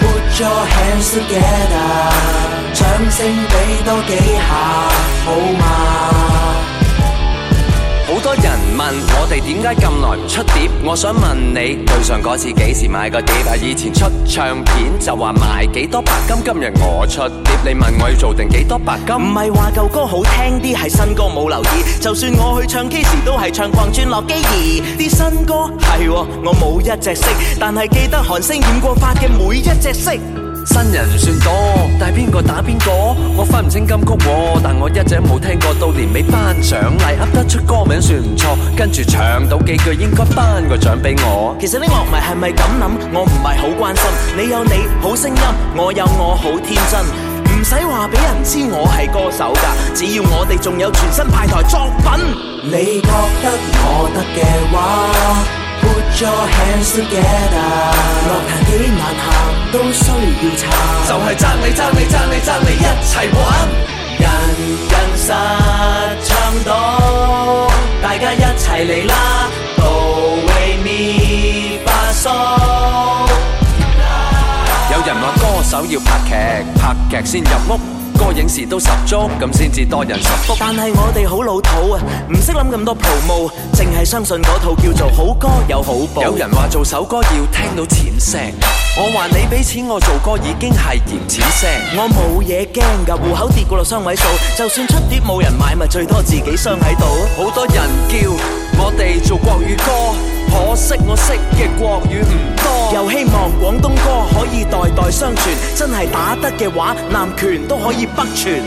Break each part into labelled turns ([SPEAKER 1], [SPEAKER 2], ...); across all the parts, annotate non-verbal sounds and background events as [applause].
[SPEAKER 1] Put your hands together，掌聲俾多幾下，好嗎？
[SPEAKER 2] 好多人問我哋點解咁耐唔出碟，我想問你對上嗰次幾時買個碟啊？以前出唱片就話賣幾多白金，今日我出碟，你問我要做定幾多白金？
[SPEAKER 3] 唔係話舊歌好聽啲，係新歌冇留意。就算我去唱 K 時都係唱逛轉落機兒，啲新歌係喎我冇一隻識，但係記得韓星染過髮嘅每一隻色。
[SPEAKER 2] 新人唔算多，但係邊個打邊個，我分唔清金曲喎。但我一直都冇聽過，到年尾頒獎禮噏得出歌名算唔錯，跟住唱到幾句應該頒個獎俾我。
[SPEAKER 3] 其實啲樂迷係咪咁諗，我唔係好關心。你有你好聲音，我有我好天真，唔使話俾人知我係歌手㗎。只要我哋仲有全新派台作品。
[SPEAKER 1] 你覺得我得嘅話，Put your hands together。樂壇幾難行都需要撐，
[SPEAKER 2] 就係讚你讚你讚你讚你一齊玩。
[SPEAKER 3] 人人實唱到，大家一齊嚟啦！到 r 咪發嗦，
[SPEAKER 2] 有人話歌手要拍劇，拍劇先入屋，歌影時都十足，咁先至多人十福。
[SPEAKER 3] 但係我哋好老土啊，唔識諗咁多 promo，淨係相信嗰套叫做好歌有好報。
[SPEAKER 2] 有人話做首歌要聽到錢聲，我話你俾錢我做歌已經係嫌錢聲。
[SPEAKER 3] 我冇嘢驚㗎，户口跌過落雙位數，就算出碟冇人買，咪最多自己傷喺度。
[SPEAKER 2] 好多人叫我哋做國語歌，可惜我識嘅國語唔多。
[SPEAKER 3] 又希望廣東歌可以代代相傳，真係打得嘅話，南拳都可以北傳。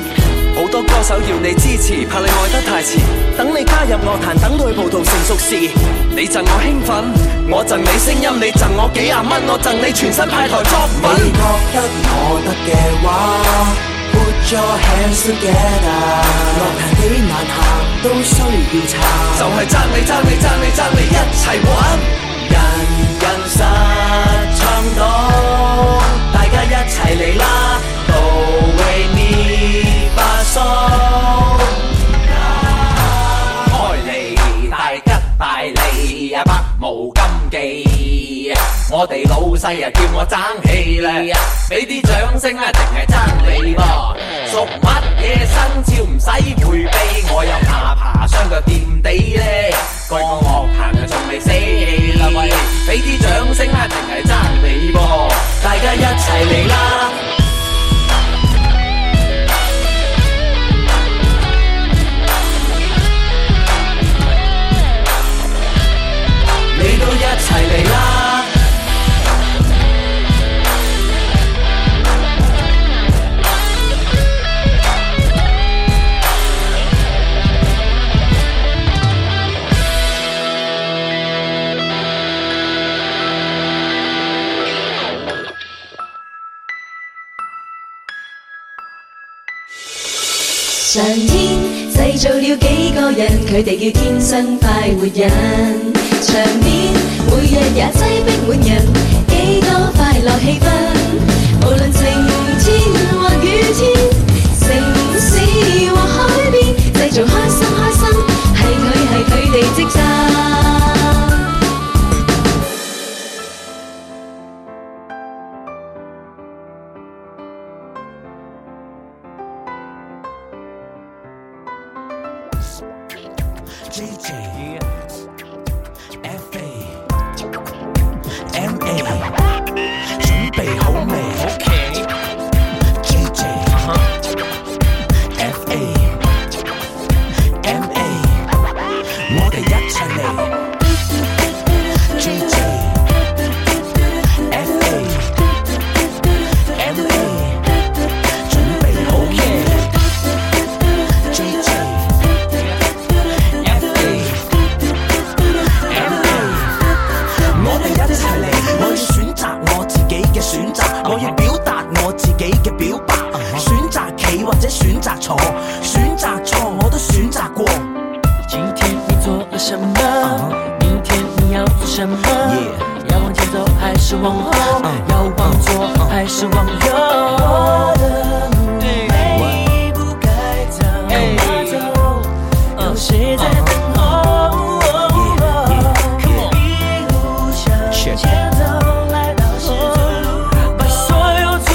[SPEAKER 2] 好多歌手要你支持，怕你愛得太遲。
[SPEAKER 3] 等你加入樂壇，等佢葡萄成熟時，
[SPEAKER 2] 你贈我興奮，我贈你聲音，你贈我幾廿蚊，我贈你全新派台作
[SPEAKER 1] 你
[SPEAKER 2] 品。
[SPEAKER 1] 覺得我得嘅話，Put your hands together。樂壇幾難行都需要撐，
[SPEAKER 2] 就係讚你讚你讚你讚你一齊玩。
[SPEAKER 3] 人人實唱到，大家一齊嚟啦！到 r 咪發嗦。
[SPEAKER 2] 開嚟大吉大利啊，百無禁忌。我哋老細啊叫我爭氣啦，啊俾啲掌聲啊啦，定係爭你噃。屬乜嘢生肖唔使迴避，我有下爬雙腳掂地咧，個樂壇啊仲未死氣啦喂，俾啲掌聲啊啦，定係爭你噃。
[SPEAKER 3] 大家一齊嚟啦！你都一齊嚟啦！
[SPEAKER 4] 上天製造了幾個人，佢哋叫天生快活人。場面每日也擠逼滿人，幾多快樂氣氛。無論晴天或雨天，城市或海邊，製造開心開心，係佢係佢哋職責。
[SPEAKER 3] 我哋一齊嚟，我要選擇我自己嘅選擇，
[SPEAKER 2] Uh-huh
[SPEAKER 3] 我要表達我自己嘅表白，選擇企或者選擇坐，選擇錯我都選擇過。
[SPEAKER 5] 今天你做了什么明天你要做什么要往前走还是往后要往左还是往右？我的路没不该走，都是在等候。一路向前走，来到十字路，把所有阻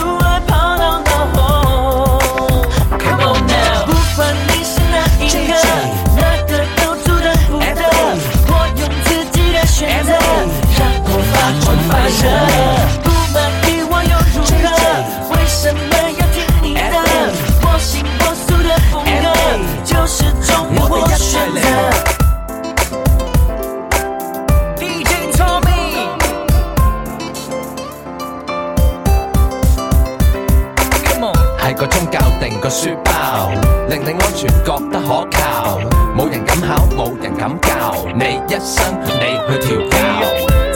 [SPEAKER 2] 個書包，令你安全覺得可靠，冇人敢考，冇人敢教，你一生你去調教。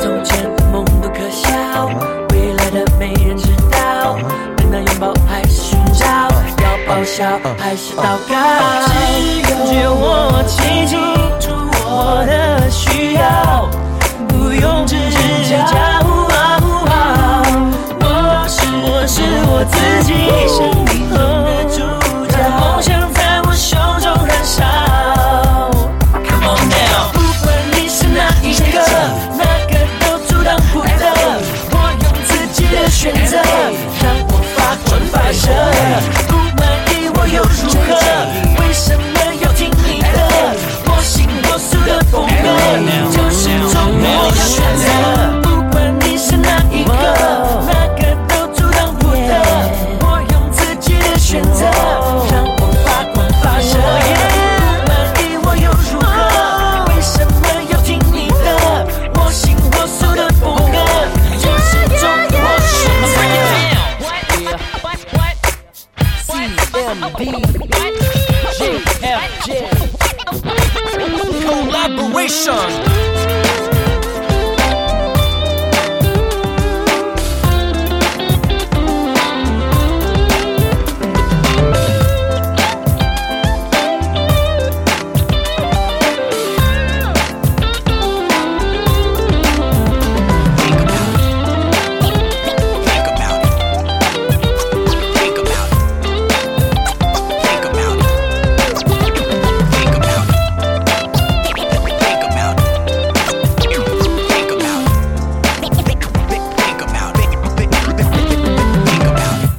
[SPEAKER 5] 从前的梦多可笑，未来的没人知道。等到拥抱还是寻找，要报销还是祷告？只有我清楚我的需要，不用指教。我是我是我自己，生命的主角，梦想在我胸中燃烧。Come on now，不管你是哪一个，哪个都阻挡不了。我用自己的选择，让我发光发热。不满意我又如何？为什么要听你的？我行我素的风格，就是做我的选择。不管你是哪一个，哪个都阻挡不了。我用自己的选择，让我发光发热。不满意我又如何？为什么要听你的？我行我素的风格，就是做我选择。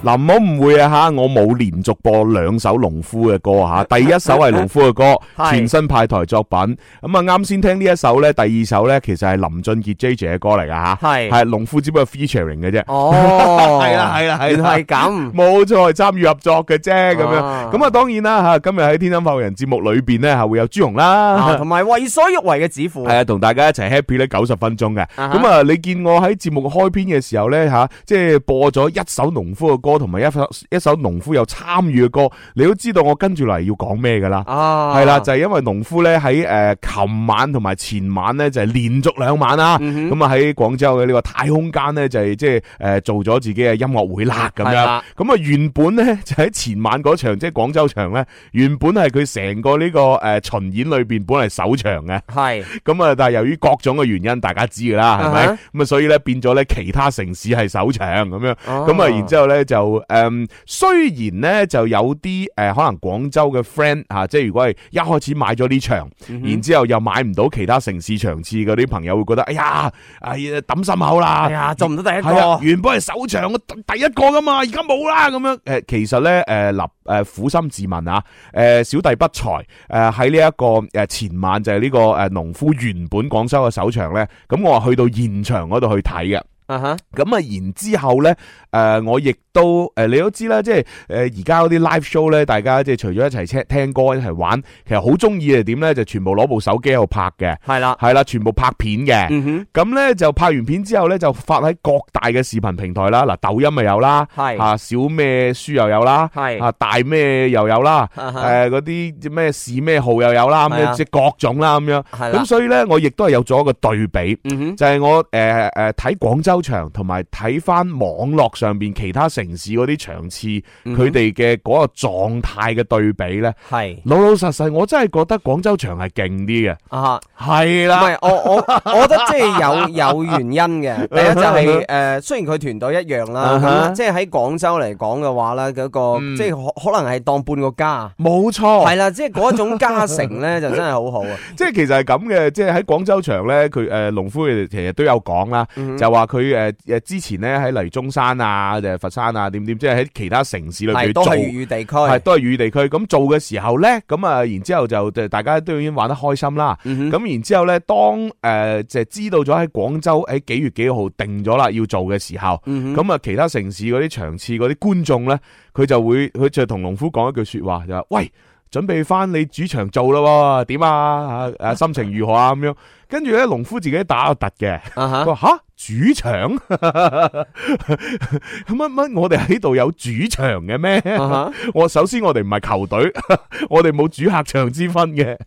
[SPEAKER 6] 嗱，唔好誤會啊吓，我冇連續播兩首農夫嘅歌
[SPEAKER 7] [laughs]
[SPEAKER 6] 吓，第一首係農夫嘅歌，
[SPEAKER 7] 係
[SPEAKER 6] 全新派台作品。咁啊，啱先聽呢一首咧，第二首咧其實係林俊傑 J J 嘅歌嚟噶吓，
[SPEAKER 7] 係
[SPEAKER 6] 係農夫只不過 featuring 嘅啫。 [laughs]
[SPEAKER 7] 哦，
[SPEAKER 6] 係啦係啦係啦
[SPEAKER 7] 原來係咁，
[SPEAKER 6] 冇錯，係參與合作嘅啫，咁樣
[SPEAKER 7] 啊
[SPEAKER 6] 咁啊，當然啦吓，今日喺《天生發人》節目裏边咧，係會有朱紅
[SPEAKER 7] 啊
[SPEAKER 6] 啦，
[SPEAKER 7] 同埋為所欲為嘅指父，
[SPEAKER 6] 系啊，同大家一齊 happy 咧九十分鐘嘅。
[SPEAKER 7] 啊哈
[SPEAKER 6] 咁啊，你見我喺節目開篇嘅時候咧吓，即係播咗一首農夫嘅歌，同埋一首一首農夫有參與嘅歌，你都知道我跟住嚟要講咩噶啦。
[SPEAKER 7] 啊，
[SPEAKER 6] 係啦，就係因為農夫咧喺诶琴晚同埋前晚咧就係連續兩晚啦，
[SPEAKER 7] 嗯
[SPEAKER 6] 咁啊喺廣州嘅呢個太空間咧就係即係诶做咗自己嘅音樂會啦咁
[SPEAKER 7] 係
[SPEAKER 6] 樣。
[SPEAKER 7] 啦
[SPEAKER 6] 咁啊原本咧就喺前晚嗰場即係廣州場咧，原本係佢成個呢個诶巡演裏边本嚟首場嘅。
[SPEAKER 7] 係
[SPEAKER 6] 咁啊，但系由於各種嘅原因，大家知噶啦，係咪？
[SPEAKER 7] 啊
[SPEAKER 6] 咁啊，所以咧變咗咧其他城市係首場咁樣，
[SPEAKER 7] 哦
[SPEAKER 6] 咁啊，然之後咧就诶、嗯雖然咧就有啲诶、呃可能廣州嘅 friend 啊，即係如果係一開始買咗呢場，
[SPEAKER 7] 嗯
[SPEAKER 6] 然之後又買唔到其他城市場次嗰啲朋友會覺得，哎呀，哎呀，抌心口啦，
[SPEAKER 7] 哎呀，做唔到第一
[SPEAKER 6] 係啊，
[SPEAKER 7] 個，
[SPEAKER 6] 原本係首場嘅第一個噶嘛，而家冇啦咁樣。诶，其實咧，诶嗱，诶苦心自問啊，诶小弟不才，诶喺呢一個诶前晚就係呢個诶農夫原本廣州嘅首場咧，咁我啊係去到現場嗰度去睇嘅。
[SPEAKER 7] 啊哈，
[SPEAKER 6] 咁啊，然之後咧，誒、呃我亦都誒、呃你都知啦，即係誒而家嗰啲 live show 咧，大家即係除咗一齊聽聽歌一齊玩，其實好中意係點咧，就全部攞部手機喺度拍嘅，
[SPEAKER 7] 係啦，
[SPEAKER 6] 係啦，全部拍片嘅。
[SPEAKER 7] 嗯
[SPEAKER 6] 咁咧就拍完片之後咧，就發喺各大嘅視頻平台啦。嗱，抖音咪有啦，
[SPEAKER 7] 係
[SPEAKER 6] 啊小咩書又有啦，
[SPEAKER 7] 係
[SPEAKER 6] 啊大咩又有啦，
[SPEAKER 7] 啊哈
[SPEAKER 6] 誒嗰啲咩視咩號又有啦，咁
[SPEAKER 7] 係啊
[SPEAKER 6] 樣即係各種啦咁樣。
[SPEAKER 7] 哼，係啦
[SPEAKER 6] 咁，所以咧，我亦都係有咗一個對比。
[SPEAKER 7] 嗯哼，
[SPEAKER 6] 就係我誒誒睇廣州場同埋睇翻網絡上邊其他城市嗰啲場次，
[SPEAKER 7] 嗯
[SPEAKER 6] 佢哋嘅嗰個狀態嘅對比咧，
[SPEAKER 7] 係
[SPEAKER 6] 老老實實我真係覺得廣州場係勁啲嘅，
[SPEAKER 7] 啊哈。
[SPEAKER 6] 係
[SPEAKER 7] 唔
[SPEAKER 6] 啦，
[SPEAKER 7] 係，我我我覺得即
[SPEAKER 6] [laughs]
[SPEAKER 7] 係有有原因嘅。第一就係、
[SPEAKER 6] 嗯
[SPEAKER 7] 誒、雖然佢團隊一樣啦，
[SPEAKER 6] 啊
[SPEAKER 7] 咁、
[SPEAKER 6] 哈
[SPEAKER 7] 即係喺廣州嚟講嘅話咧，嗰、個、
[SPEAKER 6] 嗯
[SPEAKER 7] 即係可可能係當半個家。
[SPEAKER 6] 冇錯。
[SPEAKER 7] 係啦，即係嗰種加成咧，就真係好好啊！
[SPEAKER 6] 即係其實係咁嘅，即係喺廣州場咧，佢誒農夫佢哋其實都有講啦，
[SPEAKER 7] 嗯
[SPEAKER 6] 就話佢誒誒之前咧喺例如中山啊、誒佛山啊點點，即係喺其他城市裏
[SPEAKER 7] 係
[SPEAKER 6] 邊
[SPEAKER 7] 都
[SPEAKER 6] 做
[SPEAKER 7] 係。粵語地區，
[SPEAKER 6] 係都係粵語地區咁做嘅時候咧，咁啊，然之後就就大家都已經玩得開心啦。
[SPEAKER 7] 嗯
[SPEAKER 6] 咁然之後咧，當誒就係知道咗喺廣州喺幾月幾號定咗啦要做嘅時候，
[SPEAKER 7] 嗯
[SPEAKER 6] 咁啊其他城市嗰啲場次嗰啲觀眾咧，佢就會佢就同農夫講一句説話，
[SPEAKER 7] [laughs]
[SPEAKER 6] 就話喂。準備翻你主場做啦喎，點啊？啊啊心情如何啊？咁樣，跟住咧，農夫自己打個突嘅，
[SPEAKER 7] 啊哈
[SPEAKER 6] 佢話吓主場乜乜，我哋喺度有主場嘅咩？
[SPEAKER 7] 啊
[SPEAKER 6] 我首先我哋唔係球隊， [laughs] 我哋冇主客場之分嘅。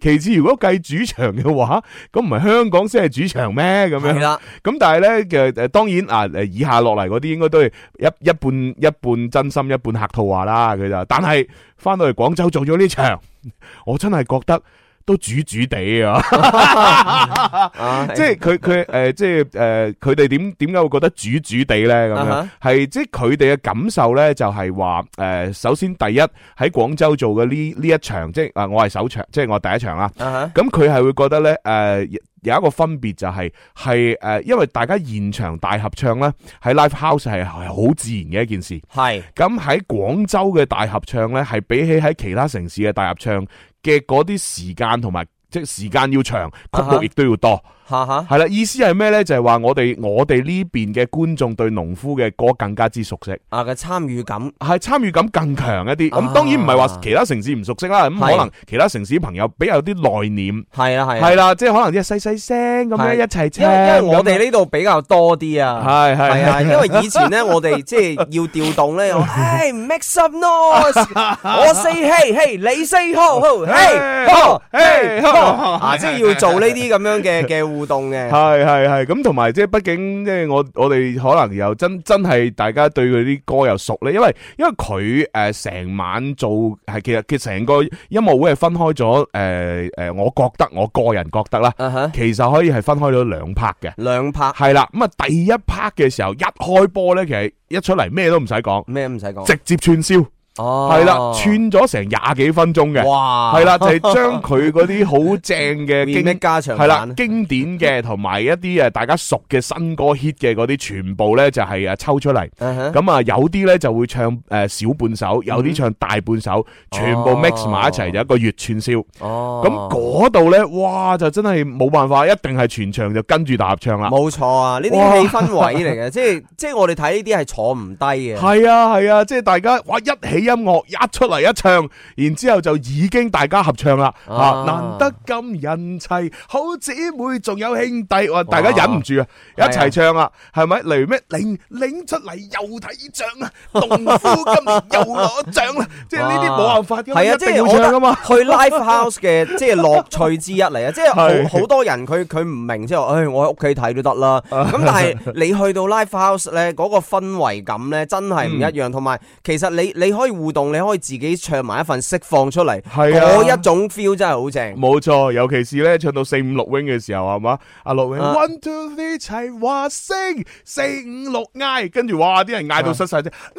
[SPEAKER 6] 其次，如果計主場嘅話，咁唔係香港先係主場咩？咁
[SPEAKER 7] 哈，系
[SPEAKER 6] 樣。
[SPEAKER 7] 啦，
[SPEAKER 6] 咁但係咧嘅誒，當然啊誒，以下落嚟嗰啲應該都係一一半一半真心，一半客套話啦。佢就，但係翻到嚟廣州做咗呢場， [laughs] 我真係覺得都主主地啊！
[SPEAKER 7] [laughs] 啊，
[SPEAKER 6] 即係佢佢誒，即係誒，佢哋點點解會覺得主主地咧咁樣
[SPEAKER 7] 啊？
[SPEAKER 6] 係即係佢哋嘅感受咧，就係話誒，首先第一喺廣州做嘅呢呢一場，即係啊，我係首場，即係我第一場啦。
[SPEAKER 7] 啊哈，
[SPEAKER 6] 咁佢係會覺得咧，誒、有有一個分別就係係誒，因為大家現場大合唱咧，喺 live house 係係好自然嘅一件事。
[SPEAKER 7] 係
[SPEAKER 6] 咁喺廣州嘅大合唱咧，係比起喺其他城市嘅大合唱嘅嗰啲時間同埋。即係時間要長，曲
[SPEAKER 7] 啊
[SPEAKER 6] 目
[SPEAKER 7] 哈
[SPEAKER 6] 亦都要多，
[SPEAKER 7] 哈哈，
[SPEAKER 6] 係啦。意思係咩呢？就係話我哋我哋呢邊嘅觀眾對農夫嘅歌更加之熟悉，
[SPEAKER 7] 啊嘅參與感，
[SPEAKER 6] 係參與感更強一啲。咁
[SPEAKER 7] 啊
[SPEAKER 6] 當然唔係話其他城市唔熟悉啦，咁可
[SPEAKER 7] 係
[SPEAKER 6] 能其他城市朋友比較有啲內斂，
[SPEAKER 7] 係啦係啦
[SPEAKER 6] 系。啦，即系可能即系细细声 [laughs] 咁样
[SPEAKER 7] 係
[SPEAKER 6] 一齐
[SPEAKER 7] 因
[SPEAKER 6] 唱。
[SPEAKER 7] 為因為我哋呢度比較多啲啊。
[SPEAKER 6] 系
[SPEAKER 7] 係
[SPEAKER 6] 系
[SPEAKER 7] 啊，因為以前咧，我哋即係要
[SPEAKER 6] [laughs]
[SPEAKER 7] 調動咧，我唉唔 make some
[SPEAKER 5] [laughs]
[SPEAKER 7] noise，我
[SPEAKER 8] Ờ,
[SPEAKER 7] say hey hey，你 say ho
[SPEAKER 2] Oh
[SPEAKER 7] ho，hey ho hey ho，啊，即係要做呢啲咁樣嘅嘅互動嘅
[SPEAKER 6] 系系，系咁，同埋即系毕竟即系我我哋可能又真真系大家對佢啲歌又熟咧，因為因為佢诶成晚做係其實其實成個音樂會係分開咗诶诶，呃我覺得我個人覺得啦，
[SPEAKER 7] 啊哈，
[SPEAKER 6] 其實可以係分開咗兩 part 嘅。
[SPEAKER 7] 兩拍
[SPEAKER 6] 係啦，咁啊第一 part 嘅時候一開波咧，其實一出嚟咩都唔使講，
[SPEAKER 7] 咩唔使講，
[SPEAKER 6] 直接串燒，
[SPEAKER 7] 哦，
[SPEAKER 6] 係啦，串咗成廿幾分鐘嘅。
[SPEAKER 7] 哇，
[SPEAKER 6] 系啦，就係將佢嗰啲好正嘅
[SPEAKER 7] 經
[SPEAKER 6] 經
[SPEAKER 7] 咩加長
[SPEAKER 6] 系啦
[SPEAKER 7] 版，
[SPEAKER 6] 經典嘅同埋一啲呃诶大家熟嘅新歌 hit 嘅嗰啲，全部咧就係诶呃抽出嚟。
[SPEAKER 7] 啊哈，
[SPEAKER 6] 咁啊，有啲咧就會唱诶小半
[SPEAKER 7] 嗯
[SPEAKER 6] 首，有啲唱大半首，全部 mix 埋一齊就一個月串燒。
[SPEAKER 7] 哦，
[SPEAKER 6] 咁嗰度咧，哇就真係冇辦法，一定係全場就跟住大合唱啦。
[SPEAKER 7] 冇錯啊，呢
[SPEAKER 6] 哇
[SPEAKER 7] 啲氣氛位嚟嘅，即係即係我哋睇呢啲係坐唔低嘅，
[SPEAKER 6] [laughs] 係啊係啊，即係大家哇一起音樂一出嚟一唱，然之后就已經大家合唱啦吓、
[SPEAKER 7] 啊
[SPEAKER 6] 難得咁人齊，好姊妹仲有兄弟，哇！大家忍唔住啊，一
[SPEAKER 7] 係啊
[SPEAKER 6] 齊唱啊，係咪？例如咩領領出嚟又睇獎
[SPEAKER 2] [laughs]
[SPEAKER 6] 啊，農夫今年又攞獎啦，即係呢啲冇辦法噶，
[SPEAKER 7] 係啊，
[SPEAKER 6] 一
[SPEAKER 7] 即
[SPEAKER 6] 定
[SPEAKER 7] 係
[SPEAKER 6] 要
[SPEAKER 7] 我覺
[SPEAKER 6] 唱
[SPEAKER 7] 得
[SPEAKER 6] 噶嘛。
[SPEAKER 7] 去 live house 嘅即係樂趣之一嚟啊！即係
[SPEAKER 6] 係
[SPEAKER 7] 好好多人佢佢唔明，即係話唉，我喺屋企睇都得
[SPEAKER 6] [laughs]
[SPEAKER 7] 啦。
[SPEAKER 6] 啊
[SPEAKER 7] 咁但係你去到 live house 咧，嗰個氛圍感咧真係唔
[SPEAKER 6] 嗯
[SPEAKER 7] 一樣。同埋其實你你可以互動，你可以自己唱埋一份釋放出嚟，
[SPEAKER 6] 係啊
[SPEAKER 7] 嗰一種 feel 真係好正。
[SPEAKER 6] 冇錯，尤其是咧唱到四五六 wing 嘅時候，係嘛？阿六 wing
[SPEAKER 7] 啊
[SPEAKER 6] one two three 齊話聲四五六嗌，跟住哇啲人
[SPEAKER 7] 啊
[SPEAKER 6] 嗌到失晒聲， [laughs]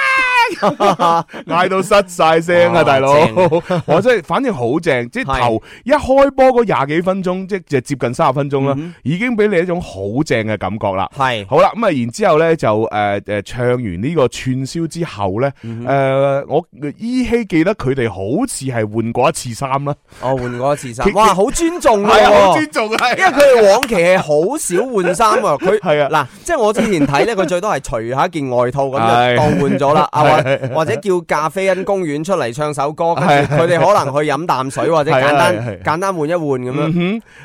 [SPEAKER 6] 啦喂嗌到失晒聲啊！
[SPEAKER 7] 哇
[SPEAKER 6] 大佬
[SPEAKER 7] 哦
[SPEAKER 6] [laughs]
[SPEAKER 7] 正，
[SPEAKER 6] 我真係反正好正，即係
[SPEAKER 7] 係
[SPEAKER 6] 頭一開波嗰廿幾分鐘，即係接近三十分鐘啦，已經俾你一種好正嘅感覺啦。
[SPEAKER 7] 嗯係
[SPEAKER 6] 好啦，咁啊，然之後咧就誒誒唱完呢個串燒之後咧，
[SPEAKER 7] 嗯
[SPEAKER 6] 誒我依稀記得佢哋好似係換過一次衫啦。
[SPEAKER 7] 我哦換過一次
[SPEAKER 6] [laughs] 其
[SPEAKER 7] 衫，哇！好尊重㗎
[SPEAKER 6] 係啊，好
[SPEAKER 7] 喎
[SPEAKER 6] 尊。重啊，
[SPEAKER 7] 因為佢哋往期係好少換衫啊，佢
[SPEAKER 6] [laughs] 係啊
[SPEAKER 7] 嗱，即係我之前睇咧，佢最多係除下一件外套咁
[SPEAKER 6] 係
[SPEAKER 7] 就當換
[SPEAKER 6] [laughs]
[SPEAKER 7] 咗啦，啊或或者叫咖啡因公園出嚟唱首歌，跟住
[SPEAKER 6] 係
[SPEAKER 7] 佢哋可能去飲啖水或者
[SPEAKER 6] 係啊係
[SPEAKER 7] 簡
[SPEAKER 6] 係
[SPEAKER 7] 單簡單換一換咁樣，
[SPEAKER 6] 嗯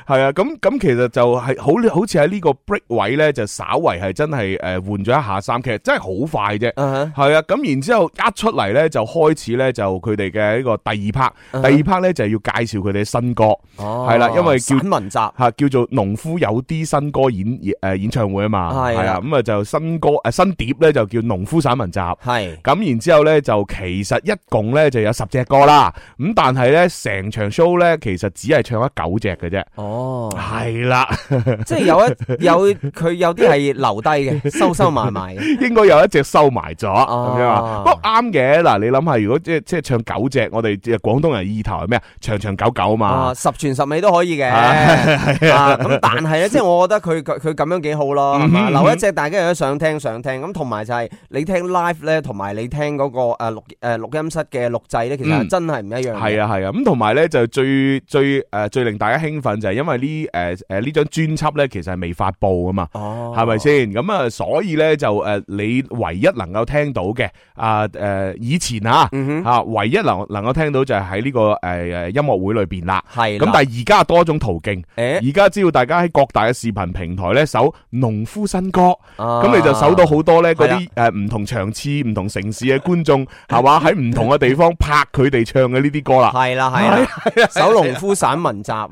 [SPEAKER 6] 哼，係啊，咁咁其實就係好好似喺呢個 break 位咧，就稍為係真係诶換咗一下衫，其實真係好快啫。
[SPEAKER 7] 啊
[SPEAKER 6] 係啊，咁然之後一出嚟咧，就開始咧就佢哋嘅呢個第二 part，
[SPEAKER 7] 嗯哼
[SPEAKER 6] 第二 part 咧就要介紹佢哋新歌，
[SPEAKER 7] 哈
[SPEAKER 6] 係啦因為叫
[SPEAKER 7] 哦散文集
[SPEAKER 6] 吓叫做農夫有啲新歌演诶演唱會啊嘛，
[SPEAKER 7] 係啊
[SPEAKER 6] 係啊，咁啊就新歌诶新碟咧就叫農夫散文集。
[SPEAKER 7] 係
[SPEAKER 6] 咁然之後呢，就其實一共呢就有十隻歌啦。咁但係呢，成場 show 呢，其實只係唱咗九隻嘅啫。
[SPEAKER 7] 哦，
[SPEAKER 6] 係啦，
[SPEAKER 7] [laughs] 即係有一有佢有啲係留低嘅，收收埋埋
[SPEAKER 6] [laughs]
[SPEAKER 7] 嘅，
[SPEAKER 6] 應該有一隻收埋咗咁樣啊。
[SPEAKER 7] 哦
[SPEAKER 6] 不過啱嘅，嗱，你諗下，如果即係即係唱九隻，我哋廣東人意頭係咩啊？長長久久嘛
[SPEAKER 7] 啊。十全十美都可以嘅，
[SPEAKER 6] 係
[SPEAKER 7] 啊咁但係
[SPEAKER 6] [laughs]
[SPEAKER 7] 咧，即係我覺得佢佢佢咁樣幾好咯，係嘛
[SPEAKER 6] 嗯哼
[SPEAKER 7] 留一隻大家有得想聽想聽，咁同埋就係你聽 live 咧，同埋你聽嗰個誒錄誒錄音室嘅錄製咧，其實
[SPEAKER 6] 嗯
[SPEAKER 7] 係真係唔一樣嘅。
[SPEAKER 6] 系啊系啊，咁同埋咧就最最诶、呃最令大家興奮就係因為呢诶诶呢張專輯咧其實係未發布啊嘛，
[SPEAKER 7] 哦，
[SPEAKER 6] 係咪先？咁啊，所以咧就诶、呃你唯一能夠聽到嘅啊诶、呃以前啊吓、
[SPEAKER 7] 嗯哼，
[SPEAKER 6] 啊唯一能能够听到就係喺呢個诶诶、呃音樂會裏边啦。
[SPEAKER 7] 係
[SPEAKER 6] 咁
[SPEAKER 7] 啦。
[SPEAKER 6] 但係而家多種途徑，
[SPEAKER 7] 誒
[SPEAKER 6] 而家只要大家喺各大嘅視頻平台咧搜農夫新歌，咁、你就搜到好
[SPEAKER 7] 啊
[SPEAKER 6] 多咧嗰啲诶唔同場次、唔同城市嘅觀
[SPEAKER 7] [laughs]
[SPEAKER 6] 眾係嘛喺唔同嘅地方拍佢哋唱嘅呢啲歌啦。啊
[SPEAKER 7] 係啦係啦，守農夫散文集啊，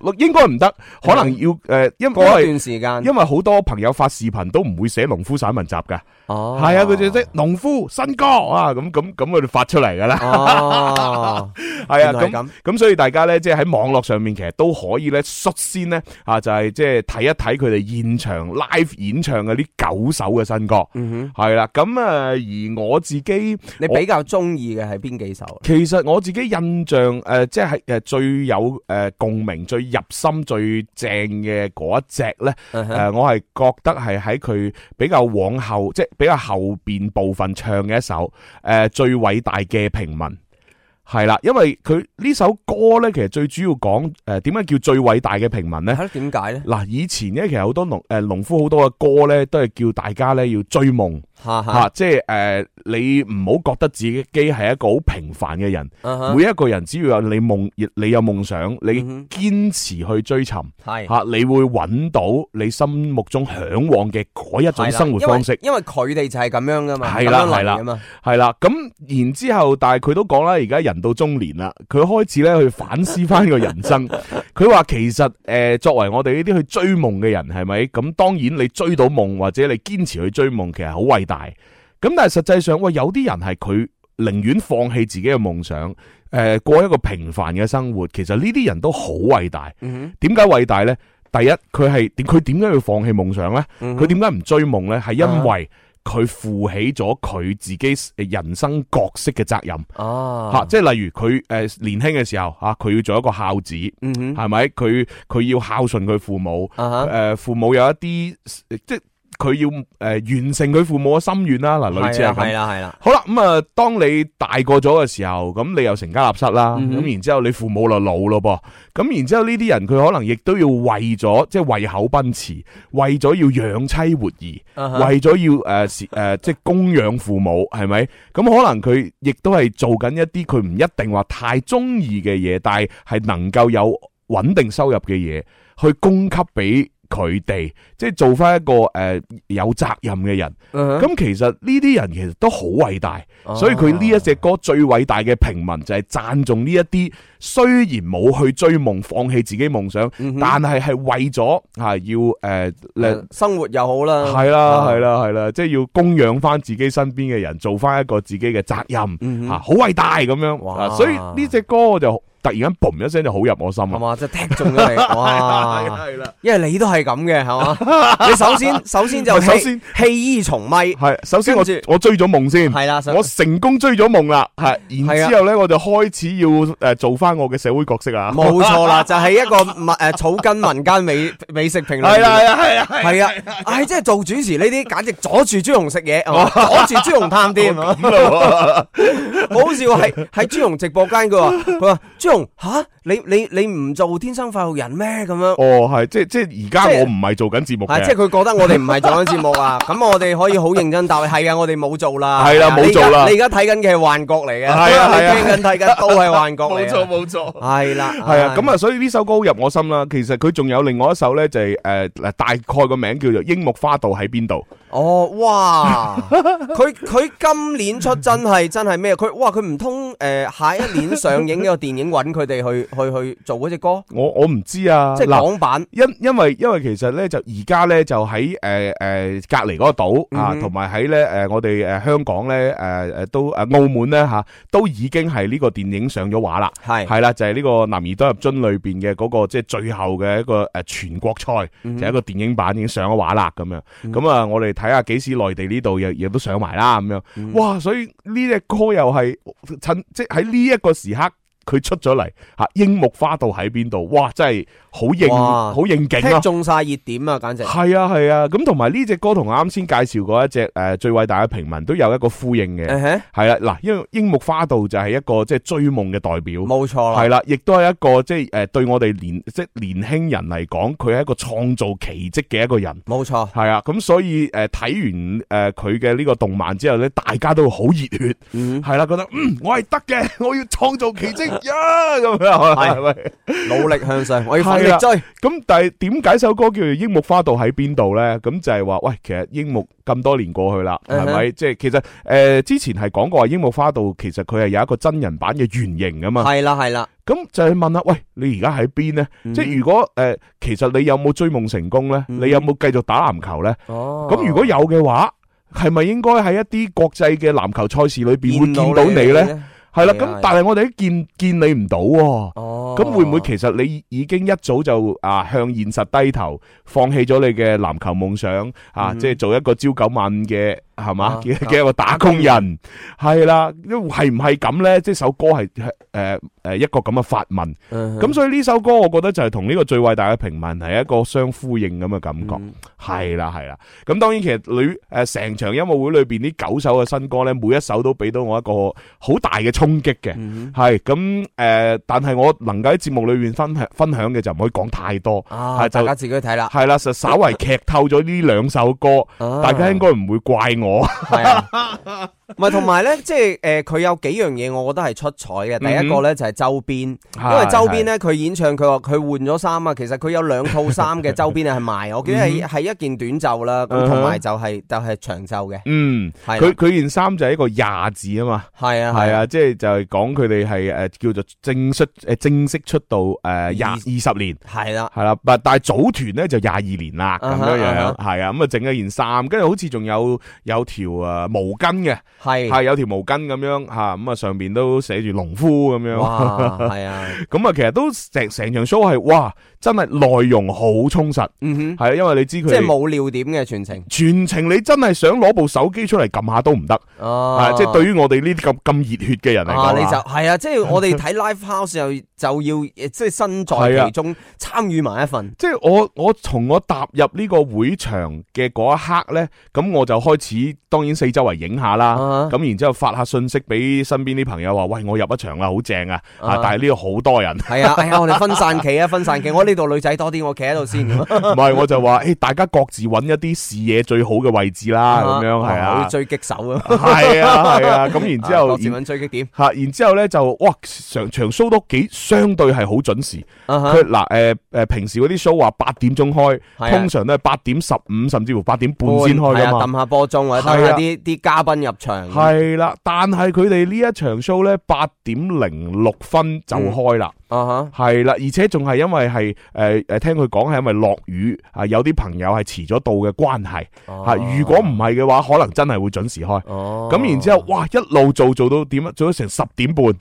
[SPEAKER 6] 我應該唔得，可能要诶，因因
[SPEAKER 7] 過一
[SPEAKER 6] 為
[SPEAKER 7] 段時間
[SPEAKER 6] 因。為好多朋友發視頻都唔會寫農夫散文集噶，
[SPEAKER 7] 哦，
[SPEAKER 6] 係啊，佢就即係農夫新歌啊，咁咁咁佢哋發出嚟㗎啦，
[SPEAKER 7] 哦，
[SPEAKER 6] [laughs] 係啊，
[SPEAKER 7] 原來係
[SPEAKER 6] 咁咁所以大家咧，即係喺網絡上面其實都可以咧率先咧啊，就係即係睇一睇佢哋現場 live 演唱嘅呢九首嘅新歌，
[SPEAKER 7] 嗯
[SPEAKER 6] 係啦，咁啊而我自己。
[SPEAKER 7] 哼，你比較中意嘅係邊幾首？
[SPEAKER 6] [laughs] 其實我自己印象诶、呃即係诶最有诶、呃共鳴、最入心、最正嘅嗰一隻咧，
[SPEAKER 7] 嗯
[SPEAKER 6] 诶、
[SPEAKER 7] 哼
[SPEAKER 6] 我係覺得係喺佢比較往後，即係比較後边部分唱嘅一首诶、呃最偉大嘅平民。係啦，因為佢呢首歌咧，其實最主要講诶点解叫最偉大嘅平民咧？
[SPEAKER 7] 係咯，點解咧？
[SPEAKER 6] 嗱，以前咧其實好多農诶农夫好多嘅歌咧，都係叫大家咧要追夢
[SPEAKER 7] 嚇
[SPEAKER 6] 吓、
[SPEAKER 7] 嚇，
[SPEAKER 6] 即係诶、呃你唔好覺得自己係一個好平凡嘅人。
[SPEAKER 7] 嗯哼
[SPEAKER 6] 每一個人只要有你夢，你有夢想，你
[SPEAKER 7] 嗯
[SPEAKER 6] 堅持去追尋，
[SPEAKER 7] 係。
[SPEAKER 6] 吓你會揾到你心目中向往嘅嗰一種生活方式。
[SPEAKER 7] 因為因為佢哋就係咁樣噶嘛，
[SPEAKER 6] 係啦
[SPEAKER 7] 咁樣嚟
[SPEAKER 6] 係啦
[SPEAKER 7] 㗎嘛，
[SPEAKER 6] 係啦，咁然之后，但係佢都講啦，而家人到中年啦，佢開始咧去反思翻個人生。佢話其實诶、呃作為我哋呢啲去追夢嘅人，係咪？咁當然你追到夢或者你堅持去追夢，其實好偉大。咁但係實際上，喂，有啲人係佢寧願放棄自己嘅夢想，诶、过一個平凡嘅生活。其實呢啲人都好偉大。
[SPEAKER 7] 嗯
[SPEAKER 6] 點解偉大呢？第一，佢係點？佢點解要放棄夢想呢？
[SPEAKER 7] 嗯哼，啊
[SPEAKER 6] 佢點解唔追夢呢？係因為佢負起咗佢自己人生角色嘅責任
[SPEAKER 2] Oh
[SPEAKER 7] 哦，
[SPEAKER 6] 吓，嚇即係例如佢诶年輕嘅時候吓，佢要做一個孝子，
[SPEAKER 7] 嗯哼，
[SPEAKER 6] 係咪？佢佢要孝順佢父母，
[SPEAKER 7] 啊哈，
[SPEAKER 6] 诶父母有一啲即係佢要诶完成佢父母嘅心願啦，嗱類似係咁
[SPEAKER 7] 係。啦係啦，
[SPEAKER 6] 好啦，咁啊，當你大個咗嘅時候，咁你又成家立室啦，咁、
[SPEAKER 7] 嗯哼
[SPEAKER 6] 然之后你父母就老咯噃，咁然之后呢啲人佢可能亦都要為咗即係為口奔馳，為咗要養妻活兒，
[SPEAKER 7] 啊哈
[SPEAKER 6] 為咗要诶诶、呃即係供養父母，係咪？咁可能佢亦都係做緊一啲佢唔一定話太中意嘅嘢，但係係能夠有穩定收入嘅嘢去供給俾佢哋，即係做翻一個诶、呃有責任嘅人。
[SPEAKER 7] 嗯哼
[SPEAKER 6] 咁其實呢啲人其實都好偉大，
[SPEAKER 7] 哦
[SPEAKER 6] 所以佢呢一隻歌最偉大嘅平民就係讚頌呢一啲雖然冇去追夢、放棄自己夢想，
[SPEAKER 7] 嗯哼呃
[SPEAKER 6] 但係係為咗吓要呃诶咧。
[SPEAKER 7] 生活又好啦，
[SPEAKER 6] 系啦，
[SPEAKER 7] 啊
[SPEAKER 6] 係啦，係啦，即係要供養翻自己身邊嘅人，做翻一個自己嘅責任，
[SPEAKER 7] 嗯哼
[SPEAKER 6] 吓好偉大咁樣。
[SPEAKER 7] 哇
[SPEAKER 6] 啊所以呢隻歌我就突然間嘣一聲就好入我心啊
[SPEAKER 7] 係
[SPEAKER 6] 啦。
[SPEAKER 7] 嘛，即係踢中
[SPEAKER 6] [laughs]
[SPEAKER 7] 咗你，哇！
[SPEAKER 6] 係啦，
[SPEAKER 7] 因為你都係咁嘅，係
[SPEAKER 6] [laughs]
[SPEAKER 7] 嘛？你首先首先就
[SPEAKER 6] 唔係首先
[SPEAKER 7] 棄棄醫從咪，
[SPEAKER 6] 係首先我
[SPEAKER 7] 跟
[SPEAKER 6] 我追咗夢先。
[SPEAKER 7] 係啦，首
[SPEAKER 6] 我成功追咗夢啦，系，
[SPEAKER 7] 係
[SPEAKER 6] 然
[SPEAKER 7] 啊
[SPEAKER 6] 之后咧我就開始要诶做翻我嘅社會角色啊，
[SPEAKER 7] [laughs] 冇
[SPEAKER 6] [laughs]
[SPEAKER 7] 錯啦，就係一個民誒草根民間美 [laughs] 美食評論員。
[SPEAKER 6] 係啦，係啦，係啊，
[SPEAKER 7] 係啊，唉，即係做主持呢啲，簡直阻住朱紅食嘢，係嘛
[SPEAKER 6] 哦
[SPEAKER 7] 阻住朱紅
[SPEAKER 6] [laughs]
[SPEAKER 7] 探店。我 [laughs] 好笑喺喺朱紅直播間，佢話佢話朱紅吓你你你唔做天生快活人咩咁樣？
[SPEAKER 6] 哦，係，即即而家
[SPEAKER 7] 即係
[SPEAKER 6] 我唔係做緊節目
[SPEAKER 7] 係，即係
[SPEAKER 6] 嘅，
[SPEAKER 7] 佢覺得我哋唔係做緊節目啊， [laughs] 咁我哋可以好認真答，係啊，我哋冇做啦，
[SPEAKER 6] 係啦
[SPEAKER 7] 啊
[SPEAKER 6] 冇做啦
[SPEAKER 7] 你而家你而家睇緊嘅係幻覺嚟嘅，
[SPEAKER 6] 係啊係啊
[SPEAKER 7] 你聽緊睇緊都係幻覺嚟嘅，
[SPEAKER 6] [laughs] 冇錯。
[SPEAKER 7] 係啦，
[SPEAKER 6] 系啊，咁啊，所以呢首歌好入我心啦。其實佢仲有另外一首咧，就係诶嗱，大概個名叫做《櫻木花道喺邊度》。
[SPEAKER 7] 哦，哇！佢佢今年出真係真係咩？佢哇佢唔通诶下一年上映嘅電影揾佢哋去 [laughs] 去去做嗰只歌，
[SPEAKER 6] 我我唔知啊，
[SPEAKER 7] 即係
[SPEAKER 6] 嗱
[SPEAKER 7] 港版
[SPEAKER 6] 因因为因为其实咧就而家咧就喺诶诶隔篱嗰個島啊，
[SPEAKER 7] 嗯哼
[SPEAKER 6] 同埋喺咧诶我哋诶香港咧诶诶都诶澳門咧吓，都已經係呢個電影上咗畫啦。
[SPEAKER 7] 係
[SPEAKER 6] 係啦，就係呢個《男兒當入樽》裏边嘅嗰個即係最後嘅一個诶全國賽，
[SPEAKER 7] 嗯
[SPEAKER 6] 就係一個電影版已經上咗畫啦咁樣。咁啊，我哋睇下幾時內地呢度又亦都上埋啦咁樣。哇！所以呢只歌又係趁即係喺呢一個時刻。佢出咗嚟吓，樱木花道喺邊度？哇，真係好應
[SPEAKER 7] 哇
[SPEAKER 6] 好應景
[SPEAKER 7] 踢
[SPEAKER 6] 啊！
[SPEAKER 7] 中晒熱點啊，簡直
[SPEAKER 6] 係啊係啊，咁同埋呢只歌同啱先介紹嗰一隻诶、呃最偉大嘅平民都有一個呼應嘅，
[SPEAKER 7] 誒嘿
[SPEAKER 6] 係啦嗱，因為櫻木花道就係一個即係追夢嘅代表。
[SPEAKER 7] 冇錯啦，
[SPEAKER 6] 係啦，亦都係一個即係诶，呃对我哋年即系年輕人嚟講，佢係一個創造奇蹟嘅一個人。
[SPEAKER 7] 冇錯，
[SPEAKER 6] 係啊，咁所以诶睇、完诶佢嘅呢個動漫之後咧，大家都好熱血，係啦、覺得嗯我係得嘅，我要創造奇蹟呀咁樣係咪？
[SPEAKER 7] 努力向上，我要奮
[SPEAKER 6] 係啊啦
[SPEAKER 7] 力追，
[SPEAKER 6] 咁但係點解首歌叫做《櫻木花道喺邊度》咧？咁就係話喂，其實櫻木咁多年過去啦，係咪即係其實诶、呃之前係講過話櫻木花道其實佢係有一個真人版嘅原型噶嘛。
[SPEAKER 7] 係啦係啦，
[SPEAKER 6] 咁就係問啦，喂，你而家喺邊呢？即係如果诶、呃其實你有冇追夢成功呢？
[SPEAKER 7] 嗯
[SPEAKER 6] 你有冇繼續打籃球呢？
[SPEAKER 7] 哦
[SPEAKER 6] 咁如果有嘅話，係咪應該喺一啲國際嘅籃球賽事裏边會見到你呢？
[SPEAKER 7] 呢，
[SPEAKER 6] 係啦，
[SPEAKER 7] 係
[SPEAKER 6] 咁
[SPEAKER 7] 係
[SPEAKER 6] 但係我哋都見見你唔到喎。
[SPEAKER 7] 哦，
[SPEAKER 6] 咁會唔會其實你已經一早就啊向現實低頭，放棄咗你嘅籃球夢想啊？即係做一個朝九晚五嘅係嘛
[SPEAKER 7] 啊
[SPEAKER 6] 嘅嘅一個打工人，係啦，係唔係咁呢？即係首歌係誒誒一個咁嘅發問，
[SPEAKER 7] 嗯
[SPEAKER 6] 咁所以呢首歌我覺得就係同呢個最偉大嘅平民係一個相呼應咁嘅感覺，
[SPEAKER 7] 嗯
[SPEAKER 6] 係啦係啦。咁當然其實裏誒成場音樂會裏邊呢九首嘅新歌呢，每一首都俾到我一個好大嘅衝擊嘅。
[SPEAKER 7] 嗯
[SPEAKER 6] 系咁诶，但系我能夠喺節目裏面分享分享嘅就唔可以講太多，
[SPEAKER 7] 啊，
[SPEAKER 6] 就
[SPEAKER 7] 大家自己去睇啦，
[SPEAKER 6] 係啦，就稍
[SPEAKER 7] [laughs]
[SPEAKER 6] 為劇透咗呢兩首歌，
[SPEAKER 7] 啊
[SPEAKER 6] 大家應該唔會怪我。
[SPEAKER 7] 係啊，唔係同埋咧，即係誒，佢有幾樣嘢，我覺得係出彩
[SPEAKER 6] 嗯
[SPEAKER 7] 嘅。第一個咧就係周邊，因為周邊咧佢演唱佢話佢換咗衫啊，其實佢有兩套衫嘅周邊
[SPEAKER 6] [laughs]
[SPEAKER 7] 係賣，我記得係係一件短袖啦，
[SPEAKER 6] 嗯
[SPEAKER 7] 咁同埋就係就係長袖嘅，
[SPEAKER 6] 嗯，
[SPEAKER 7] 係
[SPEAKER 6] 佢
[SPEAKER 7] 啦
[SPEAKER 6] 佢件衫就係一個廿字啊嘛，
[SPEAKER 7] 係啊
[SPEAKER 6] 係，啊，即係就係講佢哋係诶叫做正式诶正式出道诶廿二十年。
[SPEAKER 7] 係啦，
[SPEAKER 6] 係啦，但但係組團咧就廿二年啦，咁
[SPEAKER 7] 啊哈
[SPEAKER 6] 樣樣
[SPEAKER 7] 啊
[SPEAKER 6] 係啊，咁啊整咗件衫，跟住好似仲有有條诶毛巾嘅，
[SPEAKER 7] 係
[SPEAKER 6] 係有條毛巾咁樣吓，咁啊上边都寫住農夫咁樣。
[SPEAKER 7] 哇，
[SPEAKER 6] [laughs]
[SPEAKER 7] 係啊，
[SPEAKER 6] 咁啊，其實都成成場 show 係哇，真係內容好充實，
[SPEAKER 7] 嗯哼，
[SPEAKER 6] 係啊因為你知佢
[SPEAKER 7] 即係冇尿點嘅全程，
[SPEAKER 6] 全程你真係想攞部手機出嚟撳下都唔得，
[SPEAKER 7] 哦
[SPEAKER 6] 啊，即係對於我哋呢啲咁咁熱血嘅人嚟
[SPEAKER 7] 啊！
[SPEAKER 6] 講
[SPEAKER 7] 你就
[SPEAKER 6] 啦，
[SPEAKER 7] 係啊，即係我哋睇 live house 又就要即係身
[SPEAKER 6] 係
[SPEAKER 7] 在
[SPEAKER 6] 啊
[SPEAKER 7] 其中，參與埋一份。
[SPEAKER 6] 即係我我從我踏入呢個會場嘅嗰一刻呢，咁我就開始當然四周圍影下啦，
[SPEAKER 7] 啊
[SPEAKER 6] 咁然之後發下信息俾身邊啲朋友話：喂，我入一場啦，好正啊！啊
[SPEAKER 7] 啊，
[SPEAKER 6] 但係呢度好多人。[laughs]
[SPEAKER 7] 系啊，系啊，我哋分散企啊，分散企。我呢度女仔多啲，我企喺度先。
[SPEAKER 6] 唔係，我就
[SPEAKER 7] [laughs]
[SPEAKER 6] 話：，诶，大家各自揾一啲視野最好嘅位置啦，咁樣係
[SPEAKER 7] 我
[SPEAKER 6] 啊
[SPEAKER 7] 要。追擊手啊，
[SPEAKER 6] 系
[SPEAKER 7] [laughs]
[SPEAKER 6] 啊系啊，咁然之
[SPEAKER 7] 啊
[SPEAKER 6] 後，
[SPEAKER 7] 各自揾追擊點。
[SPEAKER 6] 吓，然之后咧就哇，場場 show 都幾相對係好準時。
[SPEAKER 7] 啊哈
[SPEAKER 6] 佢嗱诶诶，平時嗰啲 show 話八點鐘開，
[SPEAKER 7] 係啊
[SPEAKER 6] 通常都係八點十五甚至乎八點半先
[SPEAKER 7] 係
[SPEAKER 6] 開
[SPEAKER 7] 啊
[SPEAKER 6] 噶嘛。
[SPEAKER 7] 揼下波鐘或者等
[SPEAKER 6] 係
[SPEAKER 7] 下
[SPEAKER 6] 啊
[SPEAKER 7] 啲啲嘉賓入場。
[SPEAKER 6] 係啦，但係佢哋呢一場 show 咧，八點零六分就開啦，
[SPEAKER 7] 啊哈，
[SPEAKER 6] 係啦，而且仲係因為係诶诶，呃听佢講係因為落雨啊，有啲朋友係遲咗到嘅關係吓，如果唔係嘅話，可能真係會準時開。
[SPEAKER 7] 哦
[SPEAKER 6] 咁然之後，哇，一路做做到點啊？做到成十點半。
[SPEAKER 7] 後，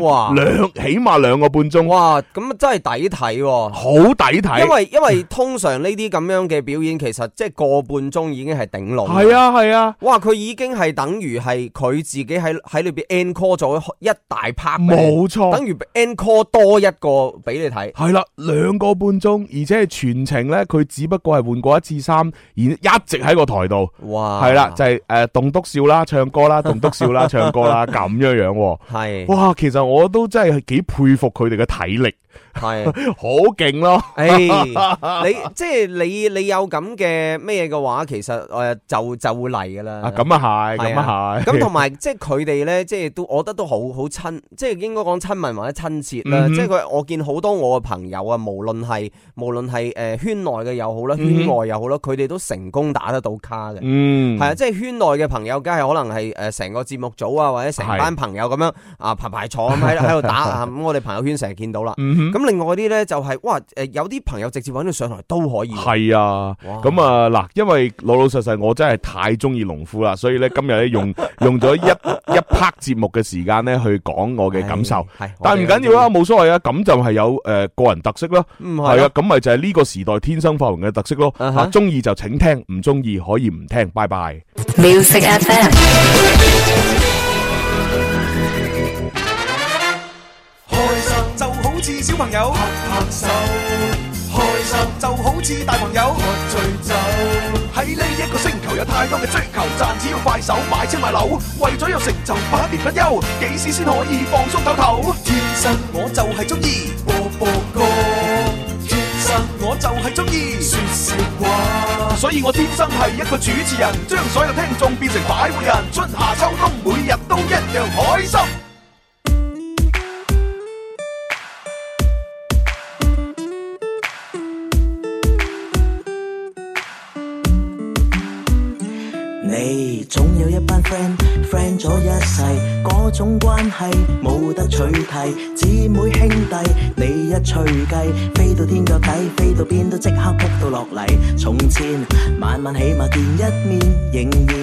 [SPEAKER 7] 哇
[SPEAKER 6] 两起碼兩個半鐘，
[SPEAKER 7] 哇，咁真係抵睇喎。
[SPEAKER 6] 好抵睇。
[SPEAKER 7] 因為因為通常呢啲咁樣嘅表演，其實即係個半鐘已經係頂籠。
[SPEAKER 6] 係。啊係啊，
[SPEAKER 7] 哇！佢已經係等於係佢自己喺喺裏邊 encore 咗一大 part，俾你
[SPEAKER 6] 冇錯
[SPEAKER 7] 等於 encore 多一個俾你睇。
[SPEAKER 6] 係啦，兩個半鐘，而且係全程呢，佢只不過係換過一次衫，而一直喺個台度。
[SPEAKER 7] 哇！
[SPEAKER 6] 係啦，就係诶栋笃笑啦，唱歌
[SPEAKER 7] [laughs]
[SPEAKER 6] 啦，棟篤笑啦，唱歌啦，咁樣樣喎。
[SPEAKER 7] 系
[SPEAKER 6] 哇，其實我都真係幾佩服佢哋嘅體力，
[SPEAKER 7] 系，
[SPEAKER 6] [laughs] 好勁咯。
[SPEAKER 7] [laughs]
[SPEAKER 6] [laughs]
[SPEAKER 7] 诶，你即系你你有咁嘅咩嘅话，其实诶就就会嚟噶
[SPEAKER 6] 啊，
[SPEAKER 7] 啦。
[SPEAKER 6] 咁啊係，
[SPEAKER 7] 係
[SPEAKER 6] 咁啊係。
[SPEAKER 7] 咁同埋即系佢哋咧，即系都我觉得都好好亲，即系应该讲亲民或者亲切啦。
[SPEAKER 6] 嗯哼
[SPEAKER 7] 即系佢，我见好多我嘅朋友啊，无论系无论系诶呃圈内嘅又好啦，圈
[SPEAKER 6] 嗯哼
[SPEAKER 7] 外又好啦，佢哋都成功打得到卡嘅。
[SPEAKER 6] 嗯，
[SPEAKER 7] 系啊，即係圈內嘅朋友，梗係可能係诶成個節目組啊，或者成班朋友咁樣啊排排坐咁喺喺
[SPEAKER 6] [laughs]
[SPEAKER 7] 度打啊，咁我哋朋友圈成日見到啦。
[SPEAKER 6] 嗯
[SPEAKER 7] 咁另外啲咧就係哇诶，有啲朋友直接揾佢上台都可以喎。 [laughs]
[SPEAKER 6] 係啊，
[SPEAKER 7] 哇
[SPEAKER 6] 咁啊嗱，因為老老實實我真係太中意農夫啦，所以咧今日咧用 [laughs] 用咗一一 part 節目嘅時間咧去講我嘅感受。
[SPEAKER 7] 係，
[SPEAKER 6] 但唔緊要啊，，冇所謂啊，咁就係有诶个人特色咯，
[SPEAKER 7] 唔
[SPEAKER 6] 係
[SPEAKER 7] 嗯係
[SPEAKER 6] 啊，咁咪就係呢個時代天生發明嘅特色咯。
[SPEAKER 7] 啊哈
[SPEAKER 6] 啊，中意就請聽，唔中意可以唔聽，拜拜。
[SPEAKER 9] Music FM.
[SPEAKER 3] 友拍拍手，開心就好似大朋友喝醉酒。喺呢一個星球有太多嘅追求，賺錢要快手，買車買樓，為咗有成就百年不休，幾時先可以放鬆透透？天生我就係中意播播歌，天生我就係中意説笑話，所以我天生係一個主持人，將所有聽眾變成擺活人，春夏秋冬每日都一樣開心。
[SPEAKER 1] 你總有一班 friend，friend 咗一世，嗰種關係冇得取替。姊妹兄弟，你一吹雞，飛到天腳底，飛到邊都即刻撲到落嚟。從前晚晚起碼見一面，仍然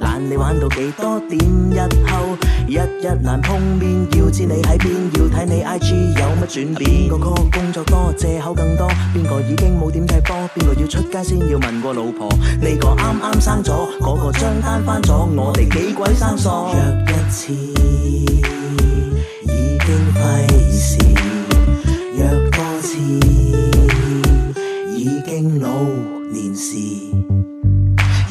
[SPEAKER 1] 懶你玩到幾多點，日後日日難碰面，要知你喺邊，要睇你 IG 有乜轉變。邊個 call 工作多，借口更多，邊個已經冇點睇波，邊個要出街先要問過老婆。呢個啱啱生咗，嗰、個張單翻咗，我哋幾鬼生疏。約一次已經費事，約多次已經老年事。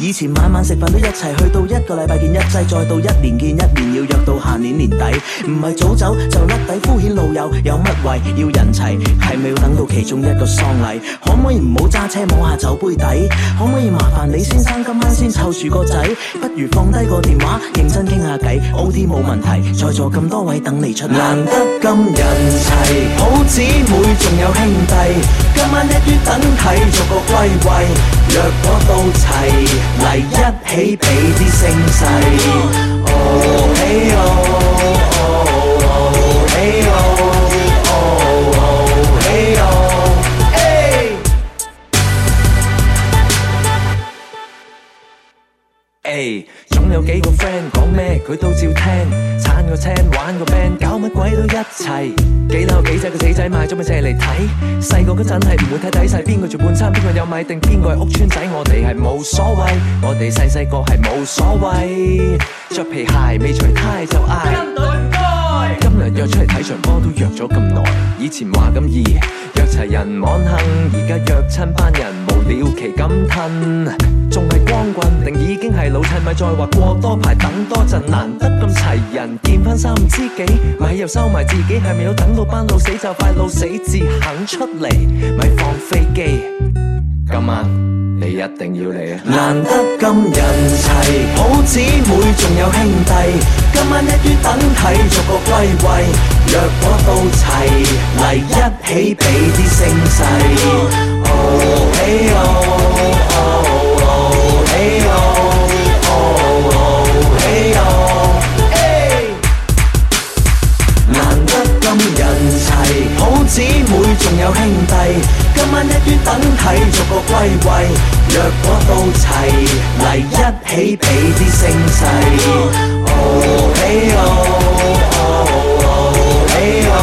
[SPEAKER 1] 以前晚晚食飯都一齊，去到一個禮拜見一劑，再到一年見一面，要約到下年年底。唔係早走就甩底，敷衍老友有乜謂？要人齊係咪要等到其中一個喪禮？可唔可以唔好揸車摸下酒杯底？可唔可以麻煩李先生今晚先湊住個仔？不如放低個電話，認真傾下偈，OT 冇問題。在座咁多位等你出嚟。難得咁人齊，好姊妹仲有兄弟，今晚一於等睇，逐個歸位。若果到齊，嚟一起俾啲聲勢。哦嘿哦，哦嘿哦，哦嘿哦，嘿。
[SPEAKER 2] 诶，總有幾個 friend 講咩佢都照聽，撐個青玩個 band，搞乜鬼都一齊。幾樓幾仔個死仔買咗咪借嚟睇，細個嗰陣係唔會睇底細，邊個住半餐，邊個有米定，邊個係屋村仔，我哋係冇所謂，我哋細細個係冇所謂，着皮鞋未除呔就嗌。今日約出嚟睇場波都約咗咁耐，以前話咁易，約齊人網幸，而家約親班人無了期咁褪，仲係光棍定已經係老襯，咪再話過多排等多陣，難得咁齊人，見翻三五知己，咪又收埋自己，係咪要等到班老死就快老死至肯出嚟，咪放飛機，今晚你一定要嚟啊！
[SPEAKER 1] 難得咁人齊，好姊妹仲有兄弟，今晚一於等睇，逐個歸位。若果到齊，嚟一起俾啲聲勢。哦嘿哦，哦哦嘿哦，哦哦嘿哦，嘿。難得咁人齊，好姊妹仲有兄弟，今晚一於等睇，逐個歸位。若果到齊，嚟一起俾啲聲勢。哦嘿哦，哦嘿哦，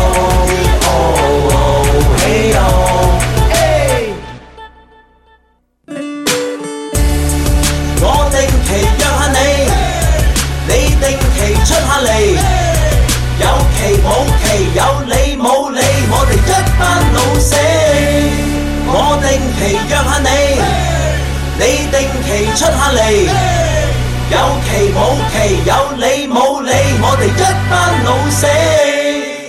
[SPEAKER 1] 哦嘿哦，嘿。我定期約下你，你定期出下嚟。有期冇期，有理冇理，我哋一班老死。我定期約下你，你定期出下嚟。有期冇期，有理冇理，我哋一班老死。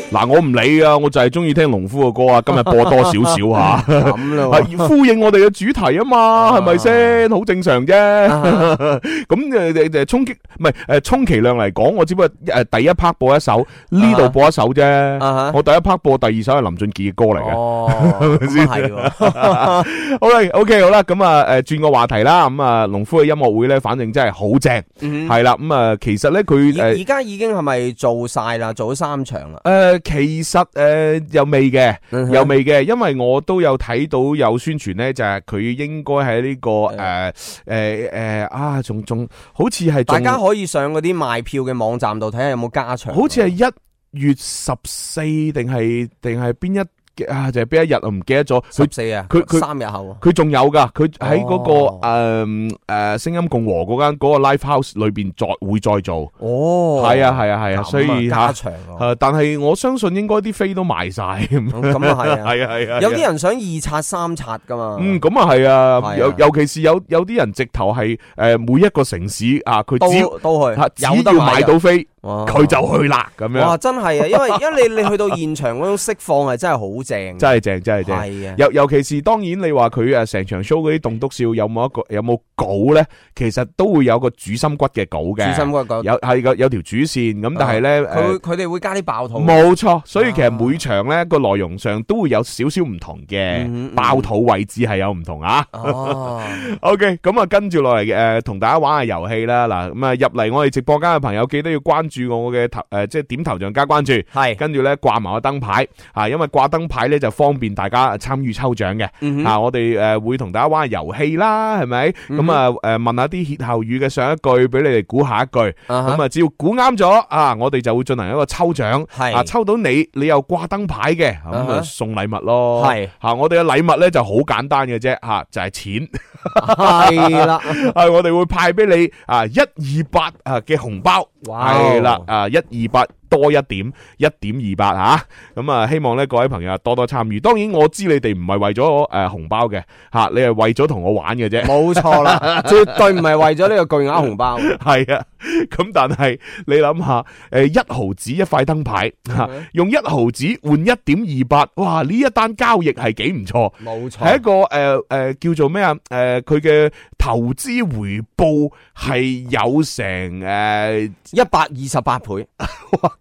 [SPEAKER 6] 嗱，我唔理啊，我就係中意聽農夫嘅歌啊，今日播多少少吓，
[SPEAKER 7] [laughs] 咁咯喎
[SPEAKER 6] 係呼應我哋嘅主題啊嘛，係咪先？好正
[SPEAKER 7] [laughs]
[SPEAKER 6] 常啫。咁誒誒充其唔係誒充其量嚟講，我只不過誒第一 part 播一首，呢度播一首啫
[SPEAKER 7] 啊哈。
[SPEAKER 6] 我第一 part 播第二首係林俊傑嘅歌嚟嘅。
[SPEAKER 7] 哦，咁係喎，
[SPEAKER 6] [laughs] 好啦，OK，好啦，咁啊，诶，转个话题啦，咁啊，農夫嘅音樂會咧，反正真係好正，
[SPEAKER 7] 嗯
[SPEAKER 6] 係啦，咁啊，其實咧佢
[SPEAKER 7] 而
[SPEAKER 6] 诶
[SPEAKER 7] 而家已經係咪做晒啦？做咗三場啦，
[SPEAKER 6] 诶，其實诶又未嘅，
[SPEAKER 7] 嗯哼
[SPEAKER 6] 又未嘅，因為我都有睇到有宣傳咧，就係佢應該喺呢個诶诶诶啊，仲仲好似係
[SPEAKER 7] 大
[SPEAKER 6] 仲
[SPEAKER 7] 家可以上嗰啲賣票嘅網站度睇下有冇加場。
[SPEAKER 6] 好似係一月十四定係定係邊一啊就係邊一日啊唔記得咗，
[SPEAKER 7] 十
[SPEAKER 6] 佢
[SPEAKER 7] 四啊，
[SPEAKER 6] 佢佢
[SPEAKER 7] 三日後啊，
[SPEAKER 6] 佢仲有噶，佢喺嗰
[SPEAKER 7] 哦
[SPEAKER 6] 個誒誒聲音共和嗰間嗰個 live house 裏邊再會再做，
[SPEAKER 7] 哦，
[SPEAKER 6] 係啊係啊係
[SPEAKER 7] 咁
[SPEAKER 6] 啊，
[SPEAKER 7] 啊
[SPEAKER 6] 所以
[SPEAKER 7] 加
[SPEAKER 6] 嚇
[SPEAKER 7] 長啊，
[SPEAKER 6] 誒，呃但係我相信應該啲飛都賣晒咁
[SPEAKER 7] 咁咁啊係
[SPEAKER 6] [laughs]
[SPEAKER 7] 啊。
[SPEAKER 6] 係啊係啊，
[SPEAKER 7] 有啲人想二刷三刷噶嘛，
[SPEAKER 6] 嗯，咁啊係
[SPEAKER 7] 係
[SPEAKER 6] 啊，
[SPEAKER 7] 啊
[SPEAKER 6] 尤尤其是有有啲人直頭係誒每一個城市啊，佢只
[SPEAKER 7] 都都去
[SPEAKER 6] 嚇，只要買到飛，
[SPEAKER 7] 哇
[SPEAKER 6] 佢就去啦咁
[SPEAKER 7] 哇，
[SPEAKER 6] 樣，
[SPEAKER 7] 真係啊，
[SPEAKER 6] [laughs]
[SPEAKER 7] 因為 [laughs] 因為你你去到現場嗰種釋放係真係好正，
[SPEAKER 6] 真係正真係正。
[SPEAKER 7] 係啊，
[SPEAKER 6] 尤尤其是當然你話佢誒成場 show 嗰啲棟篤笑有冇一個有冇稿咧，其實都會有個主心骨嘅稿嘅，
[SPEAKER 7] 主心骨個
[SPEAKER 6] 有係個有條主線咁，但係呃咧
[SPEAKER 7] 啊佢
[SPEAKER 6] 誒
[SPEAKER 7] 會佢哋會加啲爆肚，啊
[SPEAKER 6] 冇錯，所以其實每場咧個內容上都會有少少唔同
[SPEAKER 7] 嗯嗯
[SPEAKER 6] 嘅，爆肚位置係有唔同啊。
[SPEAKER 7] 哦，
[SPEAKER 6] OK，咁啊，跟住落嚟誒，同大家玩下遊戲啦。嗱，咁啊入嚟我哋直播間嘅朋友，記得要關注我嘅頭誒，即係點頭像加關注，
[SPEAKER 7] 係
[SPEAKER 6] 跟住咧掛埋個燈牌啊，因為掛燈牌咧就方便大家參與抽獎嘅。
[SPEAKER 7] 嗯哼
[SPEAKER 6] 啊，我哋誒會同大家玩下遊戲啦，係咪？
[SPEAKER 7] 嗯
[SPEAKER 6] 咁啊誒問下啲歇後語嘅上一句，俾你哋估下一句。
[SPEAKER 7] 啊
[SPEAKER 6] 咁
[SPEAKER 7] 哈
[SPEAKER 6] 啊，只要估啱咗啊，我哋就會進行一個抽獎。
[SPEAKER 7] 係
[SPEAKER 6] 啊，抽到你，你又掛燈牌嘅，咁
[SPEAKER 7] 啊哈
[SPEAKER 6] 啊送禮物咯。
[SPEAKER 7] 係
[SPEAKER 6] 吓，我哋嘅禮物咧就好簡單嘅啫，吓就係錢。
[SPEAKER 7] [laughs] 係啦，
[SPEAKER 6] 啊，我哋會派俾你啊一二八啊嘅紅包，
[SPEAKER 7] 哇哦
[SPEAKER 6] 係啦啊一二八多一點一點二八吓，咁啊希望咧各位朋友多多參與。當然我知你哋唔係為咗诶紅包嘅吓，啊你係為咗同我玩嘅啫。
[SPEAKER 7] 冇錯
[SPEAKER 6] [laughs]
[SPEAKER 7] 啦，絕對唔係為咗呢個巨額紅包，
[SPEAKER 6] 係啊，咁但係你諗下，诶一毫子一塊燈牌吓，
[SPEAKER 7] 嗯
[SPEAKER 6] 用一毫子換一點二八，哇！呢一單交易係幾唔錯。
[SPEAKER 7] 冇
[SPEAKER 6] 係一
[SPEAKER 7] 錯，
[SPEAKER 6] 個诶诶、呃叫做咩啊？诶、佢嘅投資回報係有成诶
[SPEAKER 7] 一百二十
[SPEAKER 6] [laughs]
[SPEAKER 7] 八倍，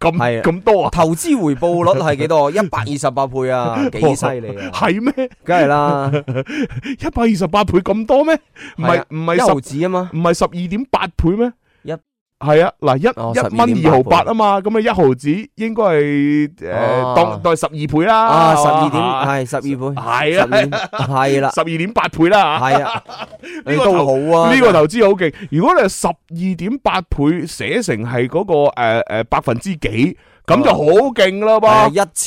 [SPEAKER 6] 咁
[SPEAKER 7] 係啊
[SPEAKER 6] 咁多啊？
[SPEAKER 7] 投資回報率係
[SPEAKER 6] [laughs]
[SPEAKER 7] 幾多？一百二十八倍啊，幾犀利啊！
[SPEAKER 6] 係咩？
[SPEAKER 7] 梗係啦，
[SPEAKER 6] [laughs] 一百二十八倍咁多咩？唔
[SPEAKER 7] 係
[SPEAKER 6] 係
[SPEAKER 7] 啊
[SPEAKER 6] 唔
[SPEAKER 7] 一毫
[SPEAKER 6] 係
[SPEAKER 7] 子啊嘛，
[SPEAKER 6] 十唔係十二點八倍咩？
[SPEAKER 7] 一
[SPEAKER 6] 係啊，嗱一、
[SPEAKER 7] 哦
[SPEAKER 6] 一蚊
[SPEAKER 7] 12.8
[SPEAKER 6] 二毫八啊嘛，咁啊一毫子應該係
[SPEAKER 7] 哦
[SPEAKER 6] 诶當當係十二倍啦，
[SPEAKER 7] 啊十二點
[SPEAKER 6] 係嘛
[SPEAKER 7] 係十二倍，
[SPEAKER 6] 係啊
[SPEAKER 7] 十二係啦，
[SPEAKER 6] [laughs] 十二點八倍啦吓。
[SPEAKER 7] 係啊，
[SPEAKER 6] [laughs] 個
[SPEAKER 7] 你都好啊，
[SPEAKER 6] 呢個投資好勁，如果你係十二點八倍寫成係嗰、個誒、呃呃百分之幾，咁就好勁啦
[SPEAKER 7] 哦係啊
[SPEAKER 6] 噃。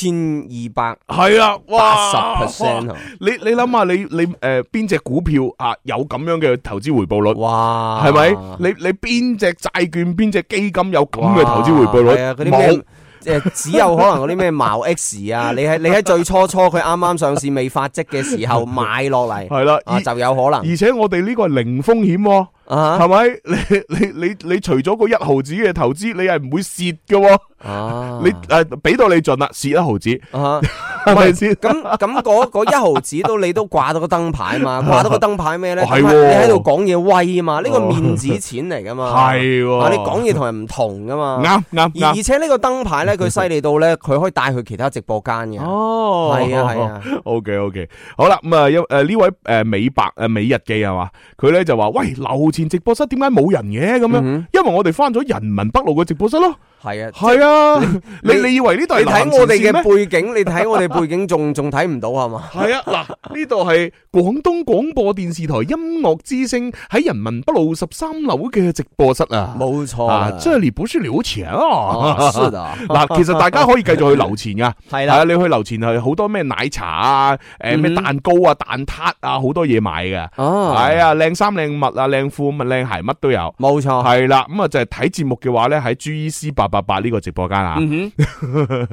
[SPEAKER 7] 一千二百
[SPEAKER 6] 係啦，哇！
[SPEAKER 7] 八十 percent 啊！
[SPEAKER 6] 你你諗下，你你誒邊只股票啊有咁樣嘅投資回報率？
[SPEAKER 7] 哇，
[SPEAKER 6] 係咪？你你邊只債券、邊只基金有咁嘅投資回報
[SPEAKER 7] 哇係啊，嗰
[SPEAKER 6] 率？
[SPEAKER 7] 啲咩
[SPEAKER 6] 冇。
[SPEAKER 7] 诶，只有可能嗰啲咩茅 X 啊，你喺你喺最初初佢啱啱上市未發迹嘅時候買落嚟，
[SPEAKER 6] [laughs] 係啦，
[SPEAKER 7] 啊
[SPEAKER 6] 而
[SPEAKER 7] 就有可能
[SPEAKER 6] 而且我哋呢個係零風險喎，
[SPEAKER 7] 啊
[SPEAKER 6] 係咪？ [laughs] 你你你你除咗嗰一毫子嘅投資，你係唔會蝕嘅喎。
[SPEAKER 7] 啊
[SPEAKER 6] 你诶俾到你盡啦，蝕一毫子，
[SPEAKER 7] 啊
[SPEAKER 6] [laughs] 係咪先？
[SPEAKER 7] 咁咁嗰嗰一毫
[SPEAKER 6] [laughs]
[SPEAKER 7] 子都啊你都掛到個燈牌嘛，掛到個燈牌咩咧？
[SPEAKER 6] 係喎
[SPEAKER 7] 你喺度講嘢威啊嘛，呢個
[SPEAKER 6] 哦
[SPEAKER 7] 面子錢嚟噶
[SPEAKER 6] [laughs]
[SPEAKER 7] 嘛，
[SPEAKER 6] 係喎
[SPEAKER 7] 啊你講嘢同人唔同噶嘛，
[SPEAKER 6] 啱啱
[SPEAKER 7] 而而
[SPEAKER 6] 啱。
[SPEAKER 7] 且呢個燈牌咧，佢犀利到咧，佢可以帶去其他直播間嘅，
[SPEAKER 6] 哦 [laughs]
[SPEAKER 7] 係啊係啊。
[SPEAKER 6] O K O K，好啦，咁啊，因诶呢位诶美白诶美日記係嘛，佢咧就話：喂，樓前直播室點解冇人嘅咁樣？因為我哋翻咗人民北路嘅直播室咯。
[SPEAKER 7] 嗯係啊。
[SPEAKER 6] 係啊，你
[SPEAKER 7] 你
[SPEAKER 6] 你以為呢度係
[SPEAKER 7] 你睇
[SPEAKER 6] 南
[SPEAKER 7] 我哋
[SPEAKER 6] 前線
[SPEAKER 7] 嘅
[SPEAKER 6] 咩？
[SPEAKER 7] 背景，你睇我哋背景仲仲睇唔到係嘛？
[SPEAKER 6] 係
[SPEAKER 7] [laughs]
[SPEAKER 6] 啊，嗱，呢度係廣東廣播電視台音樂之聲喺人民北路十三樓嘅直播室啊。
[SPEAKER 7] 冇錯
[SPEAKER 6] 啊
[SPEAKER 7] 啦，
[SPEAKER 6] 這里不是留錢
[SPEAKER 7] 哦
[SPEAKER 6] 啊。
[SPEAKER 7] 是的，
[SPEAKER 6] [laughs] 嗱，其實大家可以繼續去留錢噶。
[SPEAKER 7] [laughs] 係
[SPEAKER 6] 係啊，
[SPEAKER 7] 啦，
[SPEAKER 6] 你去樓前係好多咩奶茶啊，誒咩
[SPEAKER 7] 嗯
[SPEAKER 6] 蛋糕啊、蛋撻啊，好多嘢買嘅。
[SPEAKER 7] 哦，
[SPEAKER 6] 係啊，靚衫、靚襪啊、靚褲、咪靚鞋，乜都有。
[SPEAKER 7] 冇錯，
[SPEAKER 6] 係啦，咁啊就係睇節目嘅話咧，喺 G E C 八八八呢個直播間啊。
[SPEAKER 7] 嗯
[SPEAKER 5] [laughs]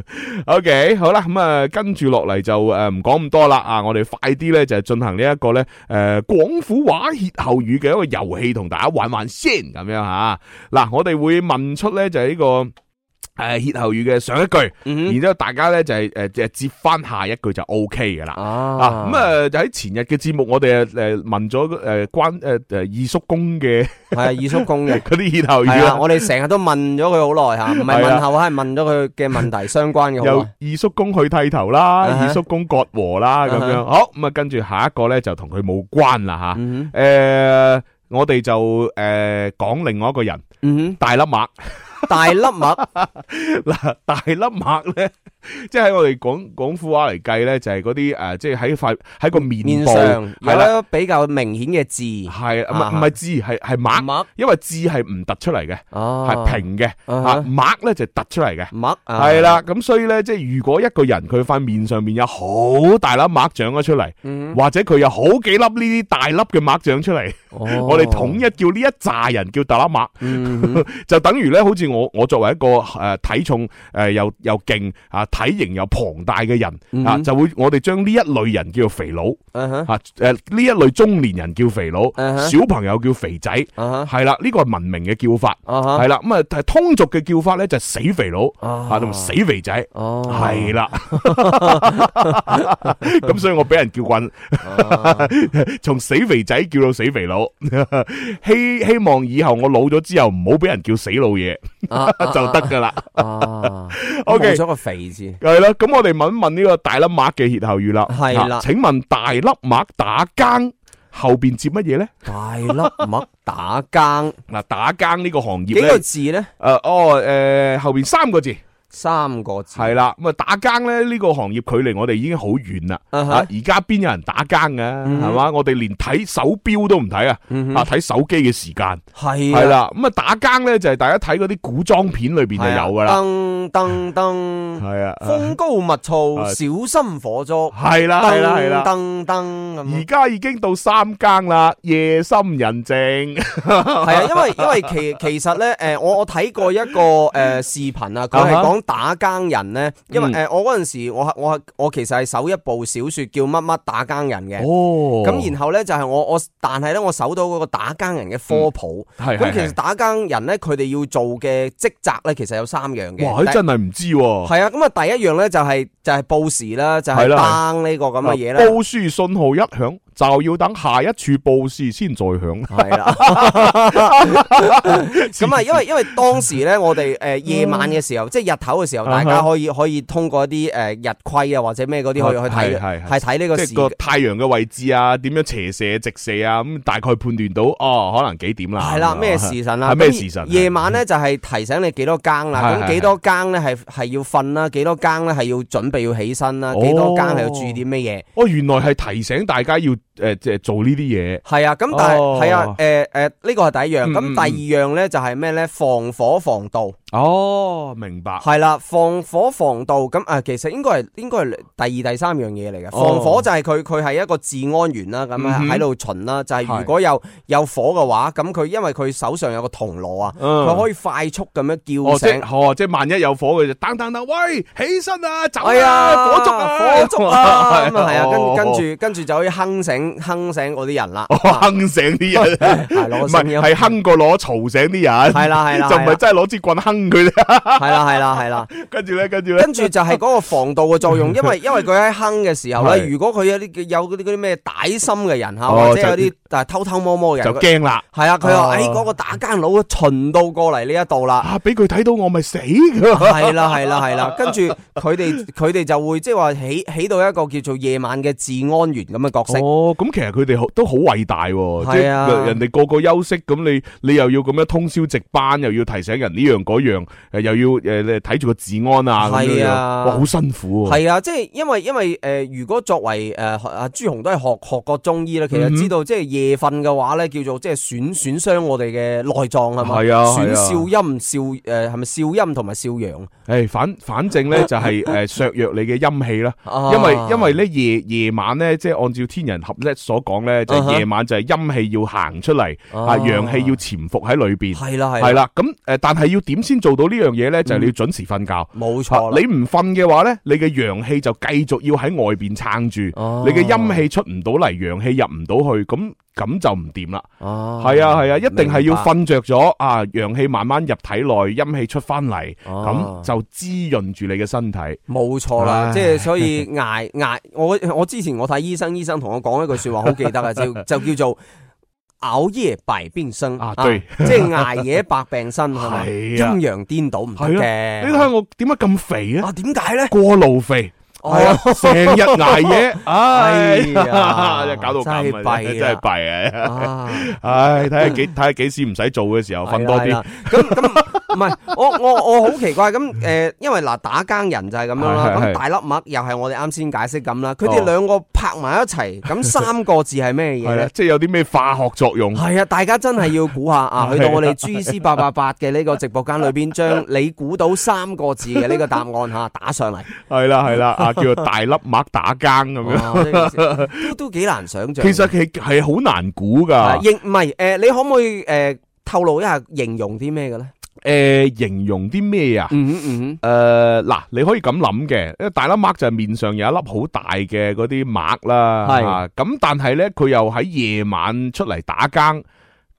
[SPEAKER 6] OK，好啦，咁啊跟住落嚟就誒唔講咁多啦啊，我哋快啲咧就進行呢一個咧誒廣府話歇後語嘅一個遊戲，同大家玩玩先咁樣嚇。嗱，我哋會問出咧就係呢個誒歇後語嘅上一句。
[SPEAKER 7] 哼，嗯
[SPEAKER 6] 然之後大家咧就係誒誒接翻下一句就 O K 嘅啦。
[SPEAKER 7] 哼，
[SPEAKER 6] 啊，
[SPEAKER 7] 啊
[SPEAKER 6] 咁，啊就喺前日嘅節目，我哋誒問咗誒關誒誒二叔公嘅
[SPEAKER 7] 係啊，二叔公嘅。
[SPEAKER 6] [laughs] 嗰啲歇後
[SPEAKER 7] 係
[SPEAKER 6] 語
[SPEAKER 7] 啊，
[SPEAKER 6] 啦，
[SPEAKER 7] 我哋成日都問咗佢好
[SPEAKER 6] [laughs]
[SPEAKER 7] 耐吓，唔係
[SPEAKER 6] 係啊
[SPEAKER 7] 問候，係問咗佢嘅問題相關嘅
[SPEAKER 6] 有
[SPEAKER 7] 好耐。
[SPEAKER 6] 二叔公去剃頭啦，
[SPEAKER 7] 啊哈
[SPEAKER 6] 二叔公割禾啦咁
[SPEAKER 7] 啊
[SPEAKER 6] 樣。好，咁啊跟住下一個咧就同佢冇關啦
[SPEAKER 7] 嗯
[SPEAKER 6] 吓。誒，我哋就誒講另外一個人
[SPEAKER 7] 哼，嗯
[SPEAKER 6] 大粒麥 [laughs]
[SPEAKER 7] 哼，大粒麥
[SPEAKER 6] 嗱，大粒麥咧即係喺我哋廣廣府話嚟計咧，就係嗰啲诶，即係喺塊喺個面
[SPEAKER 7] 面
[SPEAKER 6] 部
[SPEAKER 7] 上
[SPEAKER 6] 係啦，
[SPEAKER 7] 有一比較明顯嘅字，
[SPEAKER 6] 係唔
[SPEAKER 7] 啊
[SPEAKER 6] 係唔係痣係係墨，
[SPEAKER 7] 墨
[SPEAKER 6] 因為痣係唔突出嚟嘅，
[SPEAKER 7] 哦，
[SPEAKER 6] 係平嘅，
[SPEAKER 7] 啊
[SPEAKER 6] 啊墨咧就突出嚟嘅。
[SPEAKER 7] 墨啊，
[SPEAKER 6] 系啦，咁所以咧，即系如果一個人佢塊面上面有好大粒癦長咗出嚟，
[SPEAKER 7] 嗯
[SPEAKER 6] 或者佢有好幾粒呢啲大粒嘅癦長出嚟，
[SPEAKER 7] 哦
[SPEAKER 6] 我哋統一叫呢一扎人叫大粒癦，
[SPEAKER 7] 嗯
[SPEAKER 6] [laughs] 就等於咧，好似我我作為一個诶、呃體重诶、呃又又勁啊，體型又龐大嘅人、啊，就會我哋將呢一類人叫做肥佬
[SPEAKER 7] 嗯哼
[SPEAKER 6] 啊，诶呢一類中年人叫肥佬，
[SPEAKER 7] 嗯哼
[SPEAKER 6] 小朋友叫肥仔，
[SPEAKER 7] 啊哈
[SPEAKER 6] 係啦，呢個係文明嘅叫法。
[SPEAKER 7] 啊哈
[SPEAKER 6] 系啦，咁啊，但係通俗嘅叫法咧就係死肥佬
[SPEAKER 7] 啊
[SPEAKER 6] 啊，同埋死肥仔，
[SPEAKER 7] 哦
[SPEAKER 6] 系
[SPEAKER 7] [laughs]
[SPEAKER 6] 啦，咁所以我俾人叫慣， [laughs] 從死肥仔叫到死肥佬， [laughs] 希希望以後我老咗之後唔好俾人叫死老嘢 [laughs]
[SPEAKER 7] 啊啊
[SPEAKER 6] 就得噶啦。
[SPEAKER 7] 啊
[SPEAKER 6] [laughs] OK
[SPEAKER 7] 冇咗個肥字，
[SPEAKER 6] 係啦，咁我哋問一問呢個大粒麥嘅歇後語啦。
[SPEAKER 7] 係啦
[SPEAKER 6] 啊請問大粒麥打更後边接乜嘢咧？
[SPEAKER 7] 大粒墨打更
[SPEAKER 6] 嗱，打更呢個行業
[SPEAKER 7] 幾個
[SPEAKER 6] 咧，
[SPEAKER 7] 字咧？
[SPEAKER 6] 诶，哦，诶，后边三個字。
[SPEAKER 7] 三個字
[SPEAKER 6] 系，啦，咁啊打更咧呢、個行業距離我哋已經好遠啦。
[SPEAKER 7] 啊哈
[SPEAKER 6] 啊而家邊有人打更嘅
[SPEAKER 7] 嗯
[SPEAKER 6] 係嘛？我哋連睇手錶都唔睇啊，啊睇手機嘅時間
[SPEAKER 7] 係
[SPEAKER 6] 係，啦。咁啊打更咧就係大家睇嗰啲古裝片裏边就有噶啦，
[SPEAKER 7] 噔噔噔，
[SPEAKER 6] 係啊，
[SPEAKER 7] 啊風高物
[SPEAKER 6] 啊
[SPEAKER 7] 燥，小心火燭，
[SPEAKER 6] 係啦，係啦，係啦。
[SPEAKER 7] 噔噔噔咁
[SPEAKER 6] 而。家已經到三更啦，夜深人靜，
[SPEAKER 7] 系啊，因為因为其其
[SPEAKER 6] [laughs]
[SPEAKER 7] 實咧，诶，我我睇過一個诶视频啊，佢係
[SPEAKER 6] 啊哈
[SPEAKER 7] 講打更人咧，因為
[SPEAKER 6] 嗯
[SPEAKER 7] 诶我嗰阵时我我我其實係搜一部小说叫乜乜打更人嘅，
[SPEAKER 6] 哦
[SPEAKER 7] 咁然後咧就係我我，但係咧我搜到嗰個打更人嘅
[SPEAKER 6] 嗯
[SPEAKER 7] 科普，
[SPEAKER 6] 然
[SPEAKER 7] 咁其實打更人咧佢哋要做嘅職責咧其實有三樣
[SPEAKER 6] [laughs]
[SPEAKER 7] 嘅，
[SPEAKER 6] 哇，佢真係唔知喎，
[SPEAKER 7] 係啊，咁啊第一樣咧就係就係報時啦，就
[SPEAKER 6] 係
[SPEAKER 7] 係
[SPEAKER 6] 啦
[SPEAKER 7] 當呢個咁嘅
[SPEAKER 6] 報
[SPEAKER 7] 嘢啦，
[SPEAKER 6] 書信號一響，就要等下一處報事先再響。
[SPEAKER 7] 係啦。
[SPEAKER 6] [laughs]
[SPEAKER 7] 咁啊啊，因為因為當時咧，我哋誒夜晚嘅時候，即係日頭嘅時候，
[SPEAKER 6] 啊哈
[SPEAKER 7] 大家可以可以通過一啲誒日規啊或者咩嗰
[SPEAKER 6] [laughs]
[SPEAKER 7] 啲可以去睇
[SPEAKER 6] 啊係係係
[SPEAKER 7] 嘅，係睇呢個
[SPEAKER 6] 即
[SPEAKER 7] 時
[SPEAKER 6] 係個太陽嘅位置啊，點樣斜射、直射啊，咁大概判斷到哦，可能幾點啦。
[SPEAKER 7] 係啦，
[SPEAKER 6] 咁樣
[SPEAKER 7] 咩時辰啦？
[SPEAKER 6] 啊
[SPEAKER 7] 啊
[SPEAKER 6] 係咩
[SPEAKER 7] 咁
[SPEAKER 6] 時辰？啊
[SPEAKER 7] 夜晚咧就係提醒你幾多更啦，
[SPEAKER 6] 係係
[SPEAKER 7] 咁幾多更咧係係要瞓啦，幾多更咧係要準備要起身啦，
[SPEAKER 6] 哦
[SPEAKER 7] 幾多更係要注意啲咩嘢？
[SPEAKER 6] 哦，原來係提醒大家要誒即係做呢啲嘢。
[SPEAKER 7] 係啊，咁但
[SPEAKER 6] 哦
[SPEAKER 7] 係係啊，誒誒呢個係第一樣，
[SPEAKER 6] 嗯嗯
[SPEAKER 7] 咁第二樣咧就係咩咧？防火防盜。
[SPEAKER 6] 哦，明白。
[SPEAKER 7] 系啦，防火防盜咁啊，其實應該係應該係第二第三樣嘢嚟嘅。
[SPEAKER 6] 哦
[SPEAKER 7] 防火就係佢佢係一個治安員啦，咁啊
[SPEAKER 6] 嗯哼
[SPEAKER 7] 喺度巡啦，就係
[SPEAKER 6] 係
[SPEAKER 7] 如果有有火嘅話，咁佢因為佢手上有個銅鑼啊，
[SPEAKER 6] 嗯
[SPEAKER 7] 佢可以快速咁樣
[SPEAKER 6] 哦，即
[SPEAKER 7] 叫醒
[SPEAKER 6] 係。哦，即係萬一有火佢就等等等，喂，起身啊，走
[SPEAKER 7] 哎呀，
[SPEAKER 6] 啊，火燭啊，
[SPEAKER 7] 火
[SPEAKER 6] [laughs]
[SPEAKER 7] 燭啊！咁啊，係
[SPEAKER 6] 哦
[SPEAKER 7] 啊，跟跟住跟住就可以哼醒哼醒嗰啲人 [laughs] 啦。
[SPEAKER 6] 哦哼醒啲人，
[SPEAKER 7] 係攞
[SPEAKER 6] 唔
[SPEAKER 7] 個聲音
[SPEAKER 6] 係係哼過攞嘈醒啲人，
[SPEAKER 7] 係啦
[SPEAKER 6] [laughs]
[SPEAKER 7] 係啦
[SPEAKER 6] 就唔係真係攞支棍哼佢哋。
[SPEAKER 7] 係啦係啦係啦。
[SPEAKER 6] 跟住咧，跟住咧，
[SPEAKER 7] 跟住就係嗰個防盜嘅
[SPEAKER 6] [laughs]
[SPEAKER 7] 作用，因為因為佢喺坑嘅時候咧，
[SPEAKER 6] 係
[SPEAKER 7] 如果佢有啲有嗰啲嗰啲咩歹心嘅人嚇，
[SPEAKER 6] 哦
[SPEAKER 7] 或者有
[SPEAKER 6] 就
[SPEAKER 7] 啲但係偷偷摸摸嘅
[SPEAKER 6] 就
[SPEAKER 7] 人，
[SPEAKER 6] 驚啦。
[SPEAKER 7] 系啊，佢
[SPEAKER 6] 哦
[SPEAKER 7] 話：，誒嗰個打更佬
[SPEAKER 6] [laughs]
[SPEAKER 7] 巡到過嚟呢一度啦，
[SPEAKER 6] 啊，俾佢睇到我咪死㗎。
[SPEAKER 7] 係啦，係啦，係啦，跟住佢哋佢哋就會即係話起起到一個叫做夜晚嘅治安員咁嘅角色，
[SPEAKER 6] 哦，咁其實佢哋好都好偉大喎， [laughs] 即係
[SPEAKER 7] 係啊
[SPEAKER 6] 人哋個個休息，咁你你又要咁樣通宵值班，又要提醒人呢樣嗰樣，誒又要誒你睇住個治安啊，咁樣
[SPEAKER 7] 係啊
[SPEAKER 6] 樣哇，好辛苦喎。
[SPEAKER 7] 係啊，即係因為因為诶，如果作為诶阿朱紅都係學學過中醫啦，其
[SPEAKER 6] 嗯哼
[SPEAKER 7] 實知道即係夜瞓嘅話咧，叫做即係損損傷我哋嘅內臟係嘛，
[SPEAKER 6] 係啊係
[SPEAKER 7] 損
[SPEAKER 6] 啊
[SPEAKER 7] 少陰少呃诶係咪少陰同埋少陽？
[SPEAKER 6] 誒反反正咧就
[SPEAKER 7] [laughs]
[SPEAKER 6] 係誒削弱你嘅陰氣啦，
[SPEAKER 7] 啊
[SPEAKER 6] 因為因為咧夜夜晚咧即係按照天人合一所講咧，就
[SPEAKER 7] 啊哈
[SPEAKER 6] 係夜晚就係陰氣要行出嚟，啊陽氣要潛伏喺裏邊，
[SPEAKER 7] 係啦
[SPEAKER 6] 係
[SPEAKER 7] 係啦，
[SPEAKER 6] 啦，咁誒但係要點先做到呢樣嘢咧？就係你要準時瞓覺。
[SPEAKER 7] 冇錯啦，
[SPEAKER 6] 你唔瞓嘅話呢，你嘅陽氣就繼續要喺外邊撐住，
[SPEAKER 7] 哦
[SPEAKER 6] 你嘅陰氣出唔到嚟，陽氣入唔到去，咁咁就唔掂啦。
[SPEAKER 7] 哦
[SPEAKER 6] 係啊係啊，一定係要
[SPEAKER 7] 明白
[SPEAKER 6] 瞓着咗啊，陽氣慢慢入體內，陰氣出翻嚟，
[SPEAKER 7] 哦
[SPEAKER 6] 咁就滋潤住你嘅身體。
[SPEAKER 7] 冇錯啦
[SPEAKER 6] 唉，
[SPEAKER 7] 即係所以捱捱，我我之前我睇醫生，醫生同我講一句说話好記
[SPEAKER 6] [laughs]
[SPEAKER 7] 得啊，就就叫做熬夜百病生
[SPEAKER 6] 啊對
[SPEAKER 7] 即係捱夜百病生係
[SPEAKER 6] [laughs]
[SPEAKER 7] 咪？
[SPEAKER 6] 係啊
[SPEAKER 7] 陰陽顛倒唔得
[SPEAKER 6] 係啊，你睇下
[SPEAKER 7] 嘅。
[SPEAKER 6] 我點解咁肥啊？
[SPEAKER 7] 啊，點解咧？
[SPEAKER 6] 過路肥。
[SPEAKER 7] 哦
[SPEAKER 6] 係
[SPEAKER 7] [laughs]
[SPEAKER 6] 啊，成日捱夜，唉，
[SPEAKER 7] 哎呀
[SPEAKER 6] [laughs] 真係搞到
[SPEAKER 7] 真
[SPEAKER 6] 咁啊，
[SPEAKER 7] 係
[SPEAKER 6] 真
[SPEAKER 7] 弊啦
[SPEAKER 6] 係弊啊！
[SPEAKER 7] 啊，
[SPEAKER 6] 唉，睇下幾睇下幾時唔使做嘅時候瞓多
[SPEAKER 7] 係
[SPEAKER 6] 啲
[SPEAKER 7] 啦。係啦咁咁唔
[SPEAKER 6] [laughs]
[SPEAKER 7] 係，我我我好奇怪咁誒，因為嗱打更人就係咁樣
[SPEAKER 6] 嗯
[SPEAKER 7] 啦，
[SPEAKER 6] 係係
[SPEAKER 7] 咁
[SPEAKER 6] 係
[SPEAKER 7] 大粒麥又係我哋啱先解釋咁啦，佢
[SPEAKER 6] 哦
[SPEAKER 7] 哋兩個拍埋一齊，咁三個字係咩
[SPEAKER 6] 系 [laughs]
[SPEAKER 7] 嘢
[SPEAKER 6] 啦
[SPEAKER 7] 咧，？
[SPEAKER 6] 即系有啲咩化學作用？
[SPEAKER 7] 係啊，大家真係要估下啊！去到我哋 G C 八八八嘅呢個直播間裏邊，將你估到三個字嘅呢個答案嚇打
[SPEAKER 6] [laughs]
[SPEAKER 7] 上嚟，
[SPEAKER 6] 係啦係啦，啊叫做大粒麥打更咁樣。
[SPEAKER 7] 哇真係都都幾難想
[SPEAKER 6] [laughs]
[SPEAKER 7] 像。
[SPEAKER 6] 其實其係好難估
[SPEAKER 7] 啊
[SPEAKER 6] 㗎。
[SPEAKER 7] 形唔係誒，你可唔可以誒透露一下形容啲咩嘅咧？
[SPEAKER 6] 诶，呃形容啲咩啊？
[SPEAKER 7] 嗯哼嗯哼。
[SPEAKER 6] 诶，嗱，你可以咁諗嘅，因為大粒麥就係面上有一粒好大嘅嗰啲麥啦，
[SPEAKER 7] 係
[SPEAKER 6] 啊咁，但係咧佢又喺夜晚出嚟打更，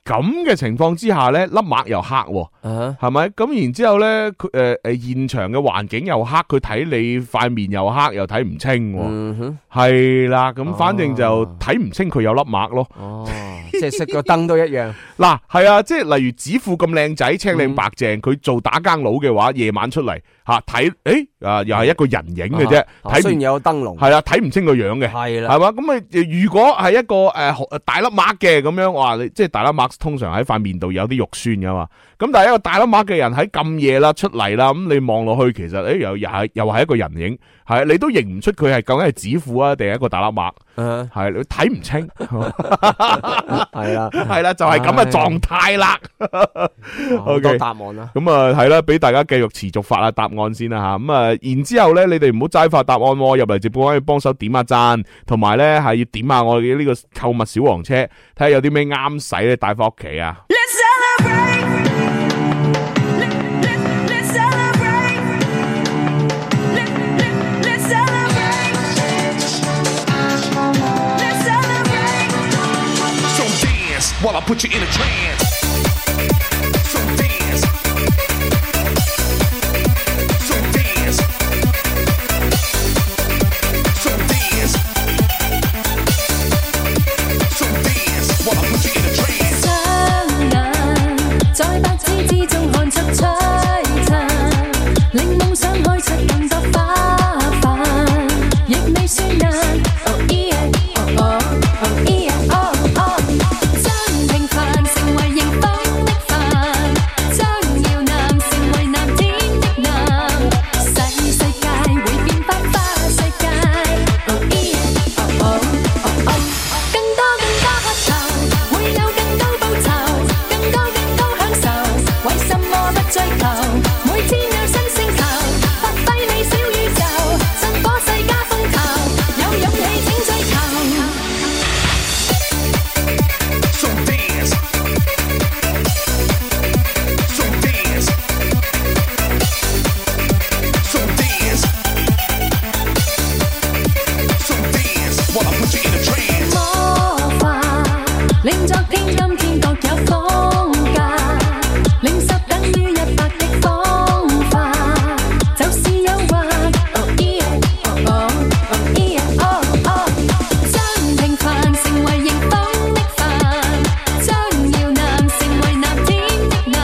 [SPEAKER 6] 咁嘅情況之下咧，粒麥又黑喎。
[SPEAKER 7] 啊
[SPEAKER 6] 係咪？咁然之後咧，佢誒誒現場嘅環境又黑，佢睇你塊面又黑，又睇唔清喎。
[SPEAKER 7] 嗯哼，
[SPEAKER 6] 係啦、咁反正就
[SPEAKER 7] 哦
[SPEAKER 6] 睇唔清佢有粒墨咯。
[SPEAKER 7] 哦，即係熄個燈都一樣，
[SPEAKER 6] [laughs] 嗱，係啊，即係例如指父咁靚仔，青靚
[SPEAKER 7] 嗯
[SPEAKER 6] 白淨，佢做打更佬嘅話，夜晚出嚟嚇睇，誒啊又係一個人影嘅啫，
[SPEAKER 7] 啊雖
[SPEAKER 6] 睇
[SPEAKER 7] 然
[SPEAKER 6] 唔
[SPEAKER 7] 有燈籠，
[SPEAKER 6] 係啦，睇唔清個樣嘅。
[SPEAKER 7] 係啦
[SPEAKER 6] 係，嘛？咁啊，如果係一個诶、呃大粒麥嘅咁樣，哇！你即係大粒麥通常喺塊面度有啲肉酸噶嘛。咁但係一個大粒麥嘅人喺咁夜啦出嚟啦，咁你望落去其實诶、又又係 [laughs] 又係一個人影，係你都認唔出佢係究竟係指父啊定係一個大粒
[SPEAKER 7] [laughs]
[SPEAKER 6] 麥，
[SPEAKER 7] 啊
[SPEAKER 6] 係你睇唔清，
[SPEAKER 7] [laughs]
[SPEAKER 6] [laughs]
[SPEAKER 7] 係啦，
[SPEAKER 6] 係啦就係咁嘅狀態啦。
[SPEAKER 7] 好多答案啦，
[SPEAKER 6] 咁啊，係啦，俾大家繼續持續發下答案先啦吓。咁啊，然之後咧，你哋唔好齋發答案喎，入嚟直播間要幫手點下讚，同埋咧係要點下我哋呢個購物小黃車，睇下有啲咩啱使咧帶翻屋企啊。
[SPEAKER 9] So dance while I put you in a trance. So dance. So dance. So dance. So dance while I put you in a trance.
[SPEAKER 4] 雙眼在白痴之中看出璀璨，令夢想開出更多花瓣，亦未算難。Oh yeah, oh oh, oh yeah, oh oh，將平凡成為迎風的帆，將耀南成為藍天的藍，細世界會變百花世界。Oh yeah, oh oh, oh oh。更多更多渴求，會有更高報酬，更多更高享受。為什麼不追求？每天有新星球，發揮你小宇宙，振火世家風頭，有勇氣請追求。
[SPEAKER 9] So dance. So dance. So dance. So dance while I put you in a trance.
[SPEAKER 4] 魔法令昨天今天各有風格，令十等於一百的方法，就是誘惑。Oh yeah, oh oh, oh yeah, oh oh，將平凡成為迎風的帆，將耀南成為藍天的藍，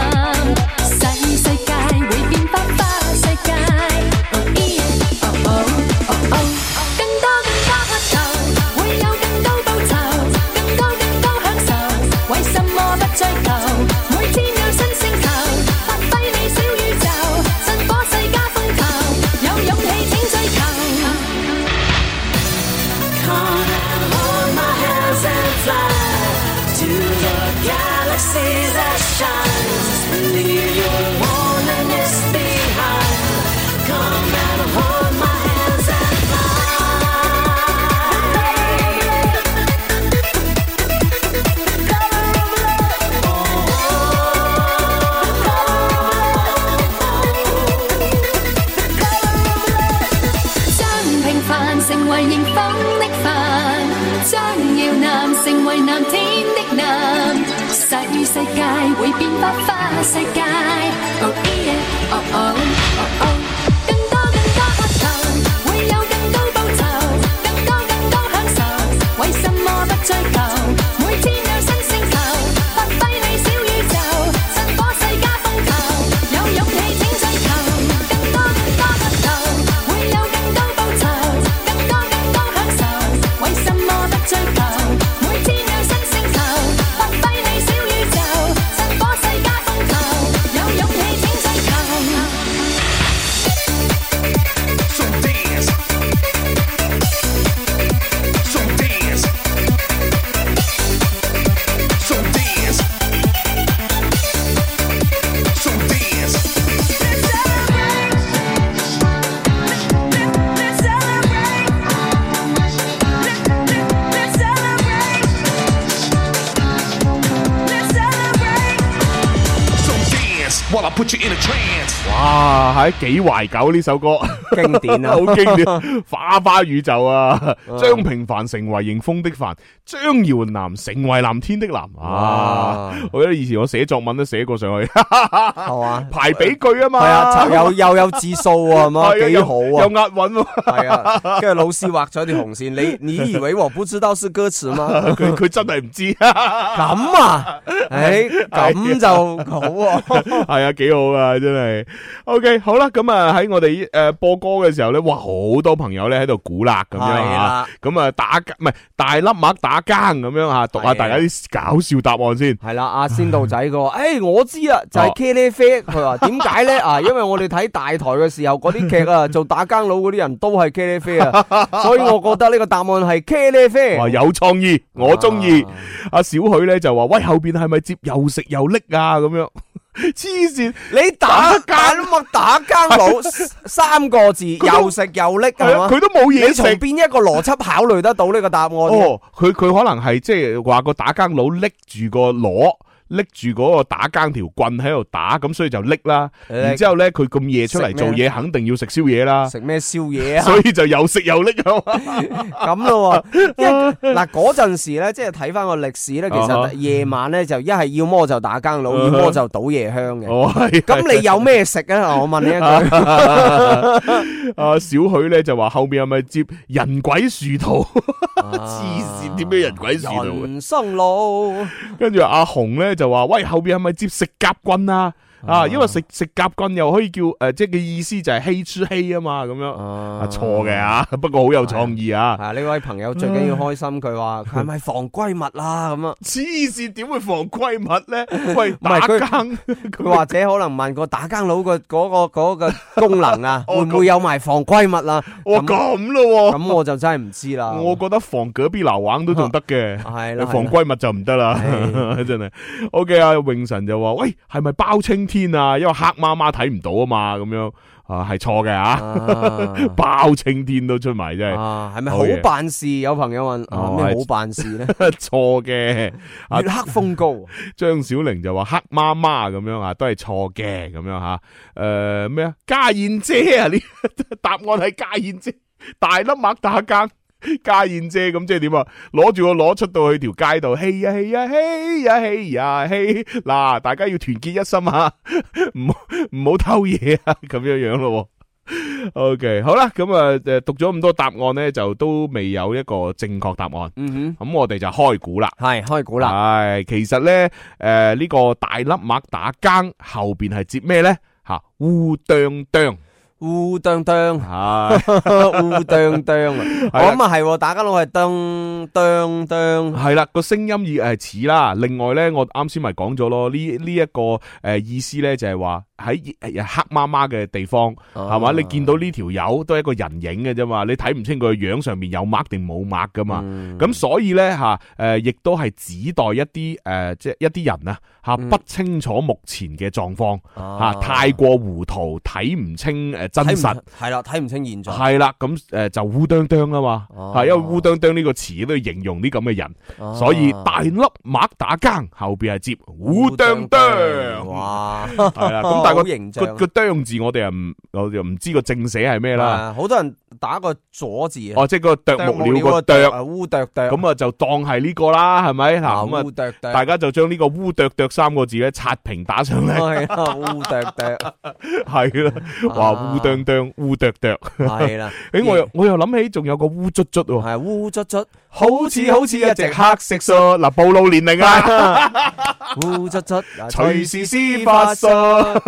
[SPEAKER 4] 細世界會變百花世界。Oh yeah, oh oh, oh oh，更多更多渴求，會有更高報酬，更多更高享受。為什麼不追求？每天有新星球，發揮你小宇宙，振火世家風頭，有勇氣請追求。將平凡成為迎風的帆，將耀南成為藍天的藍，細世界會變百花世界。Oh yeah, oh oh oh oh，更多更多渴求，會有更高報酬，更多更多享受。為什麼不追求？每天有新星球，發揮你小宇宙，振火世家風頭，有勇氣請追求，更多更多渴求，會有更高報酬，更多更多享受。為什麼不追求？每天有新星球，發揮你小宇宙，振火世家風頭，有勇氣請追
[SPEAKER 10] put you in a trance.
[SPEAKER 6] 哇，係幾懷舊呢首歌，
[SPEAKER 7] 經典
[SPEAKER 6] [laughs]
[SPEAKER 7] 啊
[SPEAKER 6] 好經典，
[SPEAKER 7] [laughs]
[SPEAKER 6] 花花宇宙啊！張平凡成為迎風的帆，張耀南成為藍天的藍啊！我記得以前我寫作文都寫過上去， [laughs]
[SPEAKER 7] 係嘛？
[SPEAKER 6] 排比句啊嘛，
[SPEAKER 7] 係啊，又又有字數喎，係
[SPEAKER 6] 係
[SPEAKER 7] 嘛？
[SPEAKER 6] 啊
[SPEAKER 7] 幾
[SPEAKER 6] 有
[SPEAKER 7] 好
[SPEAKER 6] 有
[SPEAKER 7] 啊！
[SPEAKER 6] 押韻喎，
[SPEAKER 7] 係啊，跟住老師畫咗條紅線，
[SPEAKER 6] [laughs]
[SPEAKER 7] 你你以為我不知道是歌詞嗎？
[SPEAKER 6] 佢佢真係唔知，
[SPEAKER 7] 咁啊，诶，咁就好喎。
[SPEAKER 6] [laughs] 係啊，幾好啊，真係。OK，好啦，咁啊喺我哋诶播歌嘅時候咧，哇，好多朋友咧喺度鼓啦咁樣
[SPEAKER 7] 係
[SPEAKER 6] 啊。
[SPEAKER 7] 啦，
[SPEAKER 6] 咁啊打唔系大粒麦打更咁样吓，读
[SPEAKER 7] 係
[SPEAKER 6] 下
[SPEAKER 7] 啊
[SPEAKER 6] 大家啲搞笑答案先。
[SPEAKER 7] 系啦，阿仙道仔佢話：，诶，我知啊，
[SPEAKER 6] 哦
[SPEAKER 7] 就係 Kelly Fair。佢話點解咧？啊，因為我哋睇大台嘅時候，嗰啲劇啊，做打更佬嗰啲人都係 Kelly Fair 啊，所以我覺得呢個答案係 Kelly
[SPEAKER 6] 哇，
[SPEAKER 7] Fair。
[SPEAKER 6] 有创意，我中意
[SPEAKER 7] 啊。
[SPEAKER 6] 阿小許咧就話：喂，後边係咪接又食又拎啊？咁樣 [laughs] 黐線，
[SPEAKER 7] 你打
[SPEAKER 6] 打
[SPEAKER 7] 打乜打
[SPEAKER 6] [laughs]
[SPEAKER 7] 更佬三個字，又食又拎
[SPEAKER 6] 係
[SPEAKER 7] 係
[SPEAKER 6] 啊，
[SPEAKER 7] 嘛？
[SPEAKER 6] 佢都冇嘢
[SPEAKER 7] 你從
[SPEAKER 6] 食。
[SPEAKER 7] 邊一個邏輯考慮得到呢個答案嘅？
[SPEAKER 6] 哦，佢佢可能係即係話個打更佬拎住個螺。拎住嗰個打更條棍喺度打，咁所以就拎啦。
[SPEAKER 7] 拎
[SPEAKER 6] 然之後咧，佢咁夜出嚟
[SPEAKER 7] 食咩
[SPEAKER 6] 做嘢，肯定要食宵夜啦，
[SPEAKER 7] 食咩宵夜啊？
[SPEAKER 6] 所以就又食又拎啊。
[SPEAKER 7] 咁 [laughs] 咯喎，因為嗱嗰陣時咧，即係睇翻個歷史咧，其
[SPEAKER 6] 啊哈
[SPEAKER 7] 實夜晚咧就一係要麼就打更佬，
[SPEAKER 6] 嗯
[SPEAKER 7] 要
[SPEAKER 6] 哼
[SPEAKER 7] 麼就倒夜香嘅。
[SPEAKER 6] 哦，係
[SPEAKER 7] 咁你有咩食啊？我問你
[SPEAKER 6] [laughs]
[SPEAKER 7] 一句，
[SPEAKER 6] 啊，小許咧就話後面係咪接人鬼殊途？ [laughs] 黐線，點解人鬼殊途？
[SPEAKER 7] 啊人生路
[SPEAKER 6] 跟住阿紅咧就話：喂，後面係咪接食甲棍啊？啊，因為食食甲棍又可以叫誒、呃即係嘅意思就係欺吃欺啊嘛，咁樣啊
[SPEAKER 7] 啊
[SPEAKER 6] 錯嘅啊， [laughs] 不過好有創意啊！
[SPEAKER 7] 啊！呢位朋友最緊要開心，
[SPEAKER 6] [laughs]
[SPEAKER 7] 佢話佢係咪防閨蜜啊？咁啊，
[SPEAKER 6] 黐線點會防閨蜜
[SPEAKER 7] [laughs]
[SPEAKER 6] 咧？喂，打
[SPEAKER 7] 係佢
[SPEAKER 6] 更
[SPEAKER 7] 佢或者可能問個打更佬個嗰個嗰個功能啊，
[SPEAKER 6] [laughs] 哦
[SPEAKER 7] 會唔會有埋防閨蜜啊？
[SPEAKER 6] 我
[SPEAKER 7] 咁
[SPEAKER 6] 咁咯
[SPEAKER 7] 咁我就真係唔知啦。
[SPEAKER 6] 喎，我覺得防隔壁流硬都仲得嘅。
[SPEAKER 7] 係
[SPEAKER 6] 你
[SPEAKER 7] 啦，
[SPEAKER 6] 防閨蜜就唔得啦， [laughs] 真係。OK 啊，永神就話：喂，係咪包青天啊？因為黑媽媽睇唔到啊嘛，咁樣啊係錯嘅啊，
[SPEAKER 7] 閨
[SPEAKER 6] [laughs] 包青天都出埋真係
[SPEAKER 7] 啊，系咪
[SPEAKER 6] 好
[SPEAKER 7] 好
[SPEAKER 6] 嘢
[SPEAKER 7] 辦事？有朋友問
[SPEAKER 6] 哦
[SPEAKER 7] 啊，咩
[SPEAKER 6] 係
[SPEAKER 7] 好辦事咧？
[SPEAKER 6] 錯嘅。啊
[SPEAKER 7] 月黑風高，
[SPEAKER 6] 張小玲就話黑媽媽咁樣啊，都係錯嘅咁樣吓。诶咩啊？家燕姐啊，呢答案係家燕姐，大粒麥打更。家燕姐咁即係點啊？攞住個攞出到去條街度，嘿呀嘿呀嘿呀嘿呀嘿！嗱，大家要團結一心啊，唔好唔好偷嘢啊， [laughs] 咁樣樣咯喎。OK，好啦，咁啊，诶，读咗咁多答案咧，就都未有一個正確答案，
[SPEAKER 7] 嗯
[SPEAKER 6] 咁我哋就開估啦。
[SPEAKER 7] 哼，系開估啦，
[SPEAKER 6] 系，其实咧，诶、呢、個个大粒麦打更后边系接咩咧？吓烏啄啄，
[SPEAKER 7] 烏當當，
[SPEAKER 6] 系
[SPEAKER 7] [laughs] 烏當當啊！
[SPEAKER 6] [laughs]
[SPEAKER 7] 我
[SPEAKER 6] 啦
[SPEAKER 7] 諗啊係，打家佬係當當當，
[SPEAKER 6] 系啦，個聲音意系似啦。另外咧，我啱先咪講咗咯，呢呢一個诶意思咧就係話喺黑媽媽嘅地方，
[SPEAKER 7] 哦
[SPEAKER 6] 係嘛？你見到呢條友都係一個人影嘅啫嘛，你睇唔清佢個樣上面有麥定冇麥噶嘛？
[SPEAKER 7] 嗯
[SPEAKER 6] 咁所以咧吓，诶、亦都係指代一啲诶、誒即係一啲人啊吓，
[SPEAKER 7] 嗯
[SPEAKER 6] 不清楚目前嘅狀況。吓、
[SPEAKER 7] 吓
[SPEAKER 6] 太過糊塗，睇唔清诶真實，
[SPEAKER 7] 系啦，哦睇唔清現狀，
[SPEAKER 6] 係啦，咁诶就烏啄啄啊嘛，
[SPEAKER 7] 哦
[SPEAKER 6] 係因為烏啄啄呢個詞都要形容啲咁嘅人，所以大粒麥打更後边係接烏啄啄，
[SPEAKER 7] 哇！
[SPEAKER 6] 係啦，咁但
[SPEAKER 7] 哦好
[SPEAKER 6] 係
[SPEAKER 7] 形
[SPEAKER 6] 個
[SPEAKER 7] 象
[SPEAKER 6] 個個啄字我哋又唔我哋又唔知個正寫係咩啦，
[SPEAKER 7] 啊好多人打個左字啊，
[SPEAKER 6] 哦，即係個啄木
[SPEAKER 7] 啄
[SPEAKER 6] 鳥個
[SPEAKER 7] 啄
[SPEAKER 6] 啄，
[SPEAKER 7] 啊，烏啄啄，
[SPEAKER 6] 咁啊就當係呢個啦，係咪嗱咁
[SPEAKER 7] 烏
[SPEAKER 6] 啊？
[SPEAKER 7] 啄啄，
[SPEAKER 6] 大家就將呢個烏啄啄三個字咧刷屏打上嚟，
[SPEAKER 7] 哦係啊啦，烏啄啄，
[SPEAKER 6] 係啦，
[SPEAKER 7] 啊
[SPEAKER 6] 話烏啄啄烏啄啄。
[SPEAKER 7] 係
[SPEAKER 6] [laughs]
[SPEAKER 7] 啦，
[SPEAKER 6] 诶，我又我又諗起仲有個烏卒卒喎，
[SPEAKER 7] 係啊烏卒卒。
[SPEAKER 6] 好似好似一隻黑色素，嗱暴露年齡啊，
[SPEAKER 7] 烏卒啊卒，
[SPEAKER 6] [laughs] 隨時施法術，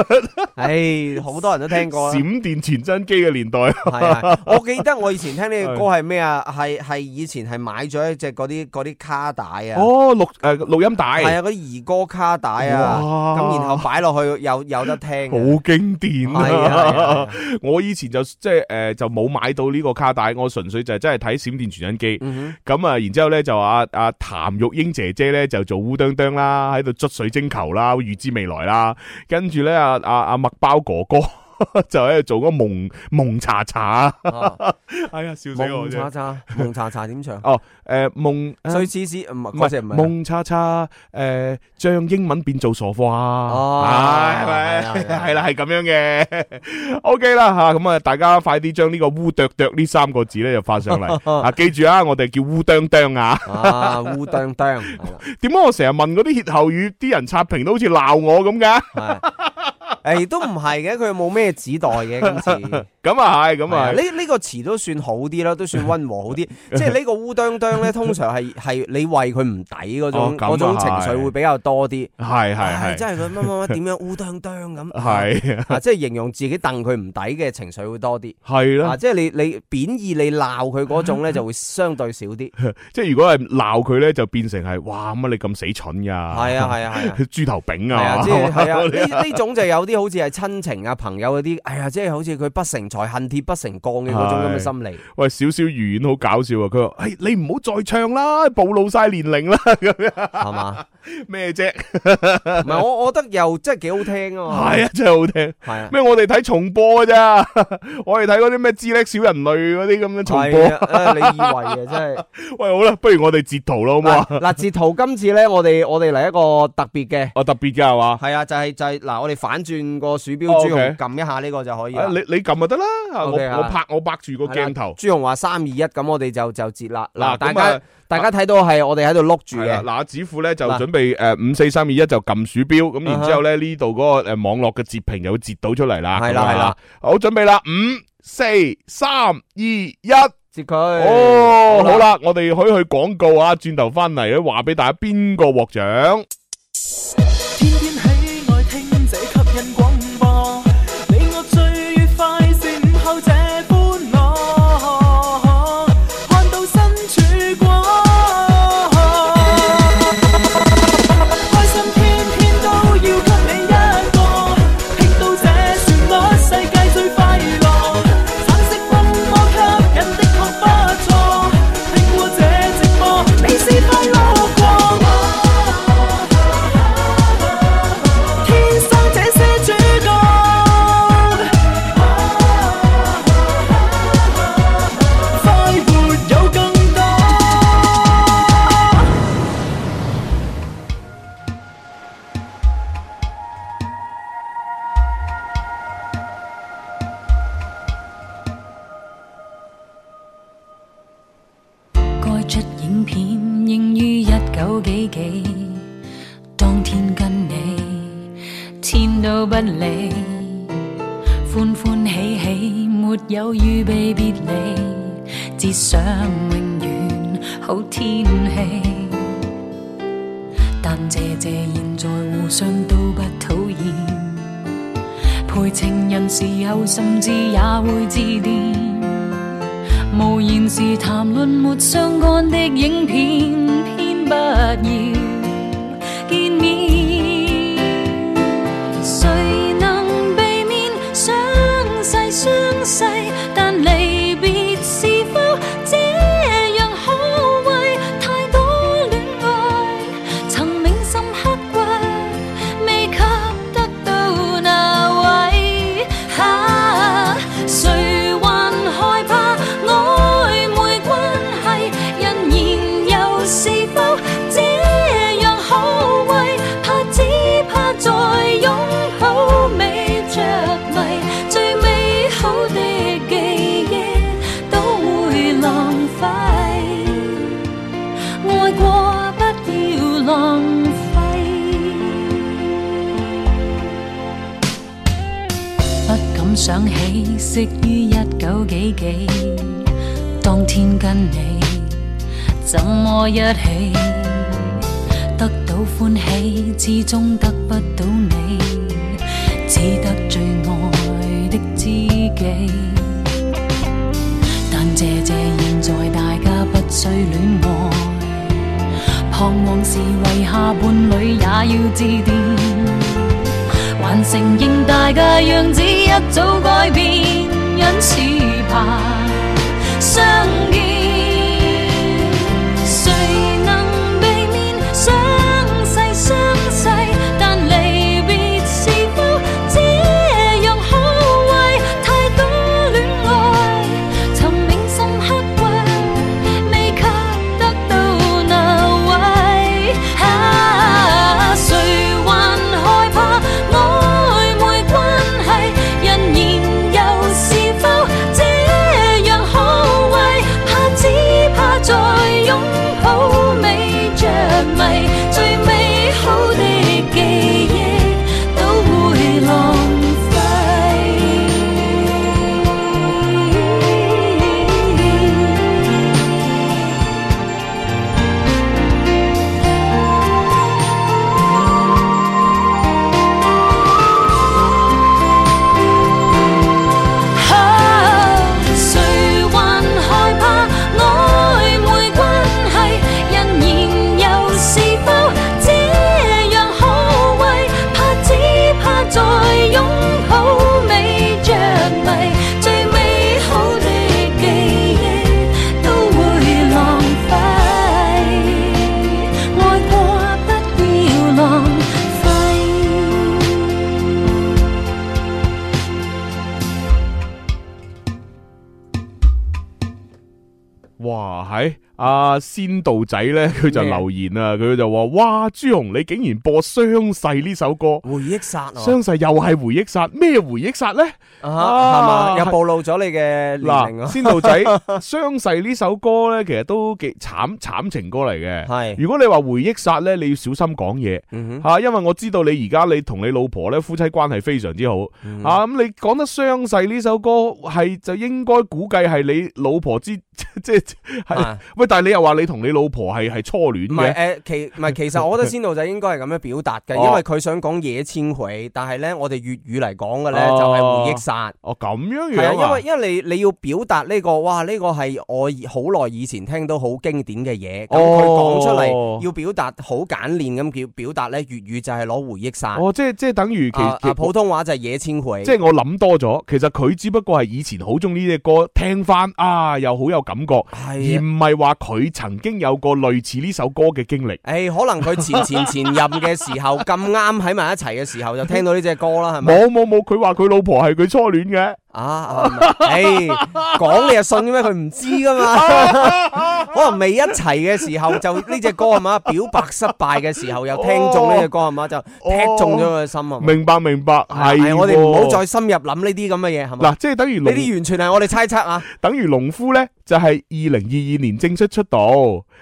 [SPEAKER 7] [laughs] 唉，好多人都聽過啦。啊
[SPEAKER 6] 閃電傳真機嘅年代，
[SPEAKER 7] 係啊，我記得我以前聽呢個歌
[SPEAKER 6] [laughs]
[SPEAKER 7] 係咩啊？係係以前係買咗一隻嗰啲嗰啲卡帶啊。
[SPEAKER 6] 哦錄诶录音
[SPEAKER 7] 係
[SPEAKER 6] 帶，
[SPEAKER 7] 啊，嗰啲兒歌卡帶啊，
[SPEAKER 6] 哇
[SPEAKER 7] 咁然後擺落去有有得聽嘅。
[SPEAKER 6] 好經典
[SPEAKER 7] 係啊
[SPEAKER 6] 啊！ [laughs] 我以前就即係诶就冇買到呢個卡帶，我純粹就係真係睇閃電傳真機。
[SPEAKER 7] 嗯
[SPEAKER 6] 咁啊，然之後咧就阿阿譚玉英姐姐咧就做烏當當啊啦，喺度捽水晶球啦，預知未來啦。跟住咧阿阿阿麥包哥哥 [laughs] 就喺度做嗰個蒙蒙查查，啊
[SPEAKER 7] 哦
[SPEAKER 6] 哎呀，笑死我
[SPEAKER 7] 蒙
[SPEAKER 6] 啫
[SPEAKER 7] 查！查，蒙查查點唱？
[SPEAKER 6] 哦，诶，蒙
[SPEAKER 7] 最似似唔係
[SPEAKER 6] 唔
[SPEAKER 7] 嗰
[SPEAKER 6] 系
[SPEAKER 7] 只唔係
[SPEAKER 6] 蒙查查，诶，將呃英文變做傻貨
[SPEAKER 7] 哦
[SPEAKER 6] 啊，係咪
[SPEAKER 7] 係啦係啦
[SPEAKER 6] 係啦，係咁樣嘅。OK [laughs] 啦吓，咁啊，大家快啲將呢個烏啄啄呢三個字咧就發上嚟
[SPEAKER 7] [laughs]
[SPEAKER 6] 啊！記住啊，我哋叫烏啄啄啊。
[SPEAKER 7] 啊烏當當係啦。
[SPEAKER 6] [laughs] 點解我成日問嗰啲歇後語，啲人刷屏都好似鬧我咁噶？
[SPEAKER 7] 诶，都唔係嘅，佢冇咩指代嘅今次。
[SPEAKER 6] 咁啊係，咁
[SPEAKER 7] 係啊
[SPEAKER 6] 啊係
[SPEAKER 7] 呢呢個詞都算好啲啦，都算温和好
[SPEAKER 6] [laughs]
[SPEAKER 7] 啲。即係呢個烏當當咧，通常係係你為佢唔抵嗰
[SPEAKER 6] 哦
[SPEAKER 7] 種
[SPEAKER 6] 咁啊
[SPEAKER 7] 嗰種情緒會比較多啲。
[SPEAKER 6] 係
[SPEAKER 7] 唉
[SPEAKER 6] 係係
[SPEAKER 7] 真係佢乜乜乜點樣烏當
[SPEAKER 6] [laughs]
[SPEAKER 7] 當咁。
[SPEAKER 6] 係
[SPEAKER 7] 啊，即係形容自己戥佢唔抵嘅情緒會多啲。
[SPEAKER 6] [laughs] 係啊啦
[SPEAKER 7] 啊，。即係你你貶義你鬧佢
[SPEAKER 6] [laughs]
[SPEAKER 7] 嗰種咧，就會相對少啲。係
[SPEAKER 6] 即係如果係鬧佢咧，就變成係哇乜你咁死蠢㗎？
[SPEAKER 7] 啊係啊係啊。
[SPEAKER 6] [laughs] 豬頭炳
[SPEAKER 7] 係啊，
[SPEAKER 6] 啊，[laughs]
[SPEAKER 7] 即係係啊，呢呢種就有啲好似係親情啊、朋友嗰啲，哎呀，即係好似佢不成才恨鐵不成鋼嘅嗰種咁嘅心理。
[SPEAKER 6] 喂，少少魚丸好搞笑啊！佢話：，誒，你唔好再唱啦，暴露晒年齡啦，[laughs]
[SPEAKER 7] 係嘛？
[SPEAKER 6] 咩啫？
[SPEAKER 7] 唔係我我覺得又真係幾好聽啊！
[SPEAKER 6] 係啊，真係好聽。
[SPEAKER 7] 係啊，
[SPEAKER 6] 咩？我哋睇重播㗎咋？ [laughs] 我哋睇嗰啲咩知叻小人類嗰啲咁樣重
[SPEAKER 7] 係
[SPEAKER 6] 播。
[SPEAKER 7] 啊，誒你
[SPEAKER 6] [laughs]
[SPEAKER 7] 以為嘅真係。
[SPEAKER 6] 喂，好啦，不如我哋截圖啦，好唔好啊？
[SPEAKER 7] 嗱，截圖今次咧，我哋我哋嚟一個特別嘅，
[SPEAKER 6] 啊，特別㗎係嘛？
[SPEAKER 7] 係啊，就係就係嗱，我哋反轉個鼠標
[SPEAKER 6] 哦
[SPEAKER 7] 朱紅
[SPEAKER 6] OK
[SPEAKER 7] 撳一下呢個就可以
[SPEAKER 6] 啊
[SPEAKER 7] 啦
[SPEAKER 6] 你。你撳就得啦，啊我
[SPEAKER 7] OK 啊
[SPEAKER 6] 我拍我拍住個
[SPEAKER 7] 係啦
[SPEAKER 6] 鏡頭。
[SPEAKER 7] 朱紅話三二一，咁我哋就就截啦。嗱，
[SPEAKER 6] 嗱
[SPEAKER 7] 大
[SPEAKER 6] 咁啊
[SPEAKER 7] 家大家睇到係我哋喺度碌住
[SPEAKER 6] 係啦
[SPEAKER 7] 嘅，
[SPEAKER 6] 嗱，子富咧就
[SPEAKER 7] 嗱
[SPEAKER 6] 準備诶五四三二一就撳鼠標，咁然之后咧呢度嗰個诶网络嘅截屏就會截到出嚟啦。
[SPEAKER 7] 係啦
[SPEAKER 6] 咁啊
[SPEAKER 7] 係啦，
[SPEAKER 6] 好準備啦，五四三二一，
[SPEAKER 7] 截佢。
[SPEAKER 6] 哦，好，啦，我哋可以去廣告啊，轉頭翻嚟咧話俾大家邊個獲獎。
[SPEAKER 5] 天天喜愛聽這吸引廣播，你我最愉快是午後這歡樂，看到身曙光，開心天天都要給你一個，聽到這旋律世界最快樂，橙色風波吸引的確不錯，聽過這直播你是快樂過。天生這些主角，快活有更多。
[SPEAKER 10] 该出影片應於一九幾幾，當天跟你天都不理，歡歡喜喜，沒有預備別離，只想永遠好天氣。但謝謝現在互相都不討厭，陪情人時候甚至也會致電。無言時談論沒相干的影片，偏不要見面。誰能避免相世相世？但離別是否這樣可畏？太多戀愛曾銘心刻骨，未及得到那位。啊誰還害怕曖昧關係？欣然又是否這樣可畏？怕只怕在擁抱未着迷，最美好的記憶都會浪費。愛過不要浪費。不敢想起昔於一九幾幾，當天跟你怎麼一起，得到歡喜，始終得不到你，只得最愛的知己。但謝謝現在大家不需戀愛，彷徨時為下伴侶也要致電。還承認大家樣子一早改變，因此怕相見。誰能避免相世相世？但離別是否這樣可畏？
[SPEAKER 6] 哇，喺阿仙道仔咧，佢就
[SPEAKER 7] 嗯咩
[SPEAKER 6] 留言啊，佢就話：哇，朱紅你竟然播《傷逝》呢首歌，
[SPEAKER 7] 回憶殺啊，
[SPEAKER 6] 《傷逝》又係回憶殺，咩回憶殺咧？
[SPEAKER 7] 啊係嘛，
[SPEAKER 6] 啊
[SPEAKER 7] 又暴露咗你嘅年齡
[SPEAKER 6] 嗱，
[SPEAKER 7] 啊，
[SPEAKER 6] 仙道
[SPEAKER 7] [laughs]
[SPEAKER 6] 仔《傷逝》呢首歌咧，其實都幾慘慘情歌嚟嘅。
[SPEAKER 7] 係，
[SPEAKER 6] 如果你話回憶殺咧，你要小心講嘢
[SPEAKER 7] 嗯
[SPEAKER 6] 吓，因為我知道你而家你同你老婆咧夫妻關係非常之好
[SPEAKER 7] 嗯哼，
[SPEAKER 6] 啊，咁你講得《傷逝》呢首歌係就應該估計係你老婆之 [laughs] 即係係
[SPEAKER 7] 啊
[SPEAKER 6] 喂，但系你又話你同你老婆係系初戀
[SPEAKER 7] 唔係
[SPEAKER 6] 嘅，
[SPEAKER 7] 誒，其唔係其實我覺得先導仔應該係咁樣表達嘅，
[SPEAKER 6] [laughs] 哦
[SPEAKER 7] 因為佢想講野千佢，但係咧我哋粵語嚟講嘅咧
[SPEAKER 6] 哦
[SPEAKER 7] 就係回憶殺。
[SPEAKER 6] 哦咁樣
[SPEAKER 7] 係
[SPEAKER 6] 樣
[SPEAKER 7] 啊，因
[SPEAKER 6] 啊
[SPEAKER 7] 為，因為你你要表達呢個，哇呢個係我好耐以前聽到好經典嘅嘢，咁佢
[SPEAKER 6] 哦
[SPEAKER 7] 講出嚟要表達好簡練咁叫表達咧，粵語就係攞回憶殺，
[SPEAKER 6] 哦，即係即系等於其
[SPEAKER 7] 啊
[SPEAKER 6] 其
[SPEAKER 7] 啊普通話就係野千佢
[SPEAKER 6] 即。係我諗多咗，其實佢只不過係以前好中意呢只歌，聽翻啊又好有感覺，而
[SPEAKER 7] 係啊
[SPEAKER 6] 唔係話佢曾經有過類似呢首歌嘅經歷。
[SPEAKER 7] 诶、可能佢前前 [laughs] 前任嘅時候咁啱喺埋一齊嘅時候就聽到呢只歌啦，係咪？
[SPEAKER 6] 冇冇冇，佢話佢老婆係佢初戀嘅，
[SPEAKER 7] 啊啊，诶、講你又信嘅咩？佢唔知噶嘛，
[SPEAKER 6] [laughs]
[SPEAKER 7] 可能未一齊嘅時候就呢只歌係嘛，表白失敗嘅時候又聽中呢只歌係嘛，就踢中咗佢心啊。
[SPEAKER 6] 明白明白，
[SPEAKER 7] 係
[SPEAKER 6] 哦係
[SPEAKER 7] 我哋唔好
[SPEAKER 6] 喎
[SPEAKER 7] 再深入諗呢啲咁嘅嘢，係嘛？
[SPEAKER 6] 嗱，即係等於
[SPEAKER 7] 呢
[SPEAKER 6] 農
[SPEAKER 7] 啲完全係我哋猜測啊！
[SPEAKER 6] 等於農夫呢，就係二零二二年正式出道，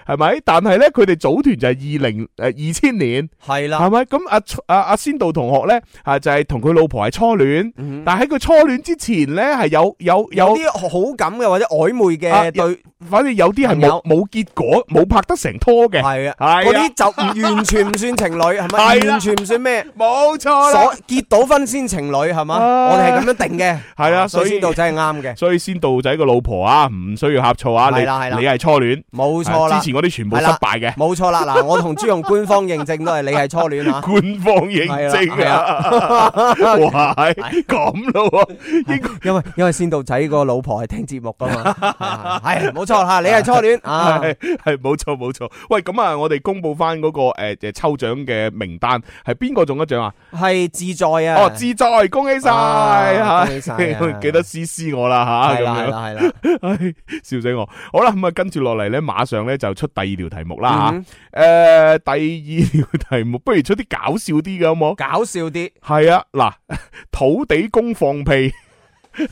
[SPEAKER 6] 係咪？但係呢，佢哋組團就係二零诶二千年。
[SPEAKER 7] 係啦
[SPEAKER 6] 系，咪？咁阿阿阿仙道同學咧，啊就係同佢老婆係初戀，
[SPEAKER 7] 嗯
[SPEAKER 6] 但喺佢初戀之前咧係有有有，
[SPEAKER 7] 有啲好感嘅或者曖昧
[SPEAKER 6] 啊
[SPEAKER 7] 嘅對，
[SPEAKER 6] 反正有啲係
[SPEAKER 7] 朋友
[SPEAKER 6] 冇冇結果，冇拍得成拖嘅，
[SPEAKER 7] 係啊，
[SPEAKER 6] 係啊
[SPEAKER 7] 嗰啲就唔完全唔算情侶，係
[SPEAKER 6] [laughs] 係
[SPEAKER 7] 咪？
[SPEAKER 6] 啦
[SPEAKER 7] 完全唔算咩？
[SPEAKER 6] 冇錯啦
[SPEAKER 7] 所。結到婚先情侶係嘛？
[SPEAKER 6] 啊
[SPEAKER 7] 我哋係咁樣定嘅，
[SPEAKER 6] 係啊所
[SPEAKER 7] 所
[SPEAKER 6] 以
[SPEAKER 7] 以先到仔係啱嘅，
[SPEAKER 6] 所以仙道仔個老婆啊，唔需要呷醋啊，你
[SPEAKER 7] 係啦係啦
[SPEAKER 6] 你係初戀，
[SPEAKER 7] 冇錯
[SPEAKER 6] 啊
[SPEAKER 7] 啦
[SPEAKER 6] 之，前嗰啲全部
[SPEAKER 7] 係
[SPEAKER 6] 失
[SPEAKER 7] 啦
[SPEAKER 6] 敗嘅，
[SPEAKER 7] 冇錯啦。嗱，我同朱紅官方認證都係你係初戀啊。
[SPEAKER 6] 官方認證啊， [laughs] 哇，係咁咯喎，應該
[SPEAKER 7] 因為因為先到仔個老婆係聽節目噶嘛，
[SPEAKER 6] [laughs]
[SPEAKER 7] 係冇錯吓，你係初戀啊，
[SPEAKER 6] 系系冇错冇错，喂咁啊，我哋公布翻嗰个诶诶抽奖嘅名单，系边个中咗奖啊？
[SPEAKER 7] 係自在啊。
[SPEAKER 6] 哦，志在，恭喜晒
[SPEAKER 7] 啊
[SPEAKER 6] 吓，
[SPEAKER 7] 恭喜晒
[SPEAKER 6] [laughs]
[SPEAKER 7] 啊
[SPEAKER 6] 記得私私我啦吓，咁樣，
[SPEAKER 7] 係啦係啦係啦，
[SPEAKER 6] [laughs] 唉，笑死我。好啦，咁啊，跟住落嚟咧，馬上咧就出第二條題目啦
[SPEAKER 7] 嗯
[SPEAKER 6] 吓。诶，第二條題目，不如出啲搞笑啲嘅好冇？
[SPEAKER 7] 搞笑啲，
[SPEAKER 6] 係啊，嗱， [laughs] 土地公放屁
[SPEAKER 7] [laughs]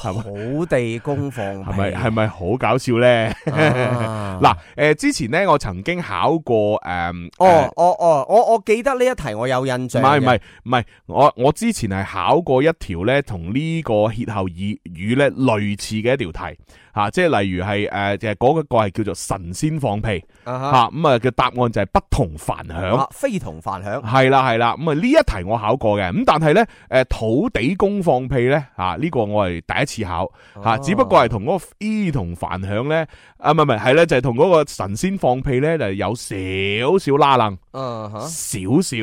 [SPEAKER 7] 土地公放屁
[SPEAKER 6] 係咪係咪好搞笑咧？
[SPEAKER 7] 啊
[SPEAKER 6] [laughs] 嗱，诶，之前咧我曾經考過诶，誒
[SPEAKER 7] 哦哦哦，我我記得呢一題我有印
[SPEAKER 6] 唔
[SPEAKER 7] 象
[SPEAKER 6] 係
[SPEAKER 7] 嘅，
[SPEAKER 6] 唔係唔係，我我之前係考過一條咧，同呢個歇後語語咧類似嘅一條題嚇、啊即係例如係誒，就係嗰個係叫做神仙放屁
[SPEAKER 7] 啊
[SPEAKER 6] 嚇，
[SPEAKER 7] 哈
[SPEAKER 6] 啊咁啊嘅答案就係不同凡響
[SPEAKER 7] 啊，非同凡響。
[SPEAKER 6] 係啦係啦，咁啊呢一題我考過嘅，咁但係咧誒土地公放屁咧嚇，啊呢、個我係第一次考嚇，啊
[SPEAKER 7] 哦
[SPEAKER 6] 只不過係同嗰個非同凡響咧啊唔係唔係係咧，就係同嗰個神仙放屁咧就有少少拉楞
[SPEAKER 7] 嗯哼
[SPEAKER 6] 少少。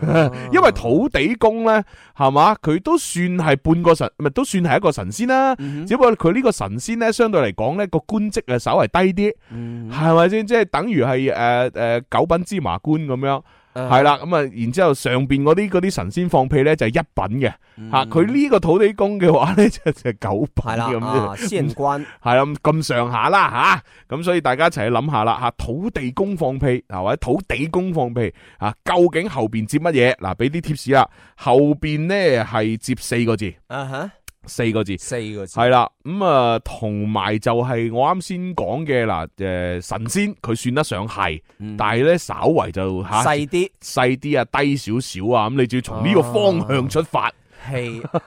[SPEAKER 6] [laughs] 因為土地公咧，係嘛，佢都算係半個神，唔係都算係一個神仙啦。只不過佢呢個神仙咧，相對嚟講咧，個官職啊稍為低
[SPEAKER 7] 嗯
[SPEAKER 6] 啲，係咪先？即係等於係诶诶九品芝麻官咁樣，係啦，咁啊，然之后上边嗰啲嗰啲神仙放屁咧就係一品嘅吓，佢呢個土地公嘅話咧就 [laughs] 就係九品
[SPEAKER 7] 嗯係啦，
[SPEAKER 6] 咁
[SPEAKER 7] 啊，
[SPEAKER 6] 啫，
[SPEAKER 7] 私人關
[SPEAKER 6] [laughs] 係啦咁上下啦吓，咁所以大家一齊去諗下啦吓，土地公放屁啊或者土地公放屁啊，究竟後边接乜嘢？嗱，俾啲 tips 啦，後边呢係接四個字，
[SPEAKER 7] 啊吓，
[SPEAKER 6] 四個字。
[SPEAKER 7] 四個字
[SPEAKER 6] 係啦，咁啊，同埋就係我啱先講嘅嗱，诶、神仙佢算得上係，但係咧稍為就吓
[SPEAKER 7] 嗯細啲
[SPEAKER 6] 細啲啊，低少少啊，咁你就要從呢個方向出發，
[SPEAKER 7] 係
[SPEAKER 6] [laughs]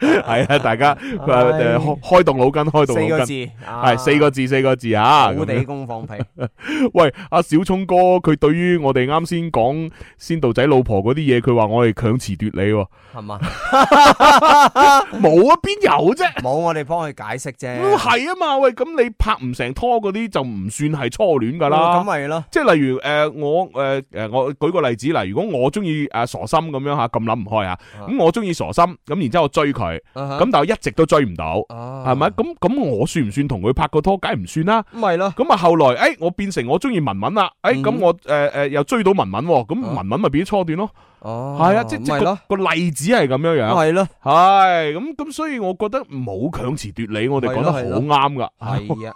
[SPEAKER 6] 係啊，大家诶
[SPEAKER 7] 哦唉
[SPEAKER 6] 開開動腦筋，開動
[SPEAKER 7] 四
[SPEAKER 6] 腦
[SPEAKER 7] 個字
[SPEAKER 6] 筋，，
[SPEAKER 7] 係
[SPEAKER 6] 係四個字，四個字啊，
[SPEAKER 7] 土
[SPEAKER 6] 咁樣
[SPEAKER 7] 地公放屁，
[SPEAKER 6] [laughs] 喂，阿小聰哥，佢對於我哋啱先講仙道仔老婆嗰啲嘢，佢話我哋強詞奪理喎，
[SPEAKER 7] 係嘛？
[SPEAKER 6] 冇啊，邊有啫？
[SPEAKER 7] 冇，我哋幫佢解釋
[SPEAKER 6] 咁
[SPEAKER 7] 啫。
[SPEAKER 6] 係啊嘛，喂，咁你拍唔成拖嗰啲就唔算係初戀噶
[SPEAKER 7] 咁
[SPEAKER 6] 啦。
[SPEAKER 7] 咪咯，
[SPEAKER 6] 即係例如诶、呃我诶诶、呃我舉個例子嗱，如果我中意诶傻心咁樣吓，咁諗唔開啊，咁我中意傻心，咁然之后我追佢，
[SPEAKER 7] 咁
[SPEAKER 6] 咁但系一直都追唔到，係
[SPEAKER 7] 係
[SPEAKER 6] 咪？咁咁我算唔算同佢拍過拖？梗係唔算啦。
[SPEAKER 7] 咁咪咯，
[SPEAKER 6] 咁啊，後來誒、哎我變成我中意文文啦，誒、哎、咁
[SPEAKER 7] 嗯
[SPEAKER 6] 我誒誒、呃又追到文文喎，咁
[SPEAKER 7] 啊
[SPEAKER 6] 文文咪變咗初段咯，
[SPEAKER 7] 哦
[SPEAKER 6] 係啊，即即
[SPEAKER 7] 咪咯，
[SPEAKER 6] 個個例子係咁樣樣，
[SPEAKER 7] 係咯，
[SPEAKER 6] 係咁咁咁，所以我覺得冇強詞奪理，我哋講得好
[SPEAKER 7] 係咯係
[SPEAKER 6] 啱噶。
[SPEAKER 7] 系
[SPEAKER 6] [laughs]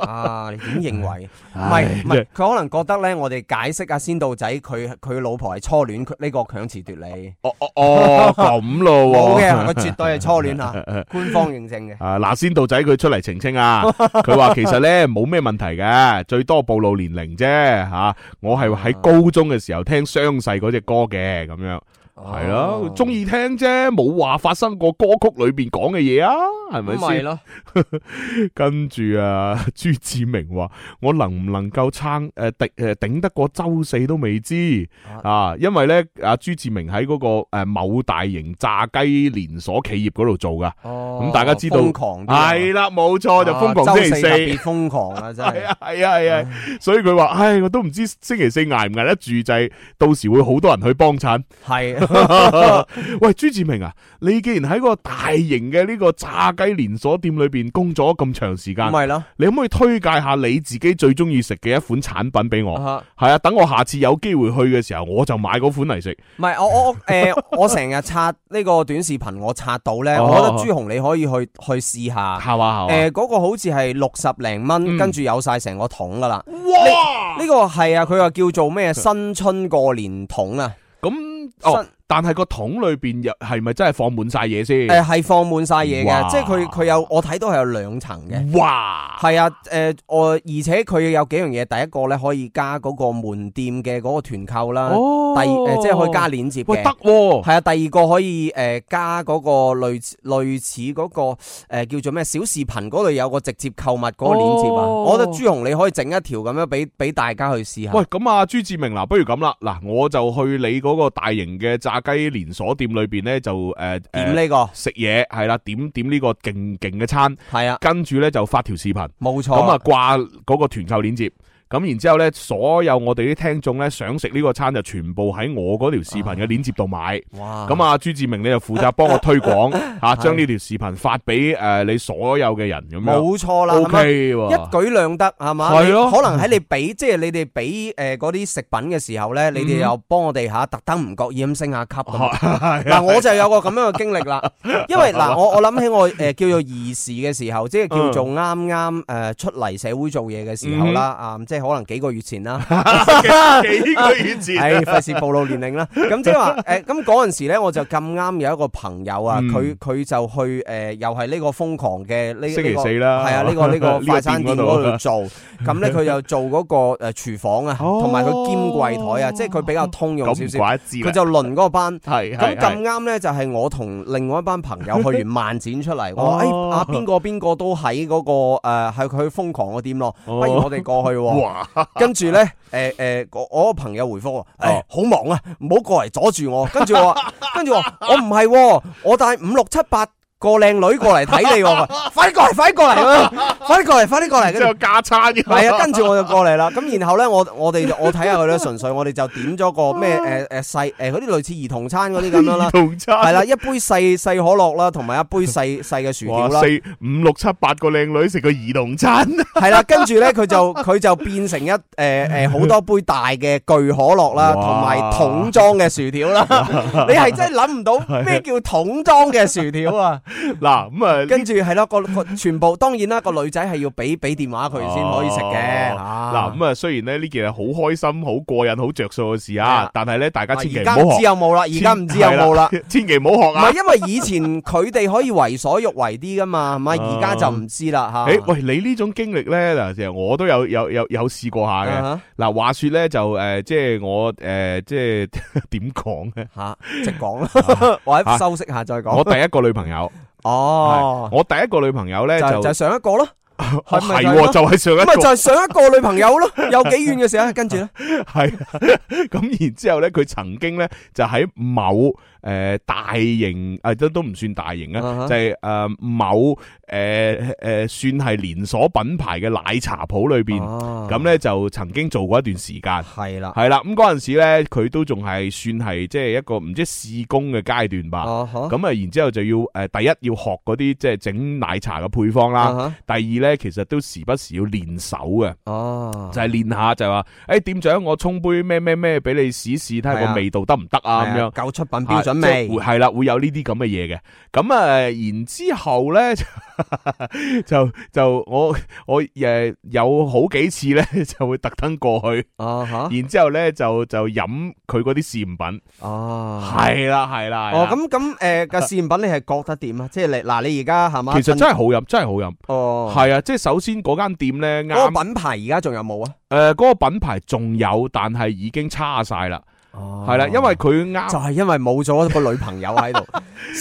[SPEAKER 7] 啊，啊，你點認為？唔係唔係，佢可能覺得咧，我哋解釋阿仙道仔佢佢老婆係初戀，佢呢個強詞奪理。
[SPEAKER 6] 哦哦哦，咁咯
[SPEAKER 7] 冇
[SPEAKER 6] 喎。
[SPEAKER 7] 嘅，我絕對係初
[SPEAKER 6] [laughs]
[SPEAKER 7] 戀啊，官方認證嘅。
[SPEAKER 6] 啊！嗱，先道仔佢出嚟澄清
[SPEAKER 7] [laughs]
[SPEAKER 6] 啊，佢話其實咧冇咩問題嘅，最多暴露年齡啫吓、啊我係喺高中嘅時候聽傷逝嗰只歌嘅，咁樣
[SPEAKER 7] 哦
[SPEAKER 6] 係咯，中意聽啫，冇話發生過歌曲裏边講嘅嘢啊，係咪
[SPEAKER 7] 咁咪
[SPEAKER 6] 先？
[SPEAKER 7] 咯，
[SPEAKER 6] [laughs] 跟住啊， [laughs] 朱志明話：我能唔能夠撐诶頂诶顶得過周四都未知啊，因為咧阿朱志明喺嗰個诶某大型炸雞連鎖企業嗰度做噶，
[SPEAKER 7] 哦
[SPEAKER 6] 咁大家知道
[SPEAKER 7] 瘋狂啲啊
[SPEAKER 6] 係啦，冇錯哦就瘋狂
[SPEAKER 7] 啊
[SPEAKER 6] 星期
[SPEAKER 7] 周特
[SPEAKER 6] 四
[SPEAKER 7] 別。瘋狂啊，真
[SPEAKER 6] 系 [laughs]
[SPEAKER 7] 係。
[SPEAKER 6] 啊系啊系啊，所以佢話：唉，我都唔知星期四捱唔捱得住，就係到時會好多人去幫
[SPEAKER 7] [laughs]
[SPEAKER 6] 襯。啊 [laughs]
[SPEAKER 7] 係
[SPEAKER 6] 喂，朱志明啊，你既然喺個大型嘅呢個炸雞連鎖店裏边工作咗咁長時間
[SPEAKER 7] 咁。咪咯，
[SPEAKER 6] 你可唔可以推介下你自己最中意食嘅一款產品俾我？
[SPEAKER 7] 啊
[SPEAKER 6] 係
[SPEAKER 7] 哈
[SPEAKER 6] 啊，等我下次有機會去嘅時候，我就買嗰款嚟食。
[SPEAKER 7] 唔係我我诶，我成日刷呢個短視頻，我刷到咧，
[SPEAKER 6] 哦
[SPEAKER 7] 我覺得朱紅你可以去去試下。
[SPEAKER 6] 係嘛係嘛？
[SPEAKER 7] 诶，嗰個好似係六十零蚊，
[SPEAKER 6] 嗯
[SPEAKER 7] 跟住有晒成個桶噶啦。
[SPEAKER 6] 哇！
[SPEAKER 7] 呢個係啊，佢話叫做咩新春過年桶啊，
[SPEAKER 6] 咁哦
[SPEAKER 7] 新，
[SPEAKER 6] 但係個桶裏边又係咪真係放滿晒嘢先？
[SPEAKER 7] 诶係放滿晒嘢
[SPEAKER 6] 哇
[SPEAKER 7] 嘅，即係佢佢有我睇到係有兩層嘅。
[SPEAKER 6] 哇！
[SPEAKER 7] 係啊，诶、我而且佢有幾樣嘢，第一個咧可以加嗰個門店嘅嗰個團購啦，
[SPEAKER 6] 哦
[SPEAKER 7] 第诶、即係可以加鏈接
[SPEAKER 6] 喂，
[SPEAKER 7] 嘅
[SPEAKER 6] 得。喎！
[SPEAKER 7] 係啊，第二個可以诶、誒加嗰個類似類似嗰、個誒叫做咩小視頻嗰度有個直接購物嗰個鏈接啊，
[SPEAKER 6] 哦
[SPEAKER 7] 我覺得朱紅你可以整一條咁樣俾俾大家去試下。
[SPEAKER 6] 喂，咁啊，朱志明嗱，不如咁啦，嗱，我就去你嗰個大型嘅炸雞連鎖店裏边咧，就诶
[SPEAKER 7] 點呢個
[SPEAKER 6] 食嘢係啦，點點呢個勁勁嘅餐，
[SPEAKER 7] 係啊，
[SPEAKER 6] 跟住咧就發條視頻。
[SPEAKER 7] 冇錯。
[SPEAKER 6] 咁啊掛嗰個團購鏈接。咁然之後咧，所有我哋啲聽眾咧想食呢個餐就全部喺我嗰條視頻嘅鏈接度買。
[SPEAKER 7] 啊哇，
[SPEAKER 6] 咁啊，朱志明你就負責幫我推
[SPEAKER 7] [laughs]
[SPEAKER 6] 廣嚇，將呢條視頻發俾誒你所有嘅人咁樣。
[SPEAKER 7] 冇錯啦，
[SPEAKER 6] O
[SPEAKER 7] 係咪
[SPEAKER 6] K
[SPEAKER 7] 一
[SPEAKER 6] 喎，
[SPEAKER 7] 舉兩得係嘛？
[SPEAKER 6] 係咯
[SPEAKER 7] 你可能喺你俾即係你哋俾誒嗰啲食品嘅時候咧，你哋又幫我哋嚇特登唔覺意咁升下級
[SPEAKER 6] [laughs]
[SPEAKER 7] 咁。嗱，我就有個咁樣嘅經歷啦， [laughs] 因為嗱，我我諗起我 [laughs] 誒叫做兒時嘅時候，即係叫做
[SPEAKER 6] [laughs]
[SPEAKER 7] 啱啱誒出嚟社會做嘢嘅時候啦，啊，即係可能幾個月前啦，
[SPEAKER 6] 嗯 [laughs] 幾個月前啊
[SPEAKER 7] [laughs] 係費事暴露年齡啦。咁即
[SPEAKER 6] [laughs]
[SPEAKER 7] 係話誒，咁嗰陣時咧，我就咁啱有一個朋友啊，
[SPEAKER 6] 嗯
[SPEAKER 7] 佢佢就去誒，又係呢個瘋狂嘅呢
[SPEAKER 6] 星期四啦
[SPEAKER 7] 係啊，
[SPEAKER 6] [laughs]
[SPEAKER 7] 呢個呢
[SPEAKER 6] 呢
[SPEAKER 7] 個
[SPEAKER 6] 個
[SPEAKER 7] 快餐
[SPEAKER 6] 店嗰
[SPEAKER 7] 店
[SPEAKER 6] 度
[SPEAKER 7] 嗰度做，咁
[SPEAKER 6] [laughs]
[SPEAKER 7] 咧佢就做嗰個誒廚房啊，
[SPEAKER 6] 哦
[SPEAKER 7] 同埋佢兼櫃台啊，即係佢比較通用少
[SPEAKER 6] 咁唔
[SPEAKER 7] 少，
[SPEAKER 6] 怪之
[SPEAKER 7] 佢
[SPEAKER 6] 啦。
[SPEAKER 7] 就輪嗰個
[SPEAKER 6] [laughs]
[SPEAKER 7] 班。
[SPEAKER 6] 係
[SPEAKER 7] 咁
[SPEAKER 6] 係
[SPEAKER 7] 咁
[SPEAKER 6] 係
[SPEAKER 7] 啱咧，就係我同另外一班朋友去
[SPEAKER 6] [laughs]
[SPEAKER 7] 完漫展出嚟，我話
[SPEAKER 6] 哦
[SPEAKER 7] 誒啊邊個邊個都喺嗰個誒係佢瘋狂嗰店咯，不
[SPEAKER 6] 哦
[SPEAKER 7] 如我哋過去喎。
[SPEAKER 6] 哇！
[SPEAKER 7] 跟
[SPEAKER 6] [laughs]
[SPEAKER 7] 住咧誒誒，我我個朋友回覆我，誒
[SPEAKER 6] 哦
[SPEAKER 7] 好忙啊，唔好過嚟阻住我。跟
[SPEAKER 6] [laughs]
[SPEAKER 7] 住我話，跟住我話我唔係喎，我帶五六七八。個靚女過嚟睇
[SPEAKER 6] [laughs]
[SPEAKER 7] 你喎，快啲過嚟，快啲過嚟咁樣，快啲過嚟，快啲過嚟，
[SPEAKER 6] 即
[SPEAKER 7] 跟住
[SPEAKER 6] 係加
[SPEAKER 7] [laughs]
[SPEAKER 6] 餐嘅。。
[SPEAKER 7] 系啊，跟住我就過嚟啦。咁然後咧，我我哋就我睇下佢咧，純粹我哋就點咗個咩 [laughs] 诶诶細诶嗰啲類似兒童餐嗰啲咁樣啦
[SPEAKER 6] 同餐
[SPEAKER 7] 係啦，一杯細細可樂啦，同埋一杯
[SPEAKER 6] [laughs]
[SPEAKER 7] 細細嘅薯條
[SPEAKER 6] 哇！
[SPEAKER 7] 啦
[SPEAKER 6] 四，五六七八個靚女食個兒童餐，
[SPEAKER 7] 係啦，跟住咧佢就 [laughs] 佢就變成一诶诶好多杯大嘅巨可樂
[SPEAKER 6] 哇
[SPEAKER 7] 啦，同埋桶裝嘅薯條
[SPEAKER 6] [laughs]
[SPEAKER 7] 啦。你係真係諗唔到咩叫桶裝嘅薯條啊！
[SPEAKER 6] [laughs] 嗱咁啊，
[SPEAKER 7] 跟住係咯，個個全部當然啦，個女仔係要俾俾電話佢先可以食嘅。
[SPEAKER 6] 哦
[SPEAKER 7] 啊
[SPEAKER 6] 嗱咁啊，雖然咧呢件係好開心、好過癮、好着數嘅事
[SPEAKER 7] 係
[SPEAKER 6] 啊
[SPEAKER 7] 啊，
[SPEAKER 6] 但係咧大家千祈
[SPEAKER 7] 而
[SPEAKER 6] 唔
[SPEAKER 7] 家唔
[SPEAKER 6] 好
[SPEAKER 7] 知
[SPEAKER 6] 學，
[SPEAKER 7] 有
[SPEAKER 6] [laughs]
[SPEAKER 7] 冇啦，而家唔知有冇啦。
[SPEAKER 6] 千，千祈唔好
[SPEAKER 7] 唔
[SPEAKER 6] 學啊
[SPEAKER 7] 係！因為以前佢哋可以為所欲為啲噶嘛，係咪？
[SPEAKER 6] 啊
[SPEAKER 7] 而家就唔知啦吓。
[SPEAKER 6] 诶， [laughs] 喂，你呢種經歷咧嗱，其實我都有有有有试过下嘅。
[SPEAKER 7] 嚇
[SPEAKER 6] 嗱，話说咧就诶，即係我诶，即係 [laughs] 點講咧？
[SPEAKER 7] 吓，直
[SPEAKER 6] [laughs]
[SPEAKER 7] 講啦，或者修飾下再
[SPEAKER 6] 我
[SPEAKER 7] 講。
[SPEAKER 6] 第一個女朋友，
[SPEAKER 7] 哦
[SPEAKER 6] 係，我第一個女朋友咧
[SPEAKER 7] 就
[SPEAKER 6] 就
[SPEAKER 7] 就上一個咯，係
[SPEAKER 6] 哦
[SPEAKER 7] 咪
[SPEAKER 6] 係
[SPEAKER 7] 就係
[SPEAKER 6] 喎
[SPEAKER 7] 咯
[SPEAKER 6] 就係上一
[SPEAKER 7] 咁咪
[SPEAKER 6] 個
[SPEAKER 7] 就係上一個女朋友咯， [laughs] 有幾遠嘅時候，跟住咧，
[SPEAKER 6] 係咁，然之後咧，佢曾經咧就喺某誒大型誒都都唔算大型
[SPEAKER 7] 啊
[SPEAKER 6] 啊，
[SPEAKER 7] 哈
[SPEAKER 6] 就係誒某誒誒算係連鎖品牌嘅奶茶鋪裏邊，咁
[SPEAKER 7] 咁
[SPEAKER 6] 咧就曾經做過一段時間。
[SPEAKER 7] 係啦，
[SPEAKER 6] 係啦，咁嗰陣時咧，佢都仲係算係即係一個唔知試工嘅階段吧。
[SPEAKER 7] 哦呵，
[SPEAKER 6] 咁啊，然之後就要誒第一要學嗰啲即係整奶茶嘅配方
[SPEAKER 7] 啊
[SPEAKER 6] 啦。
[SPEAKER 7] 哈
[SPEAKER 6] 第二咧，其實都時不時要練手嘅。
[SPEAKER 7] 哦，
[SPEAKER 6] 就係練下就係話，誒、店長，我沖杯咩咩咩俾你試試，睇下
[SPEAKER 7] 係啊
[SPEAKER 6] 個味道得唔得啊咁樣。
[SPEAKER 7] 夠出品標
[SPEAKER 6] 係
[SPEAKER 7] 準備
[SPEAKER 6] 即係會係啦，會有呢啲咁嘅嘢嘅。咁啊，呃然之後咧就就我我诶有好幾次咧就會特登過去，
[SPEAKER 7] 啊吓，
[SPEAKER 6] 然之后咧就就飲佢嗰啲試驗品，
[SPEAKER 7] 哦，
[SPEAKER 6] 係啦係啦。係啦
[SPEAKER 7] 哦，咁咁诶嘅試驗品你係覺得點啊？即係你嗱，你而家係嘛？
[SPEAKER 6] 其實真係好飲，真係好飲。
[SPEAKER 7] 哦，
[SPEAKER 6] 係啊，即係首先嗰間店咧
[SPEAKER 7] 嗰
[SPEAKER 6] 啱
[SPEAKER 7] 個品牌而家仲有冇啊？
[SPEAKER 6] 诶嗰個品牌仲有，但係已經差晒啦。
[SPEAKER 7] 哦
[SPEAKER 6] 係啦，因為佢啱
[SPEAKER 7] 就。係因為冇咗個女朋友
[SPEAKER 6] [laughs]
[SPEAKER 7] 喺度，